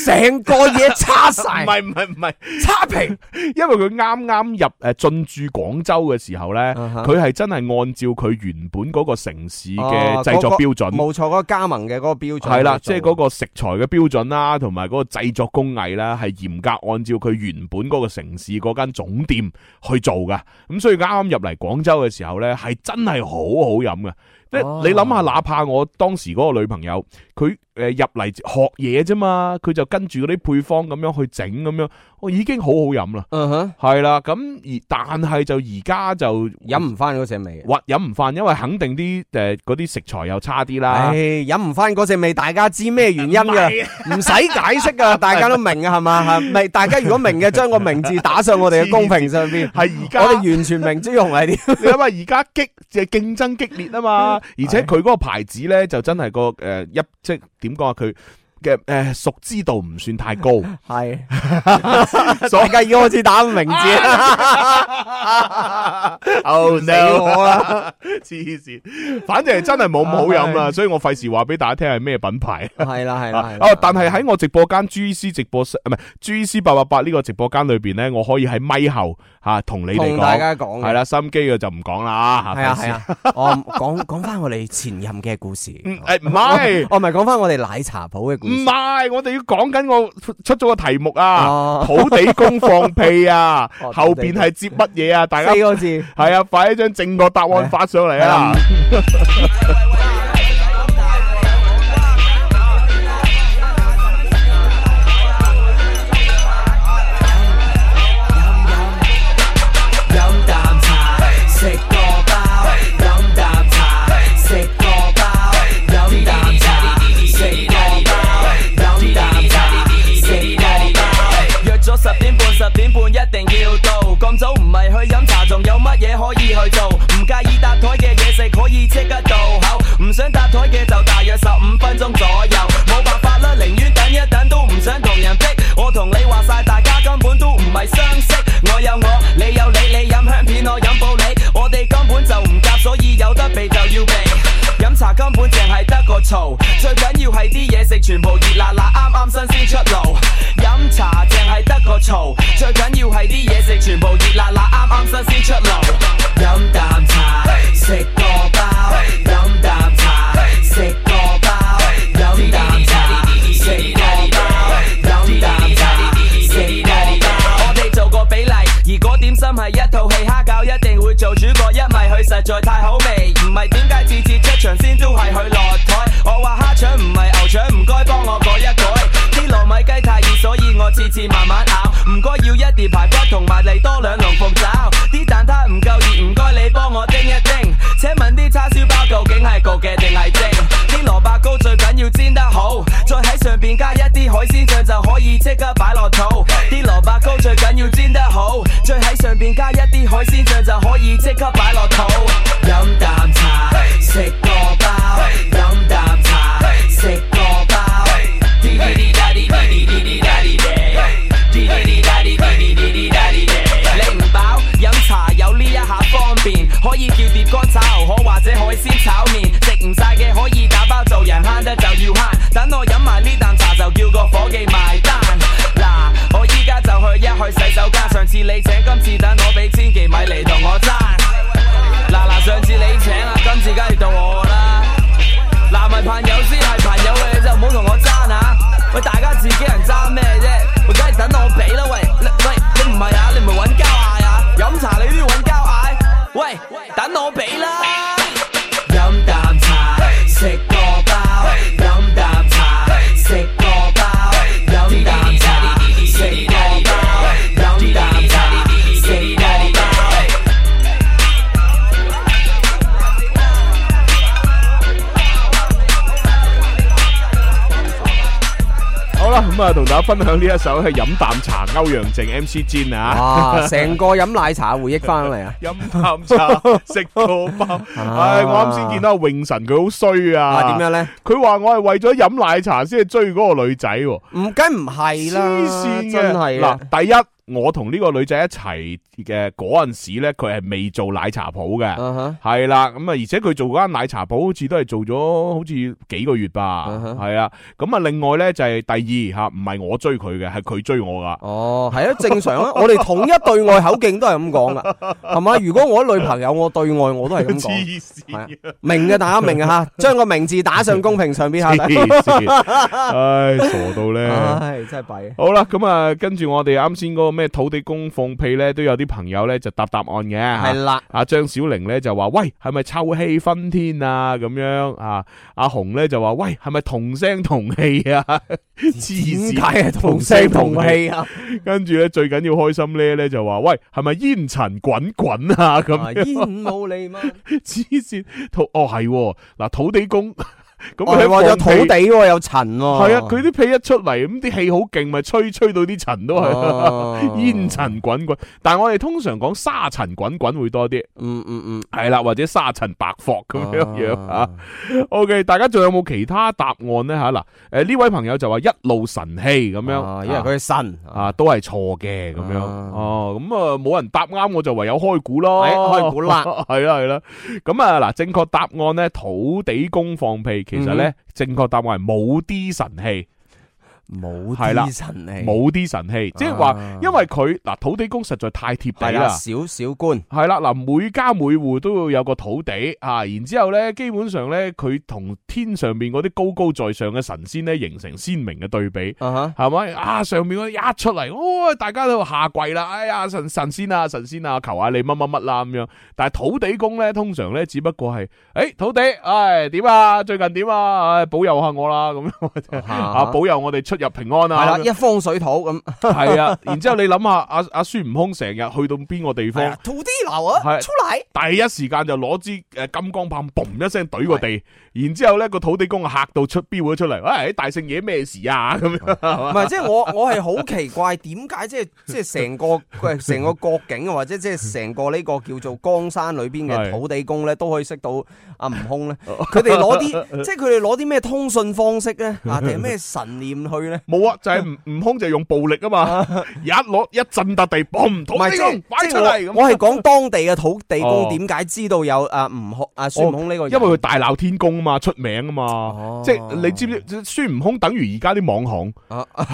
[SPEAKER 7] 成個嘢差晒
[SPEAKER 6] 唔，係唔係唔係差評， [laughs] 因為佢啱啱入诶进駐廣州嘅時候咧，
[SPEAKER 7] 啊哈
[SPEAKER 6] 佢係真係按照佢原本嗰個城市
[SPEAKER 7] 哦
[SPEAKER 6] 嘅製作
[SPEAKER 7] 嗰個
[SPEAKER 6] 標準。
[SPEAKER 7] 冇錯，嗰個加盟嘅嗰個標準
[SPEAKER 6] 係啦，
[SPEAKER 7] 去做
[SPEAKER 6] 即係嗰個食材嘅標準啦，同埋嗰個製作工藝啦，係嚴格按照佢原本嗰個城市嗰間總店去做噶。咁所以啱啱入嚟廣州嘅時候呢，係真係好好飲嘅。即係
[SPEAKER 7] 哦
[SPEAKER 6] 你諗下，哪怕我當時嗰個女朋友，佢诶入嚟學嘢啫嘛，佢就跟住嗰啲配方咁樣去整咁樣，我已經好好飲啦。
[SPEAKER 7] 嗯哼，
[SPEAKER 6] 係啦，咁而但係就而家就
[SPEAKER 7] 飲唔翻嗰只味嘅。
[SPEAKER 6] 或飲唔翻，因為肯定啲诶嗰啲食材又差啲啦啊
[SPEAKER 7] 唉，。飲唔翻嗰只味，大家知咩原因 [laughs] 嘅，唔使解釋噶，大家都明嘅係嘛？係咪？大家如果明嘅，將個名字打上我哋嘅公屏上邊。
[SPEAKER 6] 係而家
[SPEAKER 7] [laughs] 我哋完全明朱紅係點。
[SPEAKER 6] [laughs]
[SPEAKER 7] 嗯
[SPEAKER 6] 你諗下而家激就競爭激烈啊嘛，而且佢嗰個牌子咧就真係個誒、呃一即係點講啊佢。嘅誒、呃熟知度唔算太高，
[SPEAKER 7] 係，
[SPEAKER 6] [laughs] 所
[SPEAKER 7] 大家已經開始打名字
[SPEAKER 6] [laughs]
[SPEAKER 7] 啦。
[SPEAKER 6] oh
[SPEAKER 7] 死我 [laughs]
[SPEAKER 6] 啦，黐
[SPEAKER 5] 네.
[SPEAKER 6] 線，反正係真係冇咁好飲啦，
[SPEAKER 7] 唉
[SPEAKER 6] 所以我費事話俾大家聽係咩品牌。
[SPEAKER 7] 係啦係啦
[SPEAKER 6] 啊
[SPEAKER 7] 係啦。
[SPEAKER 6] 哦，但係喺我直播間 G C 直播室唔係 G C 八八八呢個直播間裏邊咧，我可以喺咪後嚇同你哋
[SPEAKER 7] 同大
[SPEAKER 6] 講，
[SPEAKER 7] 家講嘅
[SPEAKER 6] 係啦，心機嘅就唔講啦嚇。
[SPEAKER 7] 係啊
[SPEAKER 6] 費事
[SPEAKER 7] 係，啊，我講講翻我哋前任嘅故事。
[SPEAKER 6] 嗯誒唔係。
[SPEAKER 7] 我唔係講翻我哋奶茶鋪嘅故
[SPEAKER 6] 唔
[SPEAKER 7] 事。
[SPEAKER 6] 係，我哋要講緊我出咗個題目啊，
[SPEAKER 7] 哦
[SPEAKER 6] 土地公放屁啊，
[SPEAKER 7] 哦
[SPEAKER 6] 後邊係接乜嘢啊？大家
[SPEAKER 7] 四個字。
[SPEAKER 6] 係啊，快啲將正確答案發上嚟啊！
[SPEAKER 5] 飲啖茶，食個包，飲啖茶，食個包，飲啖茶，食個包，飲啖茶，食個包。
[SPEAKER 8] 約咗十點半，十點半一定要到。咁早唔係去飲茶，仲有乜嘢可以去做？唔介意搭台嘅嘢食可以即刻到口，唔想搭台嘅就大約十五分鐘左右。冇辦法啦，寧願等一等都唔想同人逼。我同你話晒，大家根本都唔係相識。我有我，你有你，你飲香片，我飲布里，我哋根本就唔夾，所以有得避就要避。飲茶根本淨係得個嘈，最緊要係啲嘢食全部熱辣辣，啱啱新鮮出爐。飲茶淨係得個嘈，最緊要係啲嘢食全部熱辣辣，啱啱新鮮出爐。飲啖茶，食個包，飲啖茶，食個包，飲啖茶，食個包，飲啖茶，食個包。我哋做個比例，如果點心係一套戲，蝦餃一定會做主角，因為佢實在太好味。唔係點解次次出場先都係佢落台？我話蝦腸唔係牛腸，唔該幫我改一改。啲糯米雞太熱，所以我次次慢慢咬。唔該要一碟排骨同埋嚟多兩籠鳳爪。啲蛋撻唔夠熱，唔該你幫我叮一叮。請問啲叉燒包究竟係焗嘅定係蒸？啲蘿蔔糕最緊要煎得好，再喺上邊加一啲海鮮醬就可以即刻擺落肚。啲蘿蔔糕最緊要煎得好，再喺上邊加一啲海鮮醬就可以即刻擺落肚。飲啖茶，食個包，飲啖茶，食個包。滴滴滴答滴滴滴滴答滴滴滴滴答滴滴滴滴答滴滴。你唔飽，飲茶有呢一下方便，可以叫碟乾炒牛河或者海鮮炒面。食唔晒嘅可以打包做人，慳得就要慳。等我飲埋呢啖茶就叫個伙計埋單。嗱，我依家就去一去洗手間，上次你請，今次等我俾千祈咪嚟同我爭。嗱嗱，上次你請啊，今次梗係到我啦。嗱，咪朋友先係朋友嘅，你就唔好同我爭啊！喂，大家自己人爭咩啫？喂，梗係等我俾啦！喂，你喂，你唔係啊？你唔係揾交嗌啊？飲茶你都要揾交嗌？喂，等我俾啦！飲啖茶，食個包，飲啖茶，食個包，飲啖茶，食個包，飲啖茶，食個包。
[SPEAKER 6] 咁啊，同大家分享呢一首係飲啖茶歐陽靖 MC Jin 啊，
[SPEAKER 7] 哇！成個飲奶茶回憶翻嚟啊！
[SPEAKER 6] [laughs] 飲啖茶食個包，
[SPEAKER 7] À.
[SPEAKER 6] 唉，我啱先見到阿泳神佢好衰啊，
[SPEAKER 7] 啊，點樣？咧？
[SPEAKER 6] 佢話我係為咗飲奶茶先去追嗰個女仔喎，
[SPEAKER 7] 唔，梗唔係啦，
[SPEAKER 6] 黐線嘅，
[SPEAKER 7] 真係啊！
[SPEAKER 6] 嗱，第一我同呢個女仔一齊嘅嗰陣時咧，佢係未做奶茶鋪嘅。
[SPEAKER 7] 啊哈
[SPEAKER 6] 係啦，咁啊，而且佢做嗰間奶茶鋪好似都係做咗好似幾個月吧，
[SPEAKER 7] 哈
[SPEAKER 6] 係啊，咁啊，另外咧就係第二吓，唔係我追佢嘅，係佢追我噶。
[SPEAKER 7] 哦，係啊，正常啊，我哋統一對外口徑都係咁講噶，係嘛？如果我女朋友，我對外我都係咁講，
[SPEAKER 6] 黐線，
[SPEAKER 7] 明嘅大家明啊吓，將個名字打上公屏上邊下底，
[SPEAKER 6] 黐線，唉，傻
[SPEAKER 7] [laughs]
[SPEAKER 6] 到咧。
[SPEAKER 7] 唉，真係弊。
[SPEAKER 6] 好啦，咁啊，跟住我哋啱先嗰個咩土地公放屁咧，都有啲朋友咧就答答案嘅。
[SPEAKER 7] 係啦，
[SPEAKER 6] 阿張小玲咧就話：喂，係咪臭氣熏天啊？咁樣啊？阿紅咧就話：喂，係咪同聲同氣啊？黐線，
[SPEAKER 7] 點解係同聲同？氣啊？
[SPEAKER 6] 跟住咧最緊要開心咧咧就話：喂，係咪煙塵滾滾啊？咁
[SPEAKER 7] 啊煙霧瀰漫，
[SPEAKER 6] [laughs] 黐線土哦係喎嗱土地公 [laughs] 咁
[SPEAKER 7] 我
[SPEAKER 6] 佢
[SPEAKER 7] 哦係話有
[SPEAKER 6] 喺
[SPEAKER 7] 土
[SPEAKER 6] 放
[SPEAKER 7] 地
[SPEAKER 6] 屁。
[SPEAKER 7] 喎，有塵喎。
[SPEAKER 6] 係啊，佢啲屁一出嚟，咁啲氣好勁，咪吹吹到啲塵都
[SPEAKER 7] 哦
[SPEAKER 6] 係 [laughs] 煙塵滾滾。但係我哋通常講沙塵滾滾會多啲，
[SPEAKER 7] 嗯嗯嗯。
[SPEAKER 6] 係啦，或者沙塵白霍咁樣樣
[SPEAKER 7] 啊
[SPEAKER 6] 啊。OK，大家 [laughs] 仲有冇其他答案呢？吓嗱，誒呢位朋友就話一路神氣咁
[SPEAKER 7] 啊
[SPEAKER 6] 樣，
[SPEAKER 7] 因為佢係神
[SPEAKER 6] 啊，都係錯嘅咁樣。
[SPEAKER 7] 啊
[SPEAKER 6] 哦，咁啊冇人答啱，我就唯有開估咯。
[SPEAKER 7] 哎開估
[SPEAKER 6] [laughs]
[SPEAKER 7] 啦
[SPEAKER 6] 係啦係啦。咁啊嗱，正確答案咧，土地公放屁，其實
[SPEAKER 7] 嗯
[SPEAKER 6] 咧正確答案係冇啲神氣，
[SPEAKER 7] 冇
[SPEAKER 6] 係啦
[SPEAKER 7] 啲神氣，
[SPEAKER 6] 冇啲神氣，即係話
[SPEAKER 7] 啊
[SPEAKER 6] 因為佢嗱土地公實在太貼地
[SPEAKER 7] 係
[SPEAKER 6] 啦
[SPEAKER 7] 啦，。少少官。
[SPEAKER 6] 係啦，嗱，每家每戶都要有個土地啊，然之後咧，基本上咧，佢同天上邊嗰啲高高在上嘅神仙咧，形成鮮明嘅對比。
[SPEAKER 7] 啊哈。
[SPEAKER 6] 係咪啊？上面嗰啲一出嚟，哦，大家都下跪啦！哎呀，神神仙啊，神仙啊，求下你乜乜乜啦咁樣。但係土地公咧，通常咧只不過係，誒、土地，唉、點啊？最近點啊？唉、保佑下我啦咁樣， [laughs] 啊，保佑我哋出入平安
[SPEAKER 7] 系
[SPEAKER 6] 啊！
[SPEAKER 7] 啦，一方水土咁，
[SPEAKER 6] 係啊，然之後你諗下，阿阿孫悟空成日去到邊個地方？
[SPEAKER 7] 土地佬啊
[SPEAKER 6] 係
[SPEAKER 7] 嚟，
[SPEAKER 6] 第一時間就攞支诶金剛棒，嘣一聲懟個地，然之后咧個土地公啊嚇到出飆咗出嚟，喂、大聖爺咩事
[SPEAKER 7] [laughs]
[SPEAKER 6] 啊？咁樣
[SPEAKER 7] 唔 [laughs] 係即係我我係好奇怪，點解即係即係成 [laughs] 個成個國境啊或者即係成個呢個叫做江山裏邊
[SPEAKER 6] 係
[SPEAKER 7] 嘅土地公咧，都可以識到阿悟空 [laughs] 咧？佢哋攞啲即係佢哋攞啲咩通訊方式咧？啊，定係咩神念去咧？
[SPEAKER 6] 冇啊，就係悟悟
[SPEAKER 7] [laughs]
[SPEAKER 6] 空就用暴力啊嘛，一攞一震笪地，嘣，土
[SPEAKER 7] 唔係
[SPEAKER 6] 地
[SPEAKER 7] 即
[SPEAKER 6] 公
[SPEAKER 7] 係
[SPEAKER 6] 擺
[SPEAKER 7] 即
[SPEAKER 6] 出
[SPEAKER 7] 係
[SPEAKER 6] 嚟
[SPEAKER 7] 我我係講當地嘅土地
[SPEAKER 6] 哦
[SPEAKER 7] 公點解知道有阿悟空阿啊孫悟空呢個
[SPEAKER 6] 咁，哦
[SPEAKER 7] 人？
[SPEAKER 6] 因為佢大鬧天宮啊嘛，出名啊嘛
[SPEAKER 7] 哦，
[SPEAKER 6] 即係你知唔知孫悟空等於而家啲網紅
[SPEAKER 7] 啊
[SPEAKER 6] 係咪先？
[SPEAKER 7] 啊 [laughs] 咁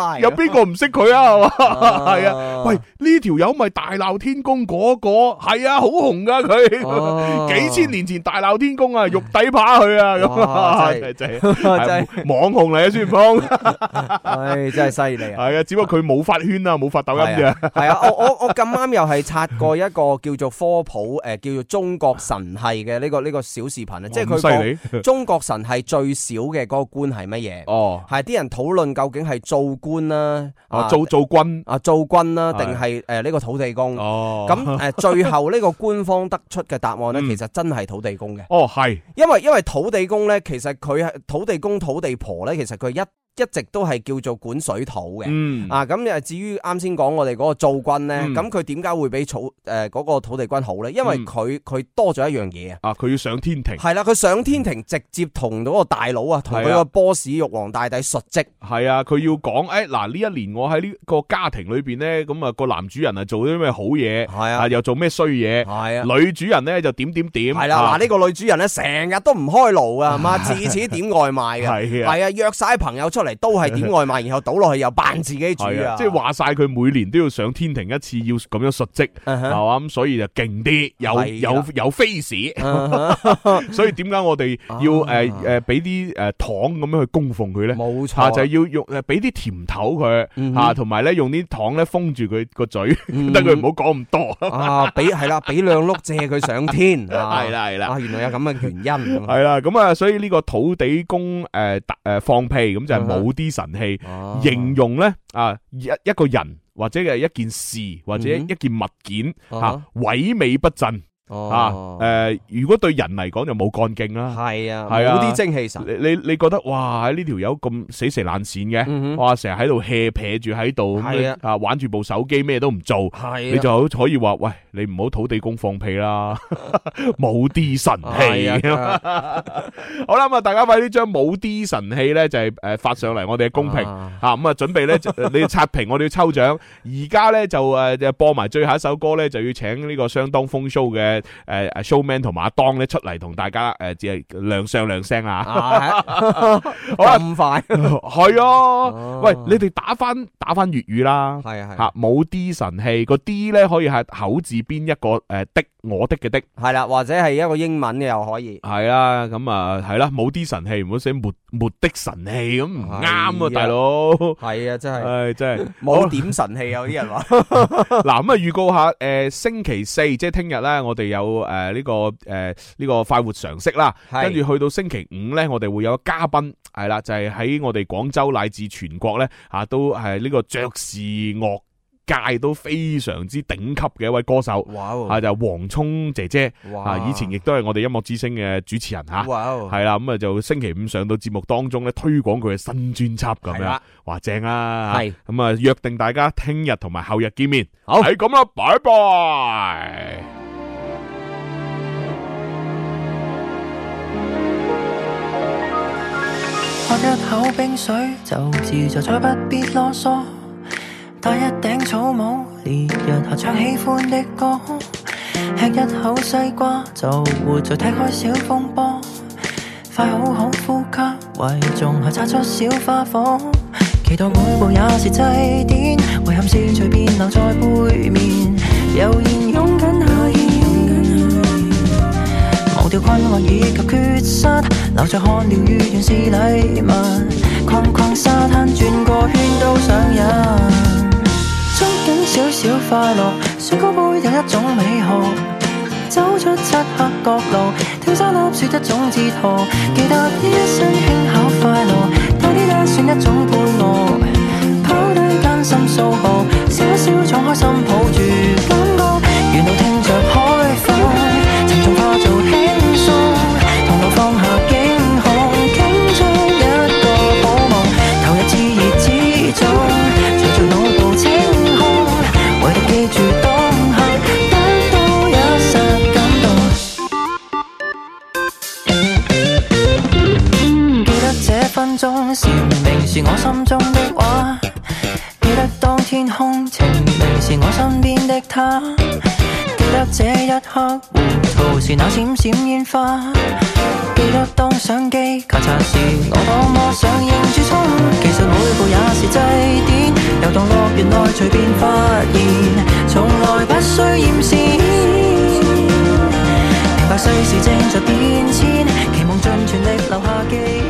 [SPEAKER 7] 啊係
[SPEAKER 6] 有邊個唔識佢啊？係嘛？
[SPEAKER 7] 啊
[SPEAKER 6] 係啊，喂，呢條友咪大鬧天宮嗰個，係啊，好紅噶佢。
[SPEAKER 7] 哦
[SPEAKER 6] [laughs] 幾千年前大鬧天宮
[SPEAKER 7] [laughs]
[SPEAKER 6] 啊，玉底扒佢啊，咁啊， [laughs]
[SPEAKER 7] 哇
[SPEAKER 6] 真係
[SPEAKER 7] 真
[SPEAKER 6] 真
[SPEAKER 7] [laughs] 真
[SPEAKER 6] 係啊
[SPEAKER 7] 係
[SPEAKER 6] 網紅嚟嘅啊孫悟空，
[SPEAKER 7] [laughs] 唉，真係犀利啊！
[SPEAKER 6] 係啊，只不過佢冇發圈啊，冇發抖音
[SPEAKER 7] 係
[SPEAKER 6] 啫
[SPEAKER 7] 啊，，係啊，我我我咁啱又係刷過一個叫做科普诶、呃叫做中國神系嘅呢個呢、個小視頻啊，即係
[SPEAKER 6] 哇咁
[SPEAKER 7] 佢
[SPEAKER 6] 犀
[SPEAKER 7] 講
[SPEAKER 6] 利
[SPEAKER 7] 中國神系最少嘅嗰個官係乜嘢？
[SPEAKER 6] 哦。
[SPEAKER 7] 係啲人討論究竟係做官啦、
[SPEAKER 6] 啊，做做軍
[SPEAKER 7] 啊做軍啦、
[SPEAKER 6] 係
[SPEAKER 7] 定係诶呢個土地公？
[SPEAKER 6] 哦
[SPEAKER 7] 咁
[SPEAKER 6] [laughs]
[SPEAKER 7] 诶、呃最後呢個官方得出嘅答案咧，
[SPEAKER 6] 嗯
[SPEAKER 7] 其實真係土地公嘅，
[SPEAKER 6] 哦係
[SPEAKER 7] 因為因为土地公咧，其實佢係土地公土地婆咧，其實佢一一直都係叫做管水土嘅。
[SPEAKER 6] 嗯
[SPEAKER 7] 啊，咁誒至於啱先講我哋嗰個造軍咧，
[SPEAKER 6] 嗯
[SPEAKER 7] 咁佢點解會比草誒嗰、個土地軍好咧？因為
[SPEAKER 6] 嗯
[SPEAKER 7] 佢佢多咗一樣嘢啊。
[SPEAKER 6] 啊，佢要上天庭
[SPEAKER 7] 係啦，佢上天庭直接同到個大佬啊，同佢
[SPEAKER 6] 係啊
[SPEAKER 7] 個 boss 玉皇大帝述職，
[SPEAKER 6] 係啊，佢要講誒嗱呢一年我喺呢個家庭裏邊咧，咁啊個男主人啊做咗啲咩好嘢，
[SPEAKER 7] 係啊
[SPEAKER 6] 又做咩衰嘢，
[SPEAKER 7] 係啊
[SPEAKER 6] 女主人咧就點點點，啊
[SPEAKER 7] 係啦，嗱呢個女主人咧成日都唔開爐啊，
[SPEAKER 6] [laughs]
[SPEAKER 7] 係嘛，次次點外賣嘅，
[SPEAKER 6] 係啊
[SPEAKER 7] 係啊，約晒朋友出嚟都係點外賣，然後倒落去又扮自己煮
[SPEAKER 6] 係
[SPEAKER 7] 啊，
[SPEAKER 6] 即係話晒佢每年都要上天庭一次，要咁樣述職，
[SPEAKER 7] 嗯
[SPEAKER 6] 係
[SPEAKER 7] 哼
[SPEAKER 6] 嘛咁，所以就勁啲，有
[SPEAKER 7] 係啦 Uh-huh
[SPEAKER 6] 有有 face，所 [laughs] 以點解我哋
[SPEAKER 7] 啊
[SPEAKER 6] 要誒誒俾啲誒糖咁樣去供奉佢咧？
[SPEAKER 7] 冇
[SPEAKER 6] 啊，
[SPEAKER 7] 錯，嗯
[SPEAKER 6] 就係要用誒俾啲甜頭佢嚇，同埋咧用啲糖咧封住佢個嘴，得佢唔好講咁多。
[SPEAKER 7] 啊，
[SPEAKER 6] [laughs]
[SPEAKER 7] 俾係啦，俾兩碌借佢上天，啊
[SPEAKER 6] 係啦係啦
[SPEAKER 7] 啊，原來有咁嘅原因，
[SPEAKER 6] 係啦，咁啊，所以呢個土地公誒誒放屁咁就係冇啲神氣，
[SPEAKER 7] 啊
[SPEAKER 6] 形容咧啊一一個人或者係一件事或者一
[SPEAKER 7] 嗯
[SPEAKER 6] 件物件
[SPEAKER 7] 啊
[SPEAKER 6] 嚇
[SPEAKER 7] 哈哦
[SPEAKER 6] 萎靡不振。啊，诶，如果對人嚟講就冇幹勁啦。
[SPEAKER 7] 係啊，
[SPEAKER 6] 係啊。
[SPEAKER 7] 冇啲精氣神。
[SPEAKER 6] 你你你覺得哇呢條友咁死蛇爛鱔
[SPEAKER 7] 嗯
[SPEAKER 6] 嘅，
[SPEAKER 7] 哼
[SPEAKER 6] 哇成日喺度 hea 撇住喺度，咁
[SPEAKER 7] 係啊
[SPEAKER 6] 樣啊玩住部手機咩都唔做，
[SPEAKER 7] 係啊。
[SPEAKER 6] 你就可以話喂你唔好土地公放屁
[SPEAKER 7] [laughs]
[SPEAKER 6] 啦，冇啲神氣。
[SPEAKER 7] 係啊，
[SPEAKER 6] 好啦咁啊，大家快啲將冇啲神氣咧就係诶發上嚟我哋嘅公屏。
[SPEAKER 7] 啊，
[SPEAKER 6] 啊咁啊，準備咧，就你要刷屏，我哋要抽獎。而家咧就誒就播埋最後一首歌咧，就要請呢個相當風騷嘅誒誒 showman 同埋阿當咧出嚟同大家呃誒只係亮相亮聲啊！
[SPEAKER 7] [laughs]
[SPEAKER 6] 好啦，
[SPEAKER 7] 咁快。係啊，係啊。
[SPEAKER 6] 係啊，
[SPEAKER 7] 哦啊
[SPEAKER 6] 喂，你哋打翻打翻粵語啦。吓冇 D 神器，個 D 咧可以係口字邊一個诶的，我的嘅的，
[SPEAKER 7] 係啦，或者係一個英文嘅又可以。
[SPEAKER 6] 係啊，咁啊係啦，冇 D 神器，唔好寫沒沒的神器，咁唔啱
[SPEAKER 7] 係
[SPEAKER 6] 啊
[SPEAKER 7] 啊，
[SPEAKER 6] 大佬，
[SPEAKER 7] 係啊，真係。
[SPEAKER 6] 唉真係。
[SPEAKER 7] 冇點神氣啊，有啲人話。 [laughs]
[SPEAKER 6] 嗱咁啊，預告下誒、呃星期四即係聽日咧，我哋有呃誒呢、個誒呢、個快活常識啦，
[SPEAKER 7] 係
[SPEAKER 6] 跟住去到星期五咧，我哋會有嘉賓係啦，就係、喺我哋廣州乃至全國咧嚇、啊都係呢個爵士樂界都非常之頂級嘅一位歌手。
[SPEAKER 7] 哇哦，
[SPEAKER 6] 啊，就係黃聰姐姐
[SPEAKER 7] 哇。
[SPEAKER 6] 啊，以前亦都係我哋音樂之星嘅主持人嚇，
[SPEAKER 7] 哇哦，
[SPEAKER 6] 係啦，咁啊就星期五上到節目當中咧，推廣佢嘅新專輯咁
[SPEAKER 7] 係
[SPEAKER 6] 樣
[SPEAKER 7] 啦，
[SPEAKER 6] 哇正啊！
[SPEAKER 7] 係。
[SPEAKER 6] 咁啊，约定大家聽日同埋後日見面。
[SPEAKER 7] 好
[SPEAKER 6] 係咁啦，拜拜。
[SPEAKER 11] 喝一口冰水，就是在再不必啰嗦。戴一頂草帽，烈日下唱喜歡的歌。吃一口西瓜，就活在踢開小風波。快好好呼吸，為仲夏擦出小花火。期待每步也是祭典，遺憾是隨便留在背面，悠然勇敢下咽。忘掉困惑以及缺失，留在看療愈原是禮物。逛逛沙灘轉個圈都上癮，捉緊少少快樂，雪糕杯有一種美學。走出漆黑角落，跳沙粒算一種哲學，記得呢一生輕巧快樂，多啲啦算一種伴樂，跑低艱辛數學，少少敞開心抱住感覺，沿路聽着海風，沉重化做輕鬆，同路放下驚恐，傾出一個好夢，投入熾熱之中，隨着腦部清空，唯獨記住當下，得到一剎感動。記得這分鐘，蟬鳴是我心中的畫。記得當天空晴明是我身邊的他。記得這一刻，糊塗是那閃閃煙花。記得當相機咔嚓時，我多麼想認住衝。其實每步也是祭典，遊蕩樂園內隨便發現，從來不需驗線。明白世事正在變遷，期望盡全力留下記